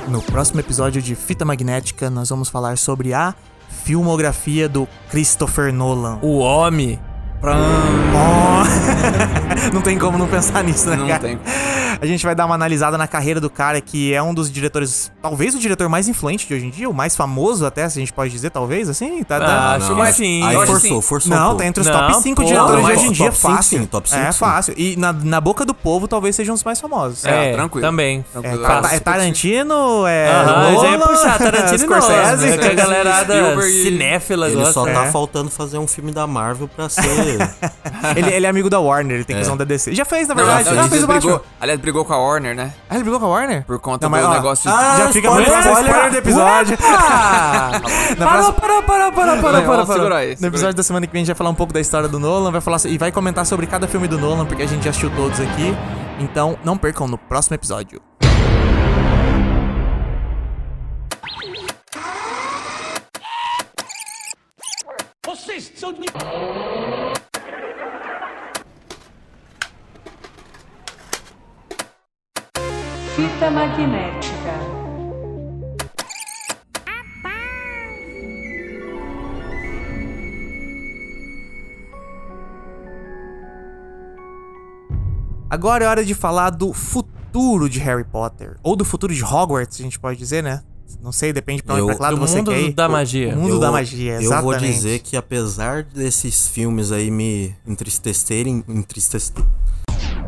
No próximo episódio de Fita Magnética, nós vamos falar sobre a filmografia do Christopher Nolan.
O homem.
Oh. não tem como não pensar nisso, né,
Não
cara?
tem.
A gente vai dar uma analisada na carreira do cara, que é um dos diretores, talvez o diretor mais influente de hoje em dia, o mais famoso até, se a gente pode dizer, talvez, assim, tá... tá-
Ah, acho que sim.
Aí
Eu acho
forçou,
assim,
forçou. um
Não,
pô.
tá entre os
Não,
top 5
pô,
diretores
não,
de hoje
mas
em dia,
top cinco,
fácil.
sim, top cinco,
é,
sim.
fácil. E na, na boca do povo, talvez sejam os mais famosos.
É,
É,
tranquilo.
Também.
É,
Tranquilo.
Tar- é Tarantino, é.
Aham, eu já ia
Nolan,
puxar Tarantino e
Scorsese.
Nolan, né? Que a galerada
Spielberg e-
cinéfila
Ele
gosta.
só
né?
tá
É.
faltando fazer um filme da Marvel pra ser.
ele, ele é amigo da Warner, ele tem visão da DC. Já fez, na
Não,
verdade.
aliás,
já fez o Batman.
brigou, aliás, brigou com a Warner, né?
Ah, ele brigou com a Warner?
Por conta
Não, mas,
do
ó,
negócio de-
já fica muito
spoiler,
spoiler, spoiler do episódio.
Ah,
Na
Parou,
próxima-
parou, parou, parou, parou,
Vamos
parou,
segurar
parou.
aí,
No
segura aí.
episódio da semana que vem a gente vai falar um pouco da história do Nolan, vai falar so- e vai comentar sobre cada filme do Nolan, porque a gente já assistiu todos aqui. Então, não percam no próximo episódio.
Fita magnética.
Agora é hora de falar do futuro de Harry Potter. Ou do futuro de Hogwarts, a gente pode dizer, né? Não sei, depende pra onde
Eu-
pra que lado
do
você
mundo
quer ir.
da magia.
O mundo
Eu-
da magia, exatamente.
Eu vou dizer que apesar desses filmes aí me entristecerem, entristecer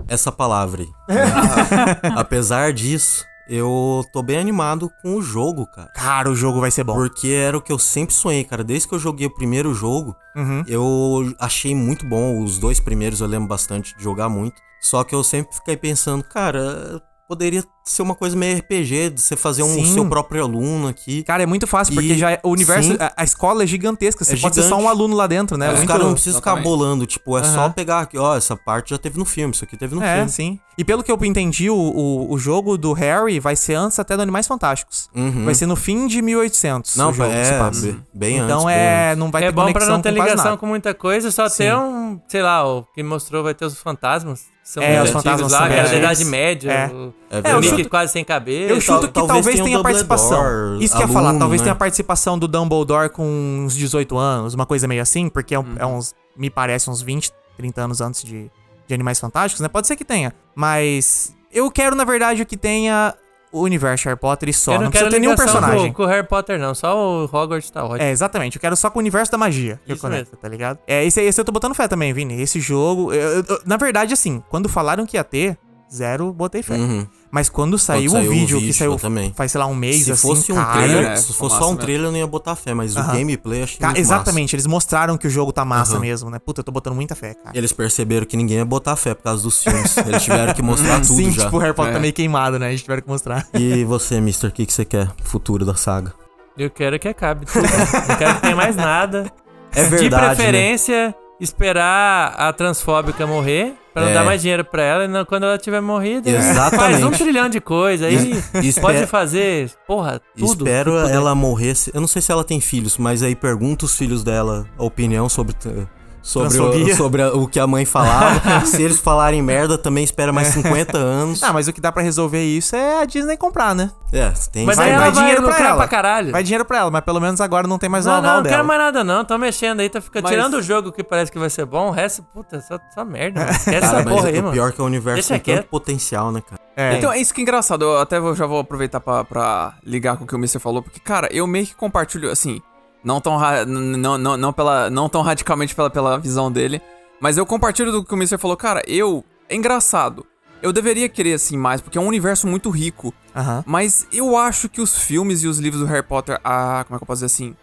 essa palavra. aí. né? apesar disso, eu tô bem animado com o jogo, cara.
Cara, o jogo vai ser bom.
Porque era o que eu sempre sonhei, cara. Desde que eu joguei o primeiro jogo,
Uhum.
eu achei muito bom. Os dois primeiros eu lembro bastante de jogar muito. Só que eu sempre fiquei pensando, cara, poderia ser uma coisa meio RPG, de você fazer um
Sim.
seu próprio aluno aqui.
Cara, é muito fácil, porque
E-
já é- o universo,
sim.
a, a escola é gigantesca. Você
É
pode ser só
gigante.
um aluno lá dentro, né?
Os
Muito-
caras não precisam ficar
exatamente.
bolando, tipo, é só
Aham.
pegar aqui, ó, essa parte já teve no filme, isso aqui teve no
É,
filme.
sim. E pelo que eu entendi, o, o, o jogo do Harry vai ser antes até do Animais Fantásticos. Vai ser no fim de 1800.
Uhum. Não,
o jogo
é,
se passa.
be- bem antes.
Então
bem
é,
antes.
não vai ter
é bom pra
conexão
não ter
com quase
ligação
nada.
com muita coisa, só ter um, sei lá, o que mostrou vai ter os fantasmas. que São
É, os
antigos
fantasmas
lá,
são
que era da
bem
Idade
antigos.
Média,
É.
É
o, o
verdade.
Nick
chuto-
quase sem cabeça.
Eu chuto que
talvez
talvez
tenha um
tenha participação.
Dumbledore,
Isso que eu ia falar,
aluno,
talvez
né?
tenha participação do Dumbledore com uns 18 anos, uma coisa meio assim, porque é,
Uhum.
um- é uns, me parece, uns 20, 30 anos antes de, de Animais Fantásticos, né? Pode ser que tenha, mas eu quero, na verdade, o que tenha o universo Harry Potter e só.
Eu
não
não
precisa
quero
ter nenhum
ligação
personagem.
Com, com o Harry Potter, não. Só o Hogwarts tá ótimo.
É, exatamente. Eu quero só com o universo da magia que eu
Isso
conecto, tá ligado? É, esse, esse eu tô botando fé também, Vini. Esse jogo. eu- eu- eu- na verdade, assim, quando falaram que ia ter, zero botei fé.
Uhum.
Mas quando saiu, o,
saiu o
vídeo, que
vídeo,
saiu
eu também.
faz, sei lá, um mês,
Se
assim,
fosse um
cara,
trailer,
é,
se
ficou
fosse só
massa,
um
né?
trailer, eu não ia botar fé, mas
Aham.
o gameplay eu achei
Ca-
muito massa.
exatamente, eles mostraram que o jogo tá massa
Aham. é
mesmo, né? Puta, eu tô botando muita fé, cara.
Eles perceberam que ninguém ia botar fé por causa dos filmes. Eles tiveram que mostrar tudo
Sim,
já.
tipo, o Harry Potter
É.
tá meio queimado, né? A gente tiver que mostrar.
E você, Mister, o que, que você quer pro futuro da saga?
Eu quero que acabe tudo. não quero que tenha mais nada.
É
né?
de preferência, esperar a transfóbica morrer, pra não
É.
dar mais dinheiro pra ela, e não- quando ela tiver morrido, faz um
Exatamente.
trilhão de coisa, aí
E- e
pode
espe-
fazer, porra, tudo.
Espero
que puder.
ela morrer. se- Eu não sei se ela tem filhos, mas aí pergunta os filhos dela a opinião sobre. t- Sobre,
Transfobia.
o, sobre a- o que a mãe falava. se eles falarem merda, também espera mais 50 anos.
Ah, mas o que dá pra resolver isso é a Disney comprar, né?
É, tem
Mas
vai,
aí ela
vai
vai
dinheiro pra
lucrar pra,
ela.
caralho.
Vai dinheiro pra ela, mas pelo menos agora não tem mais o
não, não,
aval
não
dela.
quero mais nada não, tô mexendo aí, tá ficando,
Mas-
tirando o jogo que parece que vai ser bom, o resto, puta, só, só merda, mano. esquece
Cara,
essa
mas
porra
o
aí, mano.
pior que é o universo
Deixa
tem
quieto.
tanto potencial, né, cara?
É.
Então, é isso que é engraçado. Eu até vou- já vou aproveitar pra, pra ligar com o que o Mister falou, porque, cara, eu meio que compartilho, assim, não tão, ra- n- n- não, não, não, pela, não tão radicalmente pela, pela visão dele, mas eu compartilho do que o Mister falou. Cara, eu... É engraçado. Eu deveria querer, assim, mais, porque é um universo muito rico.
Aham.
Mas eu acho que os filmes e os livros do Harry Potter, ah, como é que eu posso dizer assim?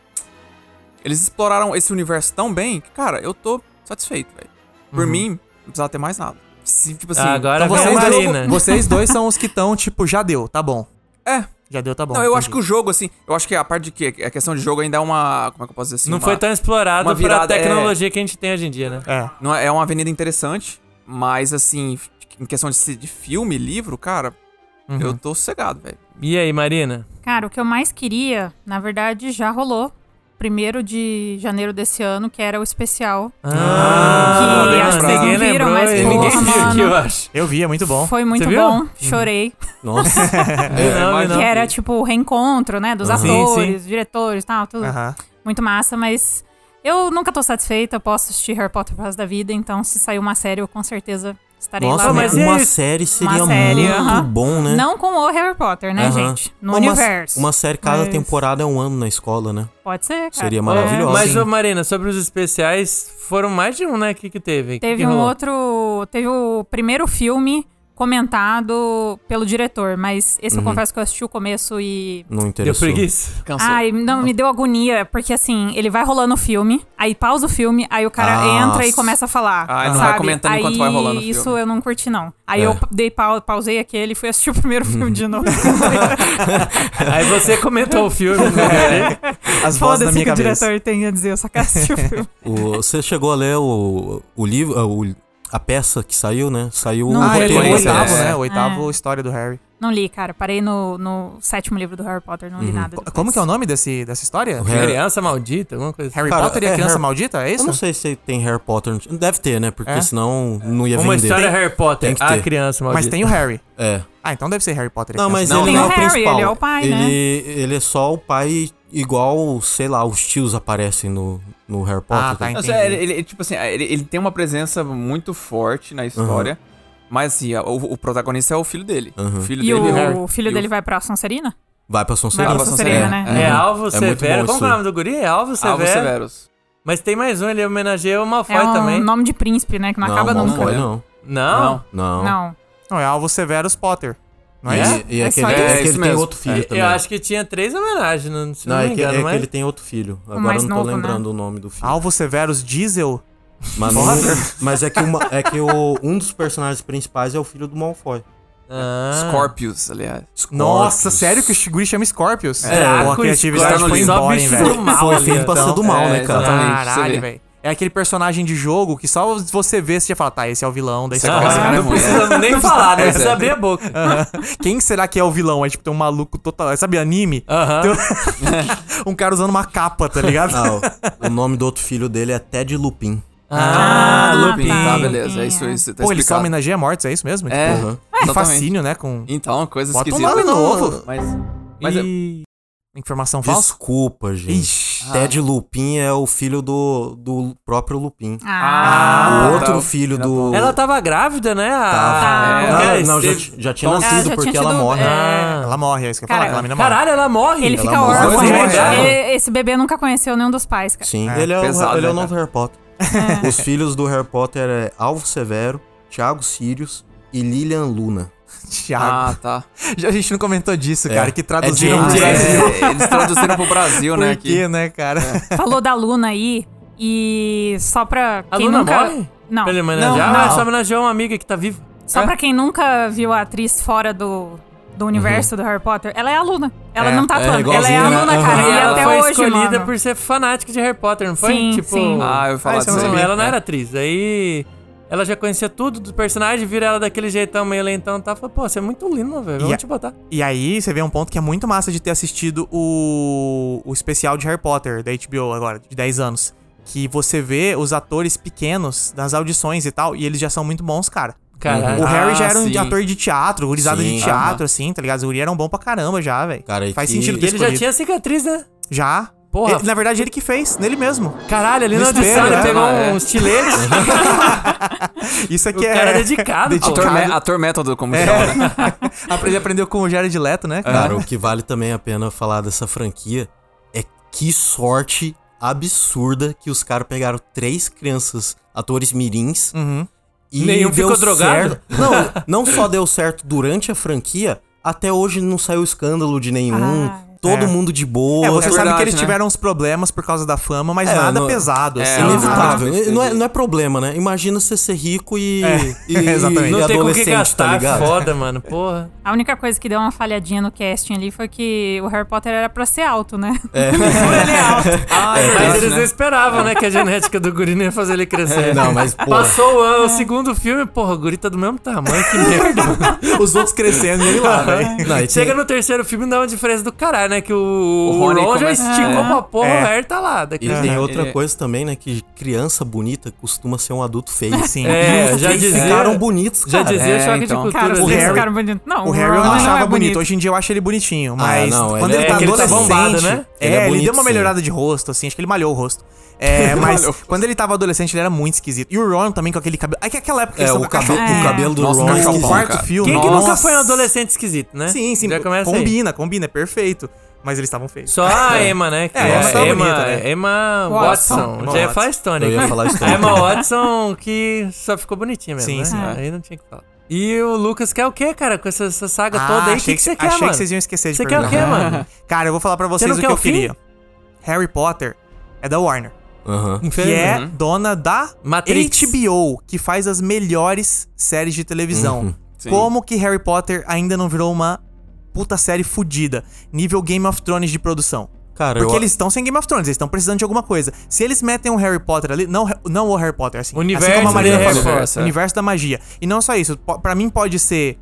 Eles exploraram esse universo tão bem que, cara, eu tô satisfeito, velho. Por
Uhum.
mim, não precisava ter mais nada. Se, tipo assim,
Agora
Então
vem a
vocês
Marina.
dois, vocês dois são os que estão, tipo, já deu, tá bom.
É.
Já deu, tá bom.
não, eu acho que o jogo, assim, eu acho que a parte de que a questão de jogo ainda é uma. Como é que eu posso dizer assim?
Não
uma-
foi tão explorado
uma virada, é.
pra tecnologia que a gente tem hoje em dia, né?
É.
não é é uma avenida interessante, mas assim, em questão de, se- de filme, livro, cara,
Uhum.
eu tô sossegado, velho.
E aí, Marina?
Cara, o que eu mais queria, na verdade, já rolou. Primeiro de janeiro desse ano, que era o especial.
Ah,
que
bem
acho que vocês
lembrado.
não viram, mas
porra,
Ninguém viu
mano.
aqui, eu acho.
Eu vi, é muito bom.
Foi muito
Você viu?
bom, chorei.
Nossa.
Não,
mas-
não.
Que era tipo o reencontro, né? Dos
Uhum.
Sim,
atores, diretores e tal, tudo.
Aham.
Muito massa, mas eu nunca tô satisfeita. Eu posso assistir Harry Potter pro resto da vida, então se sair uma série, eu com certeza estarei
Nossa,
lá.
mas
vendo.
uma
e-
série seria
é série,
muito
aham.
bom, né?
Não com o Harry Potter, né,
Aham.
gente? No
Uma-
universo.
Uma série cada
Mas-
temporada é um ano na escola, né?
Pode ser, cara. É.
Seria maravilhosa.
Mas,
Sim.
ô, Marina, sobre os especiais, foram mais de um, né? O que, que teve? Que
Teve
que
um
rolou?
outro. Teve o primeiro filme comentado pelo diretor, mas esse eu confesso que eu assisti o começo e.
Não
Deu
interessou.
preguiça.
Cansou.
Ai, não, me deu agonia, porque assim, ele vai rolando o filme, aí pausa o filme, aí o cara
Nossa.
entra e começa a falar.
Ah, não vai
sabe?
comentando
aí,
enquanto vai rolando o filme.
Isso eu não curti, não. Aí
É.
eu dei pau, pausei aquele e fui assistir o primeiro filme de novo.
Aí você comentou o filme, né?
As vozes da
Foda-se o
minha
que o
cabeça.
diretor tem a dizer, eu só quero assistir o filme.
O- você chegou a ler o, o livro, ah, o- a peça que saiu, né? Saiu
Não,
o
Ah, ele
roteiro.
tem o
Roteiro,
oitavo,
é.
né? O oitavo História do Harry.
Não li, cara. Parei no, no sétimo livro do Harry Potter, não li nada. depois.
Como que é o nome desse, dessa história?
Harry-
Criança maldita, alguma coisa assim.
Harry
Cara,
Potter e a
é
Criança
Harry-
Maldita, é isso?
Eu não sei se tem Harry Potter. Deve ter, né? Porque
É?
senão não ia
Uma
vender.
história Harry Potter,
Tem que
a
ter.
criança maldita.
Mas tem o Harry.
É.
Ah, então deve ser Harry Potter. e a
Não, mas
Criança
ele
tem
não é
o
o
Harry,
principal.
ele é o pai,
ele,
né?
ele é só o pai, igual, sei lá, os tios aparecem no, no Harry Potter.
Ah, tá,
tá?
Não,
entendi.
sério, ele, ele, tipo assim, ele, ele tem uma presença muito forte na história. Mas assim, a- o, o protagonista é o filho dele. O filho
E
dele é
o filho
e
dele vai pra Sonserina?
Vai pra
Vai
Sonserina.
pra
pra
Sonserina,
Sonserina,
né?
É
Uhum.
Alvo
É muito
Severo.
bom
Como que é o
isso.
nome do guri? É Alvo Severo.
Alvo Severus.
Mas tem mais um, ele homenageia o Malfoy
É um
também.
nome de príncipe, né? Que não, acaba
não,
nunca.
Malfoy,
né?
não.
Não?
Não.
Não.
Não, é Alvo Severus Potter. Não é,
É?
isso?
E, e
É
aquele,
só isso.
é
É
que ele
isso
tem
mesmo.
outro filho
Eu-
também.
Eu acho que tinha três homenagens, não- se não,
Não, é
me
que, é
engano,
que
mas...
ele tem outro filho. Agora
mais
eu não tô
novo, né?
lembrando o nome do filho.
Alvo Severus Diesel?
Mas, não- mas é que, uma- é que o- um dos personagens principais é o filho do Malfoy.
Ah.
Scorpius, aliás.
Nossa,
Scorpius.
sério que o Shiguri chama Scorpius?
Caraca,
Pô, a
o
criatividade
tá
Scorpius
foi
só
embora, hein,
bicho
velho.
do mal
Foi
ali,
feito pra
então.
ser do mal, né, cara?
exatamente, você vê.
Caralho, velho. É aquele personagem de jogo que só você vê, você já fala, tá, esse é o vilão da
Ah, esse cara
história.
é
não
ruim,
precisa nem falar,
é.
né? Precisa abrir a boca.
Quem será que é o vilão? É tipo, tem um maluco total... Sabe anime?
Aham.
Tem um cara usando uma capa, tá ligado?
Ah, o, o nome do outro filho dele é Ted Lupin.
Ah, Lupin.
Tá,
Lupin,
beleza. É isso,
é.
isso. Tá
Pô, ele só
explicado.
homenageia mortos, é isso mesmo?
É,
Tipo,
exatamente.
um fascínio, né, com
Então, coisa
Bota um
esquisita.
nome novo.
Mas, mas é-
informação falsa.
Desculpa, gente.
Ixi.
Ted Lupin é o filho do, do próprio Lupin.
Ah,
Ah,
o outro
tá. Ah,
filho do.
Ela tava grávida, né? A-
Tava.
é.
como que era?
Não, não, já,
Esteve-
já tinha
Ela
nascido
já tinha
é porque ela
tido-
morre.
é.
Ah.
Ela morre, é isso que eu ia
Cara,
falar, aquela menina morre.
Caralho, ela morre.
ele
Ela
fica
morre.
órfão.
Ela
né?
morre jovem.
E- Esse bebê nunca conheceu nenhum dos pais, cara.
Sim, ele é, o-
Pesado,
ele é o
né,
novo Harry Potter. Os filhos do Harry Potter é Alvo Severo, Thiago Sirius, e Lilian Luna.
Thiago.
Ah, É. tá.
A gente não comentou disso, cara, que traduziram
James,
pro
é.
Brasil.
É, eles traduziram pro Brasil, né?
Por
Aqui.
quê, né, cara?
Falou da Luna aí. E só pra
A
quem
Luna
nunca.
morre?
Não.
Pra ele homenagear?
não.
Ah, só homenageou uma amiga que tá viva.
Só pra quem nunca viu a atriz fora do, do universo do Harry Potter, ela é a Luna. Ela
É,
não tá
é
atuando. ela é
igualzinho,
a
né?
Luna,
Aham.
cara.
E
E
Uhum. ela
até
foi
hoje,
escolhida
mano.
por ser fanática de Harry Potter, não foi?
Sim,
tipo,
sim.
Ah, eu ia falar
Ah, isso eu não
disso aí.
Não,
sabia.
Então, ela não
É.
era atriz. Aí ela já conhecia tudo do personagem, vira ela daquele jeitão meio lentão e tá. Falou, pô, você é muito linda, velho. Vamos
E a-
te botar.
E aí, você vê um ponto que é muito massa de ter assistido o, o especial de Harry Potter, da HBO agora, de 10 anos. Que você vê os atores pequenos nas audições e tal, e eles já são muito bons, cara.
Caralho.
O Harry já era um
sim.
ator de teatro, gurizada
Sim,
de teatro, assim, tá ligado? Os guri eram bons pra caramba já, velho.
Cara, e
Faz
que-
sentido
E
ter
ele já
escolhido.
tinha cicatriz, né?
Já.
Porra.
Ele- na verdade, ele que fez, nele mesmo.
Caralho, ali
No
na audição
espelho,
ele
né?
pegou
Ah, é.
um estilete.
Isso
o
aqui é.
cara é dedicado, pô.
Ator,
Dedicado.
me- ator método, como
É.
chama, né?
Ele aprendeu com o Jared Leto, né,
Cara,
cara?
o que vale também a pena falar dessa franquia é que sorte absurda que os caras pegaram três crianças, atores mirins,
Uhum.
e
Nenhum
deu
ficou drogado?
certo. Não, não só deu certo durante a franquia, até hoje não saiu escândalo de nenhum,
Ah.
todo
É.
mundo de boa.
É, você
é
sabe que
verdade,
eles
né?
tiveram uns problemas por causa da fama, mas
É,
nada
não-
pesado,
É,
É
assim.
inevitável.
Ah.
não, é, não é problema, né? Imagina você ser rico e. e,
exatamente.
e
É, Não tem com o que
adolescente, tá
gastar, é
ligado?
foda, mano. Porra.
A única coisa que deu uma falhadinha no casting ali foi que o Harry Potter era pra ser alto, né?
Ah, é
Mas
verdade,
eles não
né?
esperavam, né, que a genética do guri não ia fazer ele crescer.
É. Não, mas, pô.
né? Passou o, ano, o segundo filme, porra, o guri tá do mesmo tamanho, que merda.
Os outros crescendo e ele lá, velho.
Não, e tem-
Chega no terceiro filme, dá uma diferença do caralho, né? Que o, o
Rony
Ron já
começa-
esticou
É.
pra porra,
É.
o Harry tá lá. Daqui
E tem outra
É.
coisa também, né? Que criança bonita costuma ser um adulto feio.
Sim.
É, já
Eles
dizia,
ficaram bonitos,
já
cara.
dizia
É,
choque
então.
de
Cara,
cultura.
os
o
né?
três
Harry-
ficaram bonitos. Não,
O Harry eu
Ron
não
não
achava
é
bonito. Hoje em dia eu acho ele
Ah,
bonitinho, mas
não,
quando
ele
ele,
é
tá
que ele tá
adolescente,
bombado, né?
Ele é
É, ele
bonito,
deu uma
sim.
melhorada de rosto, assim, acho que ele malhou o rosto. É, mas
Malhou.
quando ele tava adolescente, ele era muito esquisito. E o Ron também com aquele cabelo. É que aquela época que
É,
eles
o
tão com a
cabelo,
capa-
o
É.
cabelo do
Nossa,
Ron.
mas é
é
um
O
esquisito.
quarto
quarto filme.
Quem que nunca foi um
Nossa.
adolescente esquisito, né?
Sim, sim.
Já começa aí.
combina, combina, é perfeito. Mas eles estavam feios.
Só a Emma, né? que
É,
essa tá
Emma,
bonita, né?
Emma
Watson.
Watson.
Emma
Já ia
Watson.
falar Stone.
Eu ia
aqui.
falar isso
A
também.
Emma Watson que só ficou bonitinha mesmo,
Sim,
né?
sim.
Aí não tinha o que falar. E o Lucas quer o quê, cara? Com essa, essa saga toda aí, o que,
Ah, achei
que você quer,
achei
mano?
que vocês iam esquecer de
Você quer o quê,
perguntar.
mano?
Cara, eu vou falar pra vocês
não
o que
quer
eu
o fim?
queria. Harry Potter é da Warner.
Aham.
que é
Uhum.
dona da
Matrix.
HBO, que faz as melhores séries de televisão.
Sim.
Como que Harry Potter ainda não virou uma puta série fodida, nível Game of Thrones de produção?
Cara,
Porque
eu-
eles estão sem Game of Thrones, eles estão precisando de alguma coisa. Se eles metem um Harry Potter ali, não, não o Harry Potter, assim,
Universo
assim como a Maria
de Harry
falou,
Potter.
o universo da magia. E não só isso, po- pra mim pode ser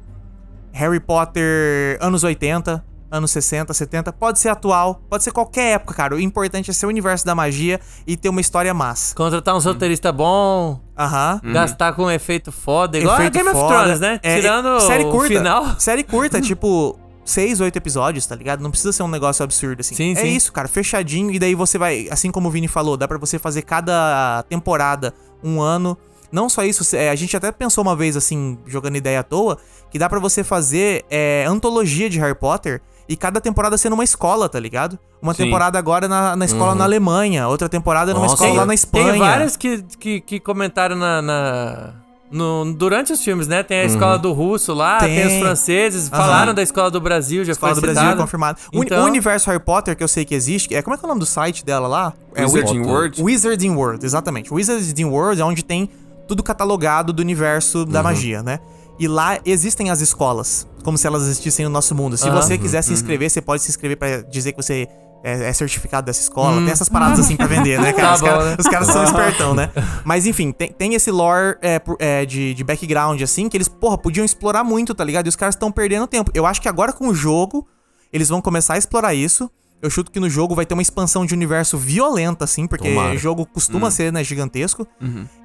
Harry Potter anos 80, anos 60, 70, pode ser atual, pode ser qualquer época, cara. O importante é ser o universo da magia e ter uma história massa.
Contratar um solteirista bom,
Aham.
gastar com um efeito foda, igual a
Uhum. Efeito
Game of
foda.
Thrones, né?
É,
Tirando
série curta,
o final.
Série curta, tipo, seis, oito episódios, tá ligado? Não precisa ser um negócio absurdo, assim.
Sim,
é
sim.
isso, cara, fechadinho. E daí você vai, assim como o Vini falou, dá pra você fazer cada temporada um ano. Não só isso, é, a gente até pensou uma vez, assim, jogando ideia à toa, que dá pra você fazer é, antologia de Harry Potter e cada temporada sendo uma escola, tá ligado? Uma
Sim.
temporada agora na, na escola na Alemanha, outra temporada numa
Nossa,
escola lá na Espanha.
Uhum. Tem vários que, que, que comentaram na, na- no, durante os filmes, né? Tem a escola do russo lá, tem,
Uhum. Tem.
os franceses,
Aham.
falaram da escola do Brasil, já
Escola do
foi
Brasil
citada.
confirmado. O uni-
Então-
O universo Harry Potter que eu sei que existe, é como é que é o nome do site dela lá? É
Wizarding
Wizard-
World?
Wizarding World, exatamente. Wizarding World é onde tem tudo catalogado do universo
Uhum.
da magia, né? E lá existem as escolas, como se elas existissem no nosso mundo. Se
Aham.
Uhum.
você quiser se inscrever, você pode se inscrever pra dizer que você é, é certificado dessa escola. Tem essas paradas assim pra vender, né, cara?
Uhum. Tá
os, cara-
bom, né?
os caras são espertão, né? Mas enfim, tem, tem esse lore é, por- é, de, de background, assim, que eles, porra, podiam explorar muito, tá ligado? E os caras estão perdendo tempo. Eu acho que agora com o jogo, eles vão começar a explorar isso. Eu chuto que no jogo vai ter uma expansão de universo violenta, assim, porque
Tomara.
o jogo costuma ser, né, gigantesco.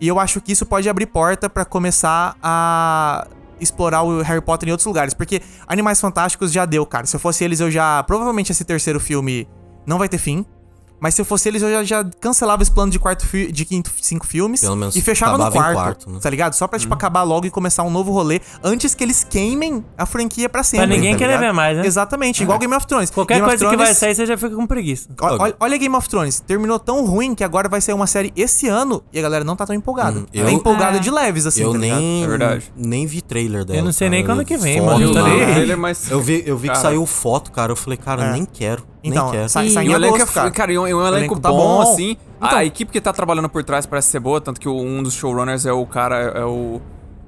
E eu acho que isso pode abrir porta pra começar a explorar o Harry Potter em outros lugares. Porque Animais Fantásticos já deu, cara. Se eu fosse eles, eu já. Provavelmente esse terceiro filme não vai ter fim. Mas se eu fosse eles, eu já, já cancelava esse plano de quarto fi- de quinto, cinco filmes
Pelo menos
e fechava no
acabava
quarto,
em quarto, né?
tá ligado? Só pra,
Uhum.
tipo, acabar logo e começar um novo rolê antes que eles queimem a franquia pra sempre.
ninguém
tá
querer
ligado?
ver mais, né?
Exatamente, igual Game of Thrones.
Qualquer
Game of
coisa que vai
Thrones-
sair, você já fica com preguiça.
Ó- Olha, olha Game of Thrones, terminou tão ruim que agora vai sair uma série esse ano e a galera não tá tão empolgada.
Hum,
Tá
eu-
empolgada
É.
Ah.
de leves, assim,
eu
tá ligado?
nem,
É verdade.
nem vi trailer dela.
Eu não sei nem
cara.
quando é que vem,
Foto,
mano. Eu
Eu,
tô nem
nada.
aí.
ele, mas...
Eu vi, eu vi que
Cara.
saiu foto, cara. Eu falei, cara,
É.
nem quero.
Então,
nem quero.
sai- sai
E
em
o elenco é,
agosto, cara.
f- cara, e um, e um elenco,
elenco tá
bom,
bom.
assim.
Então-
a equipe que tá trabalhando por trás parece ser boa, tanto que o- um dos showrunners é o cara, é o.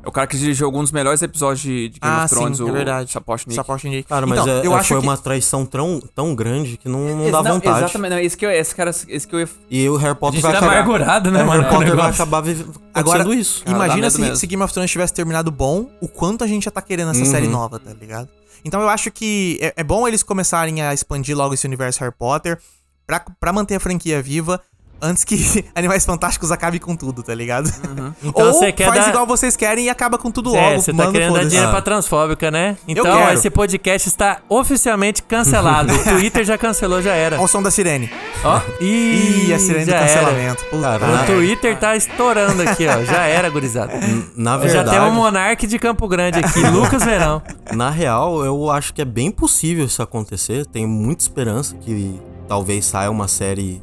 É o cara que dirigiu alguns dos melhores episódios de, de Game
Ah,
of Thrones,
sim,
o
é verdade.
Sapochnik.
Sapochnik.
Cara, mas
Então,
é-
eu
é-
acho
foi
que...
uma traição tão, tão grande que não, não dá vontade.
Exatamente, não, esse que eu, esse cara, esse que eu ia.
E o Harry
A
Potter
gente
vai
tá
acabar.
amargurado, né,
É, o
mano?
Harry
com o
Potter vai
negócio.
acabar vivi-
Agora-
acontecendo isso.
Cara, dá
Imagina
medo
se,
mesmo.
se Game of Thrones tivesse terminado bom, o quanto a gente já tá querendo essa
Uhum.
série nova, tá ligado? Então eu acho que é, é bom eles começarem a expandir logo esse universo Harry Potter pra, pra manter a franquia viva antes que Animais Fantásticos acabe com tudo, tá ligado?
Então
Ou
você quer
faz
dar-
igual vocês querem e acaba com tudo
É,
logo,
você tá
manda
querendo dar
foda-se. Ah.
dinheiro pra transfóbica, né? Então,
quero.
esse podcast está oficialmente cancelado. o Twitter já cancelou, já era.
Ah. Olha o som da sirene.
Ó,
Ih,
ih,
a sirene do
já era.
cancelamento. Ah. Puta
Caralho.
merda.
O Twitter tá estourando aqui, ó. Já era, gurizada.
Hum.
Na
Já
verdade,
tem um monarque de Campo Grande aqui, Lucas Verão.
na real, eu acho que é bem possível isso acontecer. Tenho muita esperança que talvez saia uma série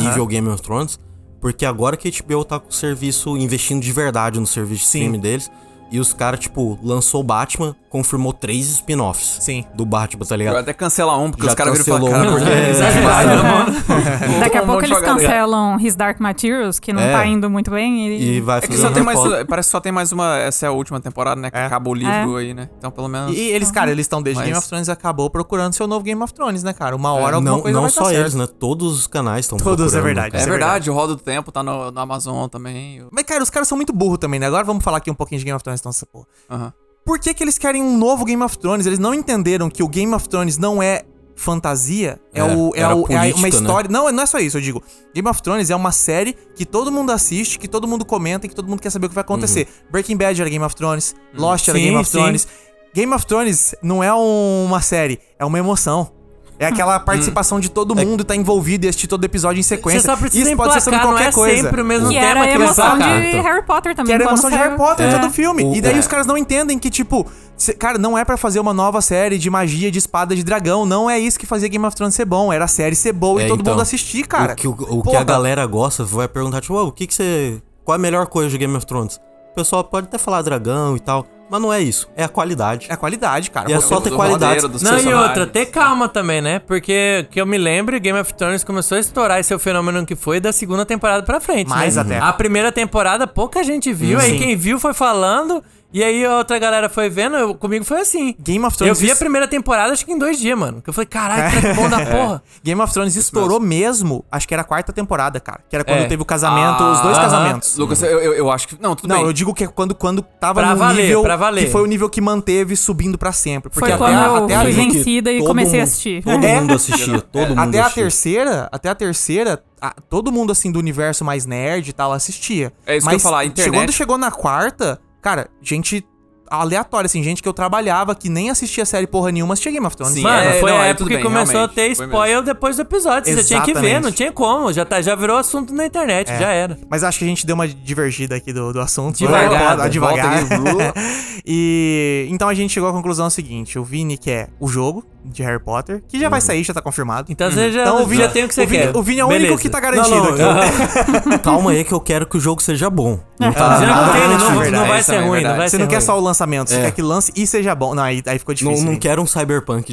nível Game of Thrones. Porque agora que a HBO tá com o serviço investindo de verdade no serviço de
Sim.
streaming deles. E os caras, tipo, lançou o Batman, confirmou três spin-offs
Sim.
do Batman, tá
Eu
ligado?
até cancelar um, porque
Já
os caras viram e falam,
cancelou um,
cara,
porque-
é,
É.
demais, né, mano?
Daqui a
Um
pouco
monte de
eles
jogador.
cancelam His Dark Materials, que não
É.
tá indo muito bem.
E vai
É que
fazer
só
um
tem
Harry
mais.
Potter.
Parece que só tem mais uma. Essa é a última temporada, né? Que
É.
acabou o livro aí, né? Então, pelo menos.
E eles, cara, eles estão desde
Mas-
Game of Thrones acabou procurando seu novo Game of Thrones, né, cara? Uma
É,
hora alguma
não
coisa
não
vai
só
dar
eles,
certo.
né? Todos os canais né? estão
Todos, é verdade.
É
Isso é
verdade, o Roda do Tempo tá no, no Amazon também. o-
Mas, cara, os caras são muito burros também, né? Agora vamos falar aqui um pouquinho de Game of Thrones, então, essa porra.
Aham.
Por que, que eles querem um novo Game of Thrones? Eles não entenderam que o Game of Thrones não é fantasia, é,
É,
o, é,
era
o- é a-
política,
uma
né?
história. Não, não é só isso, eu digo. Game of Thrones é uma série que todo mundo assiste, que todo mundo comenta e que todo mundo quer saber o que vai acontecer. Breaking Bad era Game of Thrones, Lost era
Uhum. Sim,
Game of
sim.
Thrones. Game of Thrones não é um- uma série, é uma emoção. É aquela participação de todo mundo tá envolvido e assistir todo episódio em sequência.
Hum. É Você só precisa
Isso pode ser sobre
emplacar, não
qualquer
é
coisa.
sempre o mesmo
Que
tema
era a
que eles
emoção de
falam.
então.
Harry Potter também.
Que era a
quando
emoção de
saiu.
Harry Potter
É.
todo o filme.
O-
e daí
é.
os caras não entendem que, tipo, cê- cara, não é pra fazer uma nova série de magia, de espada, de dragão. Não é isso que fazia Game of Thrones ser bom. Era a série ser boa
É,
e todo
então,
mundo assistir, cara.
O que, o- o que
Porra.
a galera gosta vai perguntar, tipo, "Ô, o que, que você. Qual é a melhor coisa de Game of Thrones? O pessoal pode até falar dragão e tal, mas não é isso. É a qualidade.
É a qualidade, cara.
E é
Pô,
só
do-
ter
do
qualidade.
roteiro, dos
Não, e
personagens.
outra, ter calma também, né? Porque que eu me lembro, Game of Thrones começou a estourar esse é o fenômeno que foi da segunda temporada pra frente.
Mais
né?
até.
A primeira temporada pouca gente viu,
Sim.
aí quem viu foi falando, e aí a outra galera foi vendo, eu- comigo foi assim.
Game of
Eu
Thrones.
vi a primeira temporada, acho que em dois dias, mano. Que eu falei, caralho, que track bom da porra.
Game of Thrones estourou mesmo. acho que era a quarta temporada, cara. Que era quando
É.
teve o casamento, os dois
Ah,
casamentos.
Lucas, eu, eu, eu acho que. Não, tudo
Não,
bem.
eu digo que é quando, quando tava
Pra
no
valer,
nível
pra valer.
que foi o nível que manteve subindo pra sempre. Porque
Foi
até,
quando
É a-
eu
até
fui
ali-
vendo vencida e
Todo
comecei
mundo-
a assistir.
Todo
É.
mundo assistia, todo mundo
até a
assistia.
terceira, até a terceira, a- todo mundo assim do universo mais nerd e tal assistia.
É isso que
Mas
eu ia falar, a
che-
internet-
Quando chegou na quarta, cara, gente aleatória, assim, gente que eu trabalhava, que nem assistia série porra nenhuma, assistia Game of Thrones.
Sim,
Mano,
é,
foi
não,
a
é,
época
tudo
que
bem,
começou a
realmente,
ter
foi
spoiler depois do episódio. Você tinha que ver,
Exatamente. É.
não tinha como. Já, tá, já virou assunto na internet, já era.
Mas acho que a gente deu uma divergida aqui do, do assunto.
né?
Devagada.
Ah, Devagar.
Volta
e então a gente chegou à conclusão seguinte: o Vini quer o jogo de Harry Potter, que já vai
Uhum.
sair, já tá confirmado.
Então
Uhum.
você já,
Então, o Vini-
já tem o que você
o Vini-
quer.
o Vini é o único que tá garantido
Não, não,
aqui.
Calma aí que eu quero que o jogo seja bom. Não tá
Já não,
Ah,
tem, não, não
verdade,
vai
isso
ser
também é
ruim, não
verdade.
vai
Você
ser
não quer
ruim.
só o lançamento, você
É.
quer que lance e seja bom. Não, aí, aí ficou
Não,
difícil.
não
Vini.
quero um cyberpunk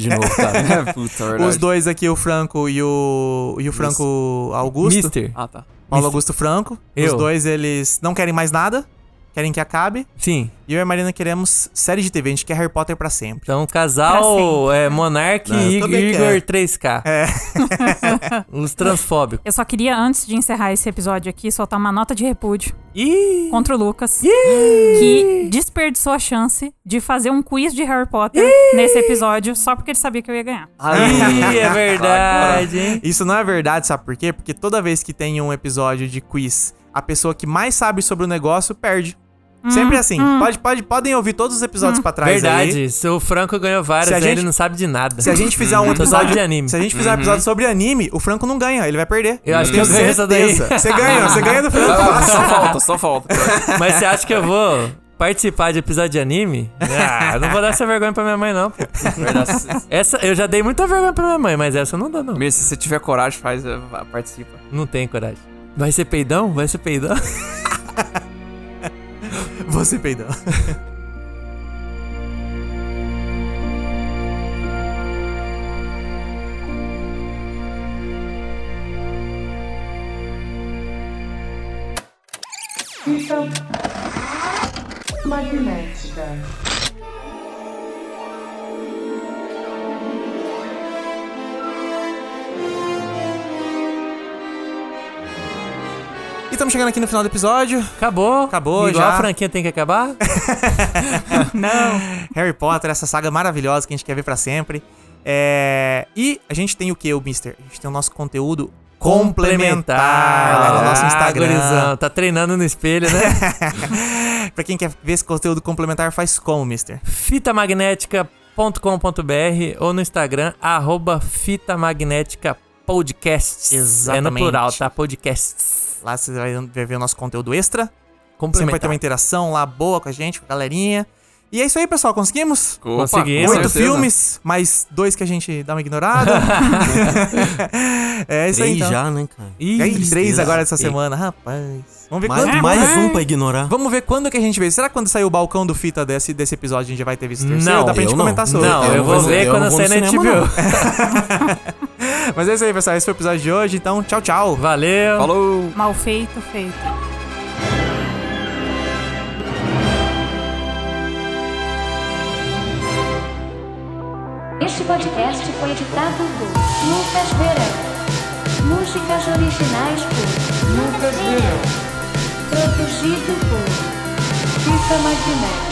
de novo, cara.
É, puta, verdade.
Os dois aqui, o Franco e o. E o Franco Augusto.
Mister.
Ah, tá.
Paulo Augusto Franco. Os
Eu.
dois, eles não querem mais nada. Querem que acabe.
Sim.
E eu e a Marina queremos série de TV. A gente quer Harry Potter pra sempre.
Então,
Pra
casal
sempre.
é, Monark
Não, eu
e
também
Igor
quero.
3K.
É.
Os transfóbicos.
Eu só queria, antes de encerrar esse episódio aqui, soltar uma nota de repúdio
Ih!
contra o Lucas, que desperdiçou a chance de fazer um quiz de Harry Potter nesse episódio só porque ele sabia que eu ia ganhar.
Ih, é verdade, hein?
Isso não é verdade, sabe por quê? Porque toda vez que tem um episódio de quiz, a pessoa que mais sabe sobre o negócio perde. Sempre assim. Pode, pode, podem ouvir todos os episódios pra trás aí.
Verdade, se o Franco ganhou
Se a
várias, aí
gente-
ele não sabe de nada.
Se a gente fizer um
Só
episódio
sabe Uhum. de anime. Uhum.
Se a gente fizer um episódio sobre anime, o Franco não ganha, ele vai perder.
Eu acho que eu ganho essa daí.
Certeza. Você ganha, você ganha do Franco.
Só falta, só falta.
Mas você acha que eu vou participar de episódio de anime? Ah, eu não vou dar essa vergonha pra minha mãe, não. pô. Essa, eu já dei muita vergonha pra minha mãe, mas essa eu não dou, não.
Mesmo se você tiver coragem, faz, eh, vá, participa.
Não tem coragem. Vai ser peidão? Vai ser peidão?
Você peidou.
Fita magnética.
E estamos chegando aqui no final do episódio.
Acabou.
Acabou,
Igual
já.
a franquinha tem que acabar.
Harry Potter, essa saga maravilhosa que a gente quer ver pra sempre. É, E a gente tem o que, o Mister? A gente tem o nosso conteúdo complementar lá no nosso
Ah,
Instagram.
gurizão, Tá treinando no espelho, né?
pra quem quer ver esse conteúdo complementar, faz como, Mister?
fitamagnética.com.br ou no Instagram, arroba fitamagnéticapodcasts. É no
Exatamente.
plural, tá? Podcasts.
Lá você vai vai ver o nosso conteúdo extra. Sempre vai ter
Complementar.
uma interação lá boa com a gente, com a galerinha. E é isso aí, pessoal. Conseguimos?
Opa,
é
Consegui,
com
Oito
certeza.
filmes, mais dois que a gente dá uma ignorada. é isso
Três
aí, então.
já, né, cara?
Ih,
E aí, três
tristeza.
agora essa
Ei.
semana, rapaz. Vamos ver quando...
Mais, mais um pra ignorar.
Vamos ver quando que a gente vê. Será que quando sair o balcão do Fita desse, desse episódio a gente já vai ter visto o terceiro?
Não,
Dá pra gente
eu não.
comentar sobre.
Não,
Eu
eu,
não
vou
vou-
ver
É, eu
quando
não vou
sair
no
na
cinema,
HBO.
Mas é isso aí, pessoal. Esse foi o episódio de hoje. Então, tchau, tchau.
Valeu.
Falou!
Mal feito, feito.
Este podcast foi editado por Lucas Verão. Músicas originais por Lucas Verão. Produzido por
Fita magnética.